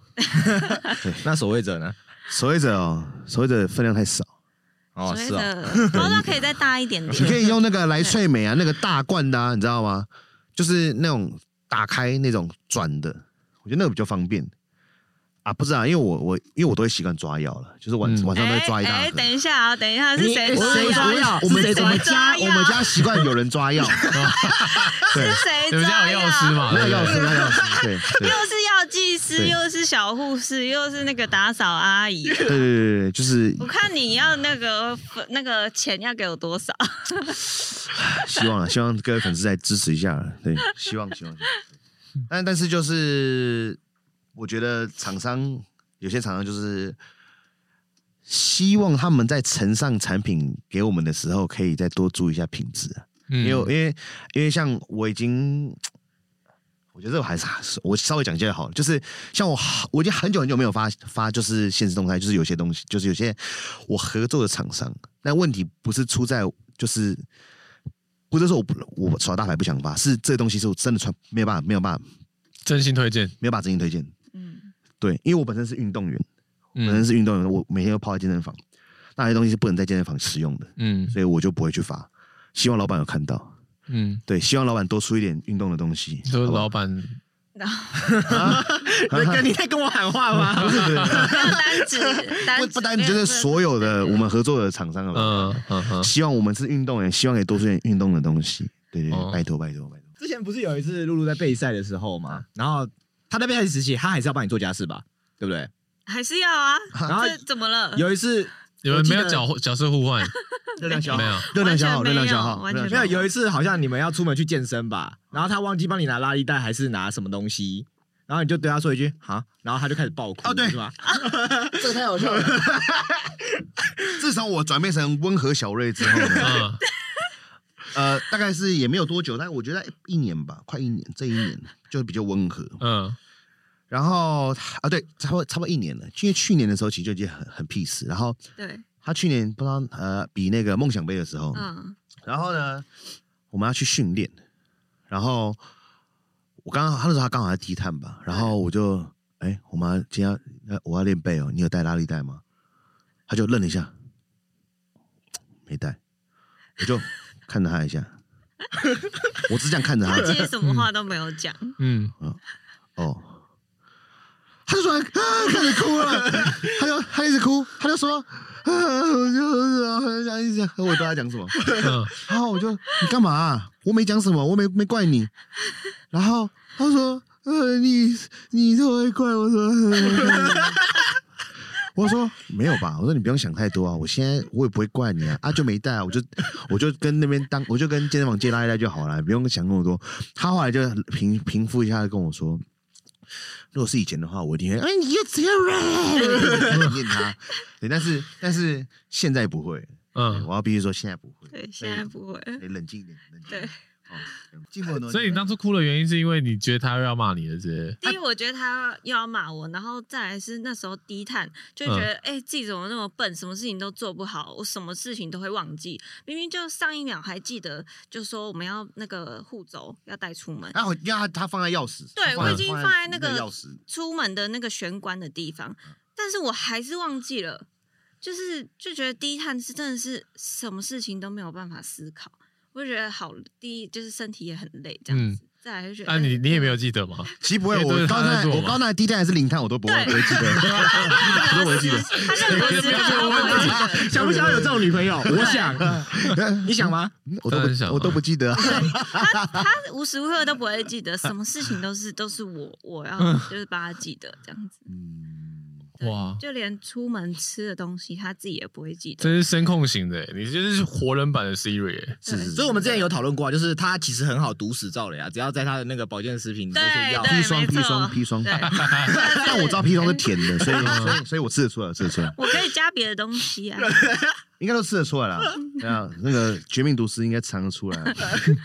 [SPEAKER 2] 那守卫者呢？
[SPEAKER 1] 守卫者哦，守卫者分量太少，
[SPEAKER 2] 哦，
[SPEAKER 4] 所以
[SPEAKER 2] 是哦，
[SPEAKER 5] 啊
[SPEAKER 4] 的包装可以再大一点 点。
[SPEAKER 1] 你可以用那个来萃美啊，那个大罐的、啊，你知道吗？就是那种打开那种转的，我觉得那个比较方便。啊，不知道、因为我我因为我都会习惯抓药了，就是晚、
[SPEAKER 3] 嗯
[SPEAKER 1] 晚上都会抓一大
[SPEAKER 4] 哎
[SPEAKER 1] 盒。
[SPEAKER 4] 哎等一下啊，等一下是
[SPEAKER 5] 你
[SPEAKER 4] 谁
[SPEAKER 5] 哎谁抓
[SPEAKER 4] 抓
[SPEAKER 5] 药
[SPEAKER 1] 我们
[SPEAKER 4] 是谁
[SPEAKER 1] 我们家
[SPEAKER 4] 抓药
[SPEAKER 1] 我们家习惯有人抓 药，对
[SPEAKER 4] 是，谁
[SPEAKER 3] 你们
[SPEAKER 4] 抓
[SPEAKER 3] 家有药师嘛？
[SPEAKER 1] 那
[SPEAKER 3] 对
[SPEAKER 1] 个药
[SPEAKER 3] 不对
[SPEAKER 1] 师，那个药师，对对
[SPEAKER 4] 又是药剂师，
[SPEAKER 1] 对
[SPEAKER 4] 又是小护士，又是那个打扫阿姨。
[SPEAKER 1] 对对对对，就是
[SPEAKER 4] 我看你要那个那个钱要给我多少？
[SPEAKER 1] 希望啊，希望各位粉丝来支持一下，对，希望希望。但但是就是，我觉得厂商有些厂商就是希望他们在呈上产品给我们的时候，可以再多注意一下品质啊，因
[SPEAKER 3] 嗯
[SPEAKER 1] 为因为因为像我已经。我觉得这个还是我稍微讲一下好了，就是像我好我已经很久很久没有发发就是现实动态，就是有些东西，就是有些我合作的厂商，那问题不是出在就是不是说我不我耍大牌不想发，是这个东西是我真的穿没有办法没有办法
[SPEAKER 3] 真心推荐，
[SPEAKER 1] 没有办法真心推荐。
[SPEAKER 4] 嗯，
[SPEAKER 1] 对，因为我本身是运动员，本身
[SPEAKER 3] 嗯
[SPEAKER 1] 是运动员，我每天都泡在健身房，那些东西是不能在健身房使用的，
[SPEAKER 3] 嗯
[SPEAKER 1] 所以我就不会去发。希望老板有看到，
[SPEAKER 3] 嗯，
[SPEAKER 1] 对，希望老板多出一点运动的东西。
[SPEAKER 3] 都是
[SPEAKER 1] 好不好
[SPEAKER 3] 老板
[SPEAKER 4] 然后
[SPEAKER 5] 那跟你在跟我喊话 吗？
[SPEAKER 1] 不是不是
[SPEAKER 4] 没有单指，单
[SPEAKER 1] 不
[SPEAKER 4] 指
[SPEAKER 1] 不单
[SPEAKER 4] 没有
[SPEAKER 1] 就是
[SPEAKER 4] 没有
[SPEAKER 1] 所有的我们合作的厂商了吧？
[SPEAKER 3] 嗯嗯嗯，
[SPEAKER 1] 希望我们是运动员，希望也多出点运动的东西。对对
[SPEAKER 3] 哦
[SPEAKER 1] 对，拜托拜托拜托。
[SPEAKER 5] 之前不是有一次露露在备赛的时候嘛，然后她在备赛时期，她还是要帮你做家事吧，对不对？
[SPEAKER 4] 还是要啊。
[SPEAKER 5] 然后
[SPEAKER 4] 这怎么了？
[SPEAKER 5] 有一 次
[SPEAKER 3] 你们没
[SPEAKER 5] 我
[SPEAKER 3] 有
[SPEAKER 5] 记得
[SPEAKER 3] 角角色 互换，
[SPEAKER 5] 热量消
[SPEAKER 3] 没
[SPEAKER 5] 耗，
[SPEAKER 3] 有，
[SPEAKER 1] 热量消耗，
[SPEAKER 4] 完全
[SPEAKER 1] 热量消
[SPEAKER 4] 没有
[SPEAKER 1] 耗，
[SPEAKER 4] 完
[SPEAKER 1] 热
[SPEAKER 4] 全
[SPEAKER 1] 量
[SPEAKER 5] 没
[SPEAKER 1] 消
[SPEAKER 5] 有
[SPEAKER 1] 耗
[SPEAKER 5] 有一次好像你们要出门去健身吧，然后她忘记帮你拿拉力带还是拿什么东西，然后你就对她说一句好，然后她就开始爆哭，
[SPEAKER 1] 哦对
[SPEAKER 5] 是吧？
[SPEAKER 1] 这个太好笑了。自从我转变成温和小瑞之后 呢，
[SPEAKER 3] 嗯，
[SPEAKER 1] 呃，大概是也没有多久，但我觉得一年吧，快一年，这一年就比较温和。
[SPEAKER 3] 嗯
[SPEAKER 1] 然后啊，对，差不多差不多一年了，因为去年的时候其实就已经很很 peace。然后
[SPEAKER 4] 对，
[SPEAKER 1] 他去年不知道呃比那个梦想杯的时候，
[SPEAKER 4] 嗯，
[SPEAKER 1] 然后呢，我们要去训练，然后我刚刚他那时候他刚好在低碳吧，然后我就哎、我妈今天要呃我要练背哦，你有带拉力带吗？他就愣了一下，没带，我就看着他一下，我只想看着他
[SPEAKER 4] 他，其实什么话都没有讲，
[SPEAKER 3] 嗯，
[SPEAKER 1] 哦。他就突然啊，开始哭了，他就他一直哭，他就说，啊，我就这样一直，我也不知道他讲什么，
[SPEAKER 3] 嗯
[SPEAKER 1] 然后我就你干嘛啊、我没讲什么，我没没怪你。然后他说：“呃，你你都会怪我说。 呃”我说没有吧，我说你不用想太多啊，我现在我也不会怪你啊，啊就没带啊，我就我就跟那边当我就跟健身房借拉一带就好了，不用想那么多。他后来就平平复一下，跟我说，如果是以前的话，我一定会哎你又这样 了，念他，对，但是但是现在不会，
[SPEAKER 3] 嗯
[SPEAKER 1] 我要必须说现在不会，
[SPEAKER 4] 对，现在不会。
[SPEAKER 1] 得冷静一点，冷静一点。
[SPEAKER 6] 进步很多。
[SPEAKER 3] 所以你当初哭的原因是因为你觉得他又要骂你了，是不是？
[SPEAKER 4] 第一，我觉得他又要骂我，然后再来是那时候低碳，就会觉得哎、
[SPEAKER 1] 嗯
[SPEAKER 4] 诶自己怎么那么笨，什么事情都做不好，我什么事情都会忘记。明明就上一秒还记得，就说我们要那个护肘要带出门，
[SPEAKER 6] 然后因为他他放在钥匙，
[SPEAKER 4] 对
[SPEAKER 6] 放在
[SPEAKER 4] 我已经
[SPEAKER 6] 放
[SPEAKER 4] 放在
[SPEAKER 6] 在
[SPEAKER 4] 那个
[SPEAKER 6] 钥匙，
[SPEAKER 4] 出门的那个玄关的地方，
[SPEAKER 1] 嗯
[SPEAKER 4] 但是我还是忘记了，就是就觉得低碳是真的是什么事情都没有办法思考，我就觉得好，第一就是身体也很累这
[SPEAKER 1] 嗯
[SPEAKER 4] 样子，再来就觉得
[SPEAKER 3] 啊，你你也没有记得吗？
[SPEAKER 1] 其实不会，
[SPEAKER 3] 因为都
[SPEAKER 1] 我
[SPEAKER 3] 是
[SPEAKER 1] 刚
[SPEAKER 3] 他在
[SPEAKER 1] 才
[SPEAKER 3] 做嘛
[SPEAKER 1] 我刚才低碳还是零碳，我都不会
[SPEAKER 4] 对
[SPEAKER 1] 不会记得。
[SPEAKER 4] 他
[SPEAKER 1] 我也记得
[SPEAKER 4] 他任何时刻都会记得。
[SPEAKER 5] 想不想要有这种女朋友？我想，你想吗？
[SPEAKER 1] 我都
[SPEAKER 3] 当然想
[SPEAKER 1] 不我都不记得啊，
[SPEAKER 4] 嗯 他他无时无刻都不会记得，什么事情都是都是我我要
[SPEAKER 1] 嗯
[SPEAKER 4] 就是帮他记得这样子，对
[SPEAKER 3] 哇，
[SPEAKER 4] 就连出门吃的东西他自己也不会记得。
[SPEAKER 3] 真是声控型的，欸你就是活人版的 Siri 欸耶。
[SPEAKER 4] 对
[SPEAKER 5] 所以我们之前有讨论过啊，就是它其实很好毒死皂类啊，只要在它的那个保健食品这些
[SPEAKER 4] 对
[SPEAKER 5] 药，
[SPEAKER 4] 对，
[SPEAKER 1] 砒霜
[SPEAKER 4] 没
[SPEAKER 1] 砒霜
[SPEAKER 4] 错，
[SPEAKER 1] 砒霜
[SPEAKER 4] 对，
[SPEAKER 1] 但
[SPEAKER 4] 但
[SPEAKER 1] 我知道砒霜是甜的，
[SPEAKER 3] 嗯
[SPEAKER 1] 所以所以所以我吃得出来，吃得出来，
[SPEAKER 4] 我可以加别的东西啊，
[SPEAKER 1] 应该都吃得出来 啦。对啊，那个绝命毒师应该尝得出来啊。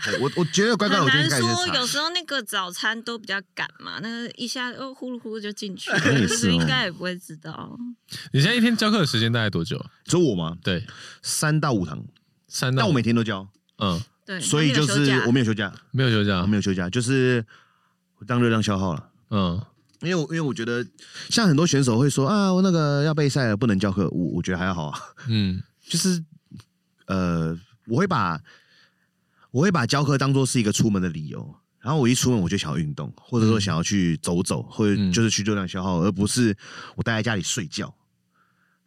[SPEAKER 1] 对我我觉得乖乖，我
[SPEAKER 4] 很
[SPEAKER 1] 今天
[SPEAKER 4] 难
[SPEAKER 1] 开始
[SPEAKER 4] 说。有
[SPEAKER 1] 查。
[SPEAKER 4] 时候那个早餐都比较赶嘛，那个一下哦呼噜呼噜就进 去
[SPEAKER 1] 像也
[SPEAKER 4] 了，
[SPEAKER 1] 是哦
[SPEAKER 4] 所以应该也不会知道。
[SPEAKER 3] 你现在一天教课的时间大概多久啊？
[SPEAKER 1] 只有我吗？
[SPEAKER 3] 对，
[SPEAKER 1] 三到五堂，
[SPEAKER 3] 三到
[SPEAKER 1] 但我每天都教，
[SPEAKER 3] 嗯
[SPEAKER 4] 对，
[SPEAKER 1] 所以就
[SPEAKER 4] 他没有休
[SPEAKER 1] 是
[SPEAKER 4] 假
[SPEAKER 1] 我没有休假，
[SPEAKER 3] 没有休假
[SPEAKER 1] 我，没有休假，就是我当热量消耗了。
[SPEAKER 3] 嗯
[SPEAKER 1] 因为我因为我觉得，像很多选手会说啊，我那个要备赛了，不能教课。我我觉得还好啊，
[SPEAKER 3] 嗯
[SPEAKER 1] 就是呃，我会把我会把教课当做是一个出门的理由。然后我一出门我就想要运动，或者说想要去走走，或者
[SPEAKER 3] 嗯
[SPEAKER 1] 就是去热量消耗，而不是我待在家里睡觉。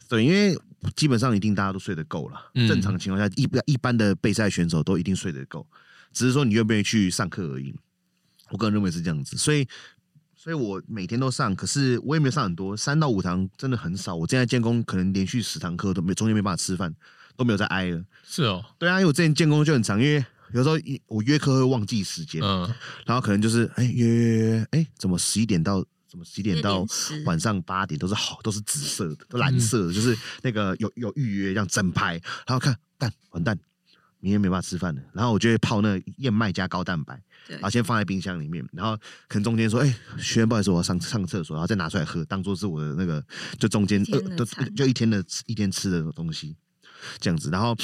[SPEAKER 1] 对，因为基本上一定大家都睡得够了，
[SPEAKER 3] 嗯
[SPEAKER 1] 正常情况下一般一般的备赛选手都一定睡得够，只是说你愿不愿意去上课而已。我个人认为是这样子，所以，所以我每天都上，可是我也没有上很多，三到五堂真的很少。我现在建工可能连续十堂课都没，中间没办法吃饭，都没有在挨了。
[SPEAKER 3] 是哦，
[SPEAKER 1] 对啊，因为我之前建工就很长，因为有时候一我约课会忘记时间，
[SPEAKER 3] 嗯
[SPEAKER 1] 然后可能就是哎约约约约，哎怎么十一点到怎么十一点
[SPEAKER 4] 有
[SPEAKER 1] 到
[SPEAKER 4] 点迟
[SPEAKER 1] 晚上八点都是好都是紫色的，都蓝色的，就是那个有有预约这样整排，然后看干完蛋，明天没办法吃饭了，然后我就会泡那个燕麦加高蛋白，
[SPEAKER 4] 对
[SPEAKER 1] 然后先放在冰箱里面，然后可能中间说哎学员不好意思我要上上厕所，然后再拿出来喝，当做是我的那个就中间
[SPEAKER 4] 一天的
[SPEAKER 1] 呃就
[SPEAKER 4] 餐
[SPEAKER 1] 就一天的一天吃的东西这样子，然后。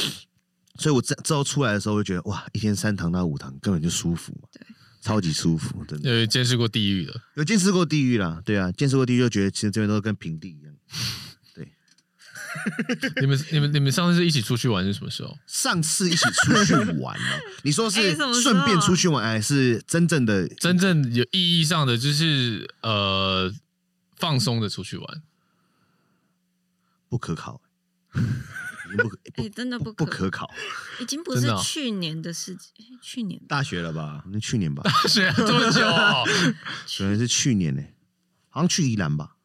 [SPEAKER 1] 所以我之之后出来的时候，就觉得哇，一天三堂到五堂根本就舒服嘛，
[SPEAKER 4] 对，
[SPEAKER 1] 超级舒服，真的。
[SPEAKER 3] 有见识过地狱的，
[SPEAKER 1] 有见识过地狱啦，对啊，见识过地狱就觉得其实这边都跟平地一样。
[SPEAKER 3] 你们你们你们上次一起出去玩是什么时候？
[SPEAKER 1] 上次一起出去玩啊，你说
[SPEAKER 4] 哎
[SPEAKER 1] 是
[SPEAKER 4] 什么时候
[SPEAKER 1] 顺便出去玩，还是真正的？
[SPEAKER 3] 真正有意义上的就是呃放松的出去玩，
[SPEAKER 1] 不可考， 已经不可
[SPEAKER 4] 哎，真的
[SPEAKER 1] 不
[SPEAKER 4] 不
[SPEAKER 1] 不可啊考。
[SPEAKER 4] 已经不
[SPEAKER 3] 真
[SPEAKER 4] 是
[SPEAKER 3] 的哦
[SPEAKER 4] 去年的事情，哎去年
[SPEAKER 5] 大学了吧？
[SPEAKER 1] 可能去年吧，
[SPEAKER 3] 学了这么久哦、
[SPEAKER 1] 可能是去年呢、好像去宜兰吧，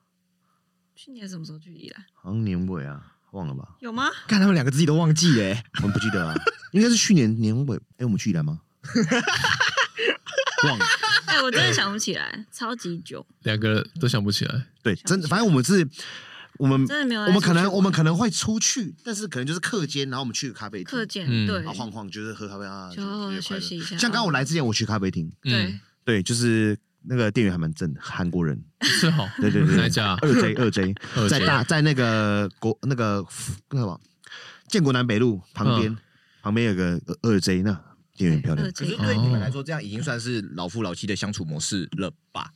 [SPEAKER 4] 去年什么时候去宜兰？
[SPEAKER 1] 好像年尾啊，忘了吧，
[SPEAKER 4] 有吗？
[SPEAKER 5] 看他们两个自己都忘记耶，
[SPEAKER 1] 我们不记得啊， 应该是去年年尾。哎、我们去宜兰吗？ 忘了，
[SPEAKER 4] 哎、我真的想不起来，超级久，
[SPEAKER 3] 两个都想不起来。
[SPEAKER 1] 对，真的，反正我们是，我们
[SPEAKER 4] 真的没有在
[SPEAKER 1] 我们可
[SPEAKER 4] 出去
[SPEAKER 1] 能
[SPEAKER 4] 玩
[SPEAKER 1] 我们可能会出去，但是可能就是课间，然后我们去咖啡厅
[SPEAKER 4] 课件、
[SPEAKER 3] 嗯
[SPEAKER 4] 对
[SPEAKER 1] 然后，晃晃，就是喝咖啡啊，
[SPEAKER 4] 就
[SPEAKER 1] 就
[SPEAKER 4] 休息一下
[SPEAKER 1] 像刚刚我来之前，我去咖啡厅，
[SPEAKER 5] 嗯
[SPEAKER 4] 对，
[SPEAKER 1] 对，就是那个店员还蛮正的，韩国人，
[SPEAKER 3] 嗯，是哦，
[SPEAKER 1] 对对对，
[SPEAKER 3] 哪一家啊
[SPEAKER 1] 二 J 二 J，
[SPEAKER 3] 二
[SPEAKER 1] 在
[SPEAKER 3] J
[SPEAKER 1] 大在那个国那个那什么建国南北路旁边，旁边有个二 J，那店员很漂亮
[SPEAKER 4] 二，
[SPEAKER 5] 可是
[SPEAKER 4] 姐，
[SPEAKER 5] 对你
[SPEAKER 2] 哦
[SPEAKER 5] 们来说，这样已经算是老夫老妻的相处模式了吧？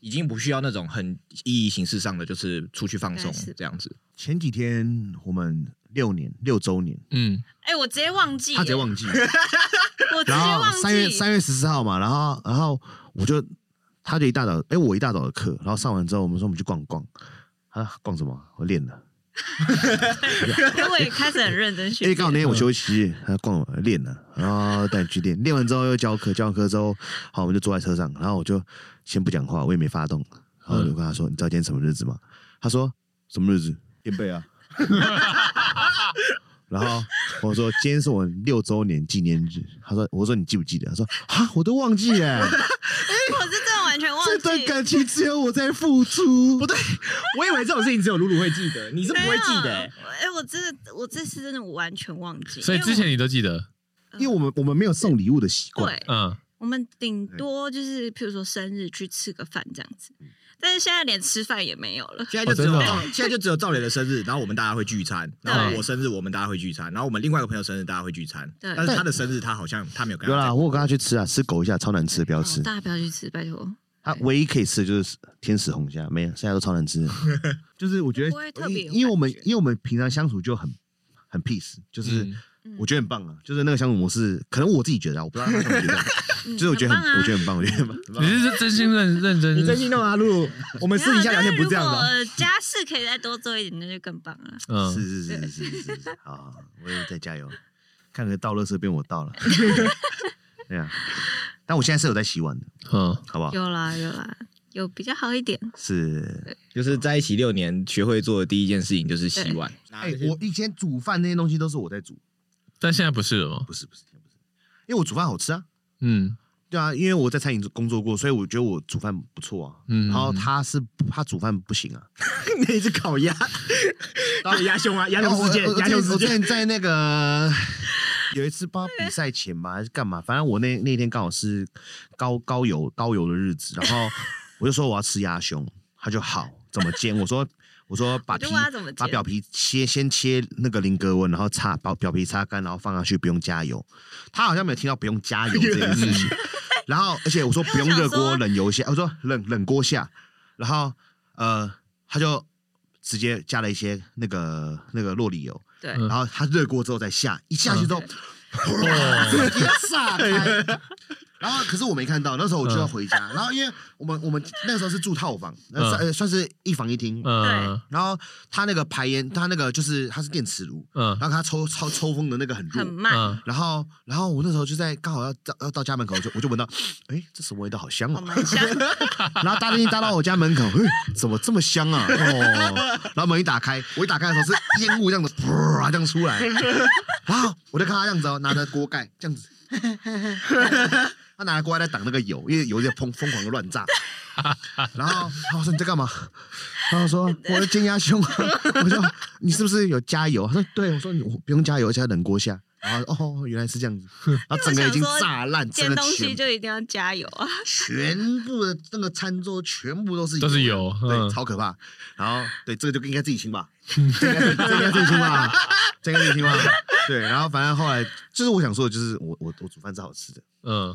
[SPEAKER 5] 已经不需要那种很意义形式上的，就是出去放松
[SPEAKER 4] 应该是
[SPEAKER 5] 这样子。
[SPEAKER 1] 前几天我们六年六周年，
[SPEAKER 3] 嗯，
[SPEAKER 4] 哎、我直接忘记，
[SPEAKER 1] 他直接，忘记，
[SPEAKER 4] 我直接
[SPEAKER 1] 然
[SPEAKER 4] 忘
[SPEAKER 1] 后
[SPEAKER 4] 记，
[SPEAKER 1] 三月三月十四号嘛，然后然后我就他就一大早，哎，我一大早的课，然后上完之后，我们说我们去逛逛，啊，逛什么？我练了。
[SPEAKER 4] 哎我也开始很认真学
[SPEAKER 1] 因为哎
[SPEAKER 4] 习，
[SPEAKER 1] 刚好那天我休息，他逛完练了，然后带你去练，练完之后又教课，教完课之后，好，我们就坐在车上，然后我就先不讲话，我也没发动，然后我就跟他说：“你知道今天什么日子吗？”他说：“什么日子？垫背啊。” 然后我说：“今天是我六周年纪念日。”他说：“我说你记不记得？”他说：“啊，我都忘记了，
[SPEAKER 4] 我是真的完全忘
[SPEAKER 1] 这段
[SPEAKER 4] 记，
[SPEAKER 1] 感情只有我在付出。”不对，
[SPEAKER 5] 我以为这种事情只有露露会记得，你是不
[SPEAKER 4] 没有
[SPEAKER 5] 会记得耶。欸
[SPEAKER 4] 哎、我真的，我这次真的完全忘记，
[SPEAKER 3] 所以
[SPEAKER 4] 因为
[SPEAKER 3] 之前你都记得，
[SPEAKER 4] 我嗯
[SPEAKER 7] 因为我们我们没有送礼物的习惯，
[SPEAKER 4] 对，
[SPEAKER 3] 嗯，
[SPEAKER 4] 我们顶多就是譬如说生日去吃个饭这样子，
[SPEAKER 1] 嗯
[SPEAKER 4] 但是现在连吃饭也没有了。
[SPEAKER 5] 现在就
[SPEAKER 3] 哦
[SPEAKER 5] 只
[SPEAKER 3] 真的
[SPEAKER 5] 有
[SPEAKER 3] 哦
[SPEAKER 5] 赵，现在就只有赵磊的生日，然后我们大家会聚餐，然后
[SPEAKER 4] 对
[SPEAKER 5] 我生日我们大家会聚餐，然后我们另外一个朋友生日大家会聚餐，
[SPEAKER 4] 对
[SPEAKER 5] 但是他的生日他好像他没有跟
[SPEAKER 1] 有
[SPEAKER 5] 他
[SPEAKER 1] 啦，
[SPEAKER 5] 讲
[SPEAKER 1] 我有跟他去吃啊，吃狗一下，超难吃的，不要
[SPEAKER 4] 哦
[SPEAKER 1] 吃。
[SPEAKER 4] 大家不要去吃，拜托。
[SPEAKER 1] 他唯一可以吃的就是天使红虾，没有，现在都超难吃的。 就是我觉
[SPEAKER 4] 不会特
[SPEAKER 1] 得，
[SPEAKER 4] 别有
[SPEAKER 1] 因因为我们
[SPEAKER 4] 感觉
[SPEAKER 1] 因为我们平常相处就很很 peace，就是
[SPEAKER 3] 嗯
[SPEAKER 4] 嗯
[SPEAKER 1] 我觉得很棒啊，就是那个相处模式，可能我自己觉得啊，我不知道他们觉得， 就是我觉得
[SPEAKER 4] 很
[SPEAKER 1] 很
[SPEAKER 4] 棒啊
[SPEAKER 1] 我觉得很棒，我觉得很棒。
[SPEAKER 3] 你是真心认认真，
[SPEAKER 5] 你真心弄啊，露露，我们私底下聊天不是这样的
[SPEAKER 4] 没
[SPEAKER 5] 哦。
[SPEAKER 4] 有但是如果家事可以再多做一点，那就更棒了。
[SPEAKER 1] 是
[SPEAKER 3] 嗯，
[SPEAKER 1] 是是是是是是，好好，好我也在加油，看看倒垃圾变我倒了， 对啊，但我现在是有在洗碗的，
[SPEAKER 3] 嗯，
[SPEAKER 1] 好不好？
[SPEAKER 4] 有啦有啦，有比较好一点。
[SPEAKER 1] 是，
[SPEAKER 2] 就是在一起六年，学会做的第一件事情就是洗碗。
[SPEAKER 1] 哎、我以前煮饭那些东西都是我在煮，
[SPEAKER 3] 但现在不是了吗？
[SPEAKER 1] 不是不是不是，因为我煮饭好吃啊，
[SPEAKER 3] 嗯
[SPEAKER 1] 对啊，因为我在餐饮工作过，所以我觉得我煮饭不错啊。
[SPEAKER 3] 嗯，
[SPEAKER 1] 然后他是他煮饭不行啊，
[SPEAKER 5] 那一只烤 鸭，鸭胸
[SPEAKER 4] 嗯
[SPEAKER 5] 啊，鸭
[SPEAKER 2] 哦
[SPEAKER 1] 然后
[SPEAKER 5] 胸
[SPEAKER 1] 我
[SPEAKER 5] 事件，
[SPEAKER 1] 我
[SPEAKER 5] 鸭
[SPEAKER 1] 之
[SPEAKER 5] 胸
[SPEAKER 1] 前
[SPEAKER 5] 事
[SPEAKER 1] 我之
[SPEAKER 5] 件。
[SPEAKER 1] 前在那个 有一次不知道比赛前嘛还是干嘛，反正我那那天刚好是高高油高油的日子，然后我就说我要吃鸭胸，他就好怎么煎，我说我说把
[SPEAKER 4] 我就
[SPEAKER 1] 皮
[SPEAKER 4] 问他怎么
[SPEAKER 1] 把
[SPEAKER 4] 煎
[SPEAKER 1] 表皮切先切那个菱格纹，然后擦把表皮擦干，然后放上去不用加油，他好像没有听到不用加 油这件事情，然后而且我说不用热
[SPEAKER 4] 因为我
[SPEAKER 1] 锅
[SPEAKER 4] 想说
[SPEAKER 1] 冷油 下，我说冷冷锅下，然后呃他就。直接加了一些那个那个洛里油，
[SPEAKER 4] 对，
[SPEAKER 3] 嗯
[SPEAKER 1] 然后它热锅之后再下，一下去之后，
[SPEAKER 3] 哦，
[SPEAKER 1] 一炸开。然后可是我没看到，那时候我就要回家。然后因为
[SPEAKER 3] 嗯
[SPEAKER 1] 我们我们那时候是住套房，那算、呃算是一房一厅。
[SPEAKER 3] 嗯
[SPEAKER 1] 然后它那个排烟，它那个就是它是电磁炉，
[SPEAKER 3] 嗯
[SPEAKER 1] 然后它抽抽抽风的那个很弱
[SPEAKER 4] 很。慢，
[SPEAKER 3] 嗯，
[SPEAKER 1] 然后然后我那时候就在刚好要到要到家门口，我就我就闻到， 哎，这什么味道，好香
[SPEAKER 4] 我
[SPEAKER 1] 哦。
[SPEAKER 4] 们像
[SPEAKER 1] 然后大电梯搭到我家门口，哎，怎么这么香啊？哦，然后门一打开，我一打开的时候 是烟雾这样子，啪这样出来，然后我就看他这样子哦，拿着锅盖这样子，他拿着锅盖在挡那个油，因为油在疯疯狂的乱炸。 然后他说你在干嘛？然后我说我在煎鸭胸啊。 我说你是不是有加油？他说对。我说你我不用加油，而且还冷锅下。然后哦，原来是这样子，然后整个已经炸烂，整
[SPEAKER 4] 煎
[SPEAKER 1] 个
[SPEAKER 4] 东西
[SPEAKER 1] 全
[SPEAKER 4] 就一定要加油啊！
[SPEAKER 1] 全部的那个餐桌全部都是
[SPEAKER 3] 都是油
[SPEAKER 1] 对，
[SPEAKER 3] 嗯
[SPEAKER 1] 超可怕。然后对这个就应该自己清吧，这个应该自己清吧，这个应该自己清吧。对，然后反正后来就是我想说的就是我我我煮饭是好吃的，
[SPEAKER 3] 嗯，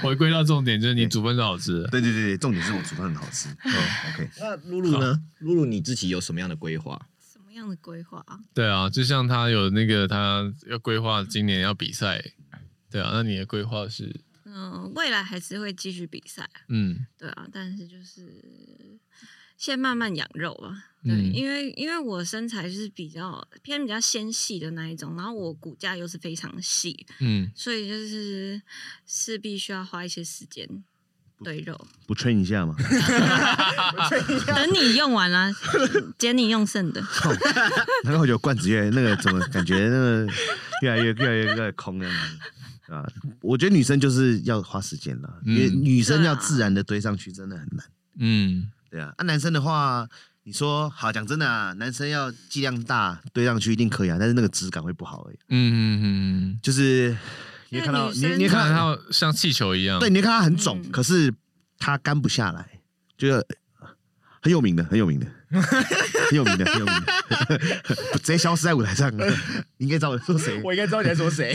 [SPEAKER 3] 回归到重点，就是你煮饭是好吃的。
[SPEAKER 1] 对对对对，重点是我煮饭很好吃。嗯，OK，
[SPEAKER 2] 那露露呢？露露你自己有什么样的规划？
[SPEAKER 4] 什么样的规划啊？
[SPEAKER 3] 对啊，就像他有那个他要规划今年要比赛，对啊，那你的规划是
[SPEAKER 4] 嗯，未来还是会继续比赛，
[SPEAKER 3] 嗯
[SPEAKER 4] 对啊，但是就是先慢慢养肉吧。对，
[SPEAKER 3] 嗯
[SPEAKER 4] 因为因为我身材就是比较偏比较纤细的那一种，然后我骨架又是非常细，
[SPEAKER 3] 嗯
[SPEAKER 4] 所以就是势必需要花一些时间对肉。
[SPEAKER 1] 不劝一下嘛，
[SPEAKER 4] 等你用完啦、捡你用剩的。
[SPEAKER 1] 难怪我觉得罐子越那个怎么感觉那个越来越越来越越来越空这样子啊。我觉得女生就是要花时间了，因为
[SPEAKER 3] 嗯
[SPEAKER 1] 女生
[SPEAKER 4] 对啊
[SPEAKER 1] 要自然的堆上去真的很难。
[SPEAKER 3] 嗯
[SPEAKER 1] 对啊，那、男生的话，你说好讲真的啊，男生要剂量大堆上去一定可以啊，但是那个质感会不好而已。
[SPEAKER 3] 嗯嗯嗯，
[SPEAKER 1] 就是你会看到，
[SPEAKER 4] 那女
[SPEAKER 1] 你
[SPEAKER 4] 生
[SPEAKER 1] 你会
[SPEAKER 3] 你看
[SPEAKER 1] 看到，
[SPEAKER 3] 他像气球一样，
[SPEAKER 1] 对，你会看到他很肿，
[SPEAKER 4] 嗯
[SPEAKER 1] 可是他干不下来，就是呃很有名的，很有 名的，很有名的，很有名的， 直接消失在舞台上 了。你应该知道我在说谁。
[SPEAKER 5] 我应该知道你在说 谁。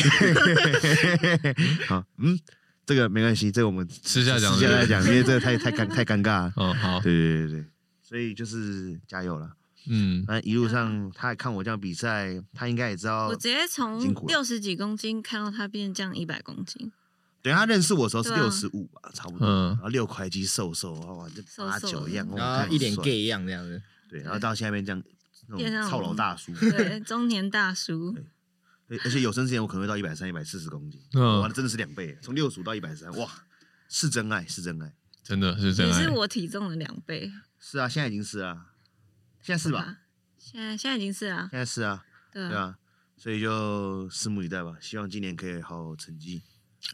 [SPEAKER 1] 好，嗯，这个没关系，这个我们
[SPEAKER 3] 私下讲
[SPEAKER 1] 私下
[SPEAKER 3] 对
[SPEAKER 1] 再
[SPEAKER 3] 不对
[SPEAKER 1] 讲，因为这个太 太尴太尴尬了。
[SPEAKER 3] 嗯好，
[SPEAKER 1] 对对对对，所以就是加油了。
[SPEAKER 3] 嗯
[SPEAKER 1] 反正一路上他还看我这样比赛，他应该也知道
[SPEAKER 4] 我。直接从
[SPEAKER 1] 辛苦了
[SPEAKER 4] 六十几公斤看到他变这样一百公斤，
[SPEAKER 1] 等他认识我的时候是
[SPEAKER 4] 对啊
[SPEAKER 1] 六十五吧，差不多。
[SPEAKER 3] 嗯
[SPEAKER 1] 然后六块肌瘦瘦，哇，这
[SPEAKER 4] 瘦
[SPEAKER 1] 八
[SPEAKER 4] 瘦
[SPEAKER 1] 九
[SPEAKER 4] 的
[SPEAKER 1] 一样，哇
[SPEAKER 2] 然
[SPEAKER 1] 看起
[SPEAKER 2] 后
[SPEAKER 1] 来
[SPEAKER 2] 啊一脸
[SPEAKER 1] 帅
[SPEAKER 2] gay 一样这样子。
[SPEAKER 1] 对，然后到现在变这样那
[SPEAKER 4] 变
[SPEAKER 1] 种
[SPEAKER 4] 成
[SPEAKER 1] 操劳大叔。
[SPEAKER 4] 对，中年 大叔，
[SPEAKER 1] 对而且有生之年我可能会到一百三、一百四十公斤，哇，
[SPEAKER 3] 嗯
[SPEAKER 1] 那，真的是两倍，从六十五到一百三，哇，是真爱，是真爱。
[SPEAKER 3] 真的是真
[SPEAKER 4] 也
[SPEAKER 3] 爱
[SPEAKER 4] 是，我体重的两倍，啊
[SPEAKER 1] 是啊，现在已经是啊，现在是吧？？
[SPEAKER 4] 现在现在已经是啊，
[SPEAKER 1] 现在是啊，
[SPEAKER 4] 对
[SPEAKER 1] 对
[SPEAKER 4] 啊，
[SPEAKER 1] 啊，所以就拭目以待吧，希望今年可以好好成绩。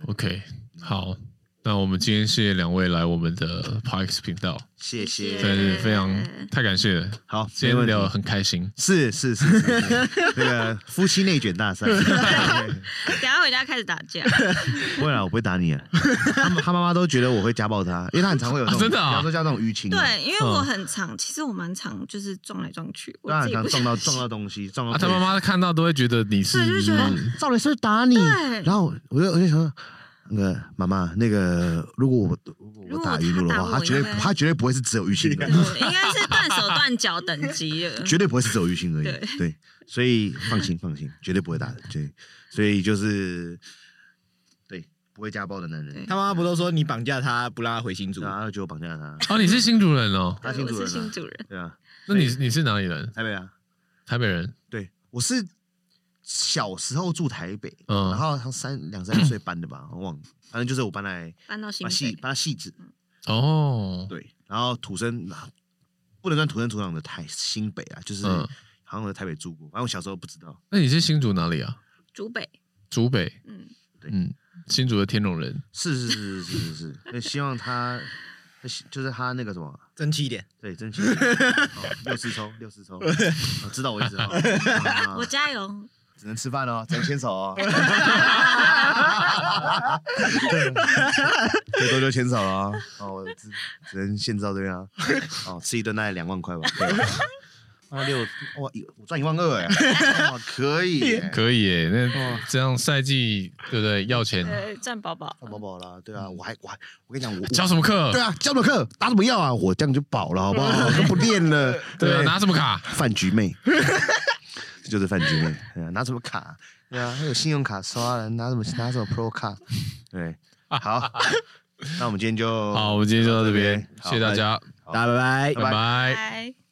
[SPEAKER 3] OK，好，那我们今天谢谢两位来我们的 Parks 频道，
[SPEAKER 1] 谢
[SPEAKER 4] 谢
[SPEAKER 1] 谢。
[SPEAKER 3] 真的是非常太感谢了，
[SPEAKER 1] 好，
[SPEAKER 3] 今
[SPEAKER 1] 没
[SPEAKER 3] 天
[SPEAKER 1] 问
[SPEAKER 3] 聊得
[SPEAKER 1] 题。
[SPEAKER 3] 很开心。
[SPEAKER 1] 是是是是， 是那个夫妻内卷大赛。
[SPEAKER 4] 等一下回家开始打架。
[SPEAKER 1] 不会啦，我不会打你啊。他们他妈妈都觉得我会家暴他，因为他很常会有这种，
[SPEAKER 3] 啊真的啊
[SPEAKER 1] 比方说像这种淤青啊，
[SPEAKER 4] 对，因为我很常，其实我蛮常就是撞来撞去，
[SPEAKER 1] 他
[SPEAKER 4] 我自
[SPEAKER 1] 很
[SPEAKER 4] 己
[SPEAKER 1] 常撞到
[SPEAKER 4] 不
[SPEAKER 1] 撞
[SPEAKER 4] 小心
[SPEAKER 1] 到东西，撞
[SPEAKER 3] 啊，
[SPEAKER 1] 到
[SPEAKER 3] 他
[SPEAKER 1] 东西。
[SPEAKER 3] 妈妈看到都会觉得你是
[SPEAKER 4] 对就觉得
[SPEAKER 1] 赵磊是不是打你
[SPEAKER 4] 对，
[SPEAKER 1] 然后我就我就想说，那个妈妈，那个如果我
[SPEAKER 4] 如
[SPEAKER 1] 我
[SPEAKER 4] 果
[SPEAKER 1] 打一路的话，
[SPEAKER 4] 他打我
[SPEAKER 1] 他绝
[SPEAKER 4] 应
[SPEAKER 1] 对
[SPEAKER 4] 该
[SPEAKER 1] 他绝对不会是只有淤青的，
[SPEAKER 4] 对，应该是断手断脚等级了。
[SPEAKER 1] 绝对不会是只有淤青而
[SPEAKER 4] 对
[SPEAKER 1] 已。对，所以放心放心，绝对不会打的。对，所以就是对不会家暴的男人啊
[SPEAKER 4] 对，
[SPEAKER 5] 他妈妈不都说你绑架他不让他回新竹？
[SPEAKER 2] 啊
[SPEAKER 1] 然后就绑架他，
[SPEAKER 3] 哦，你是新主人哦，
[SPEAKER 1] 他
[SPEAKER 4] 对
[SPEAKER 1] 新
[SPEAKER 4] 我
[SPEAKER 1] 主
[SPEAKER 4] 是
[SPEAKER 1] 人
[SPEAKER 4] 新
[SPEAKER 1] 啊，
[SPEAKER 4] 主人，
[SPEAKER 1] 对啊，
[SPEAKER 3] 那你你是哪里人？
[SPEAKER 1] 台北啊，
[SPEAKER 3] 台北人，
[SPEAKER 1] 对我是小时候住台北，
[SPEAKER 3] 嗯
[SPEAKER 1] 然，后他三两三岁搬的吧，我忘了，反正就是我搬来
[SPEAKER 4] 搬到新
[SPEAKER 1] 把戏
[SPEAKER 4] 北。
[SPEAKER 1] 把它细致，
[SPEAKER 3] 哦，
[SPEAKER 1] 对，然后土生啊不能算土生土长的台新北啊，就是
[SPEAKER 3] 嗯
[SPEAKER 1] 好像我在台北住过，反正我小时候不知道，
[SPEAKER 3] 那你是新竹哪里啊？
[SPEAKER 4] 竹北，
[SPEAKER 3] 竹北，
[SPEAKER 4] 嗯，
[SPEAKER 3] 嗯，新竹的天龙人，
[SPEAKER 1] 是是是是是是，那希望他，那希就是他那个什么。
[SPEAKER 5] 争气一点，
[SPEAKER 1] 对，真心、哦、六四抽，六四抽，哦、知道我意思哦、啊
[SPEAKER 4] 我 加油，
[SPEAKER 1] 只能吃饭哦，只能牵手 哦，最多就牵手了哦，哦，我只只能限制到这边 啊，哦，吃一顿大概两万块吧， 对吧那啊六哇，一我赚一万 二哎，哦可以耶，
[SPEAKER 3] 可以耶，那这样赛季对不对？要钱，
[SPEAKER 4] 对，战宝宝，
[SPEAKER 1] 赚饱饱啦，对啊，我还我还我跟你讲，我
[SPEAKER 3] 教什么课
[SPEAKER 1] 对？啊，教什么课，打什么药啊，我这样就饱了，好不 好？就不练了，
[SPEAKER 3] 对啊，拿什么卡？
[SPEAKER 1] 饭局妹， 这就是饭局妹。对啊，拿什么卡？对啊，还有信用卡刷了，拿什么拿什么 Pro 卡？对，好，那我们今天就
[SPEAKER 3] 好，我们今天就到这边，
[SPEAKER 1] 好
[SPEAKER 3] 谢谢大家，
[SPEAKER 5] 大家拜拜
[SPEAKER 1] 拜拜
[SPEAKER 3] 拜。
[SPEAKER 4] 拜。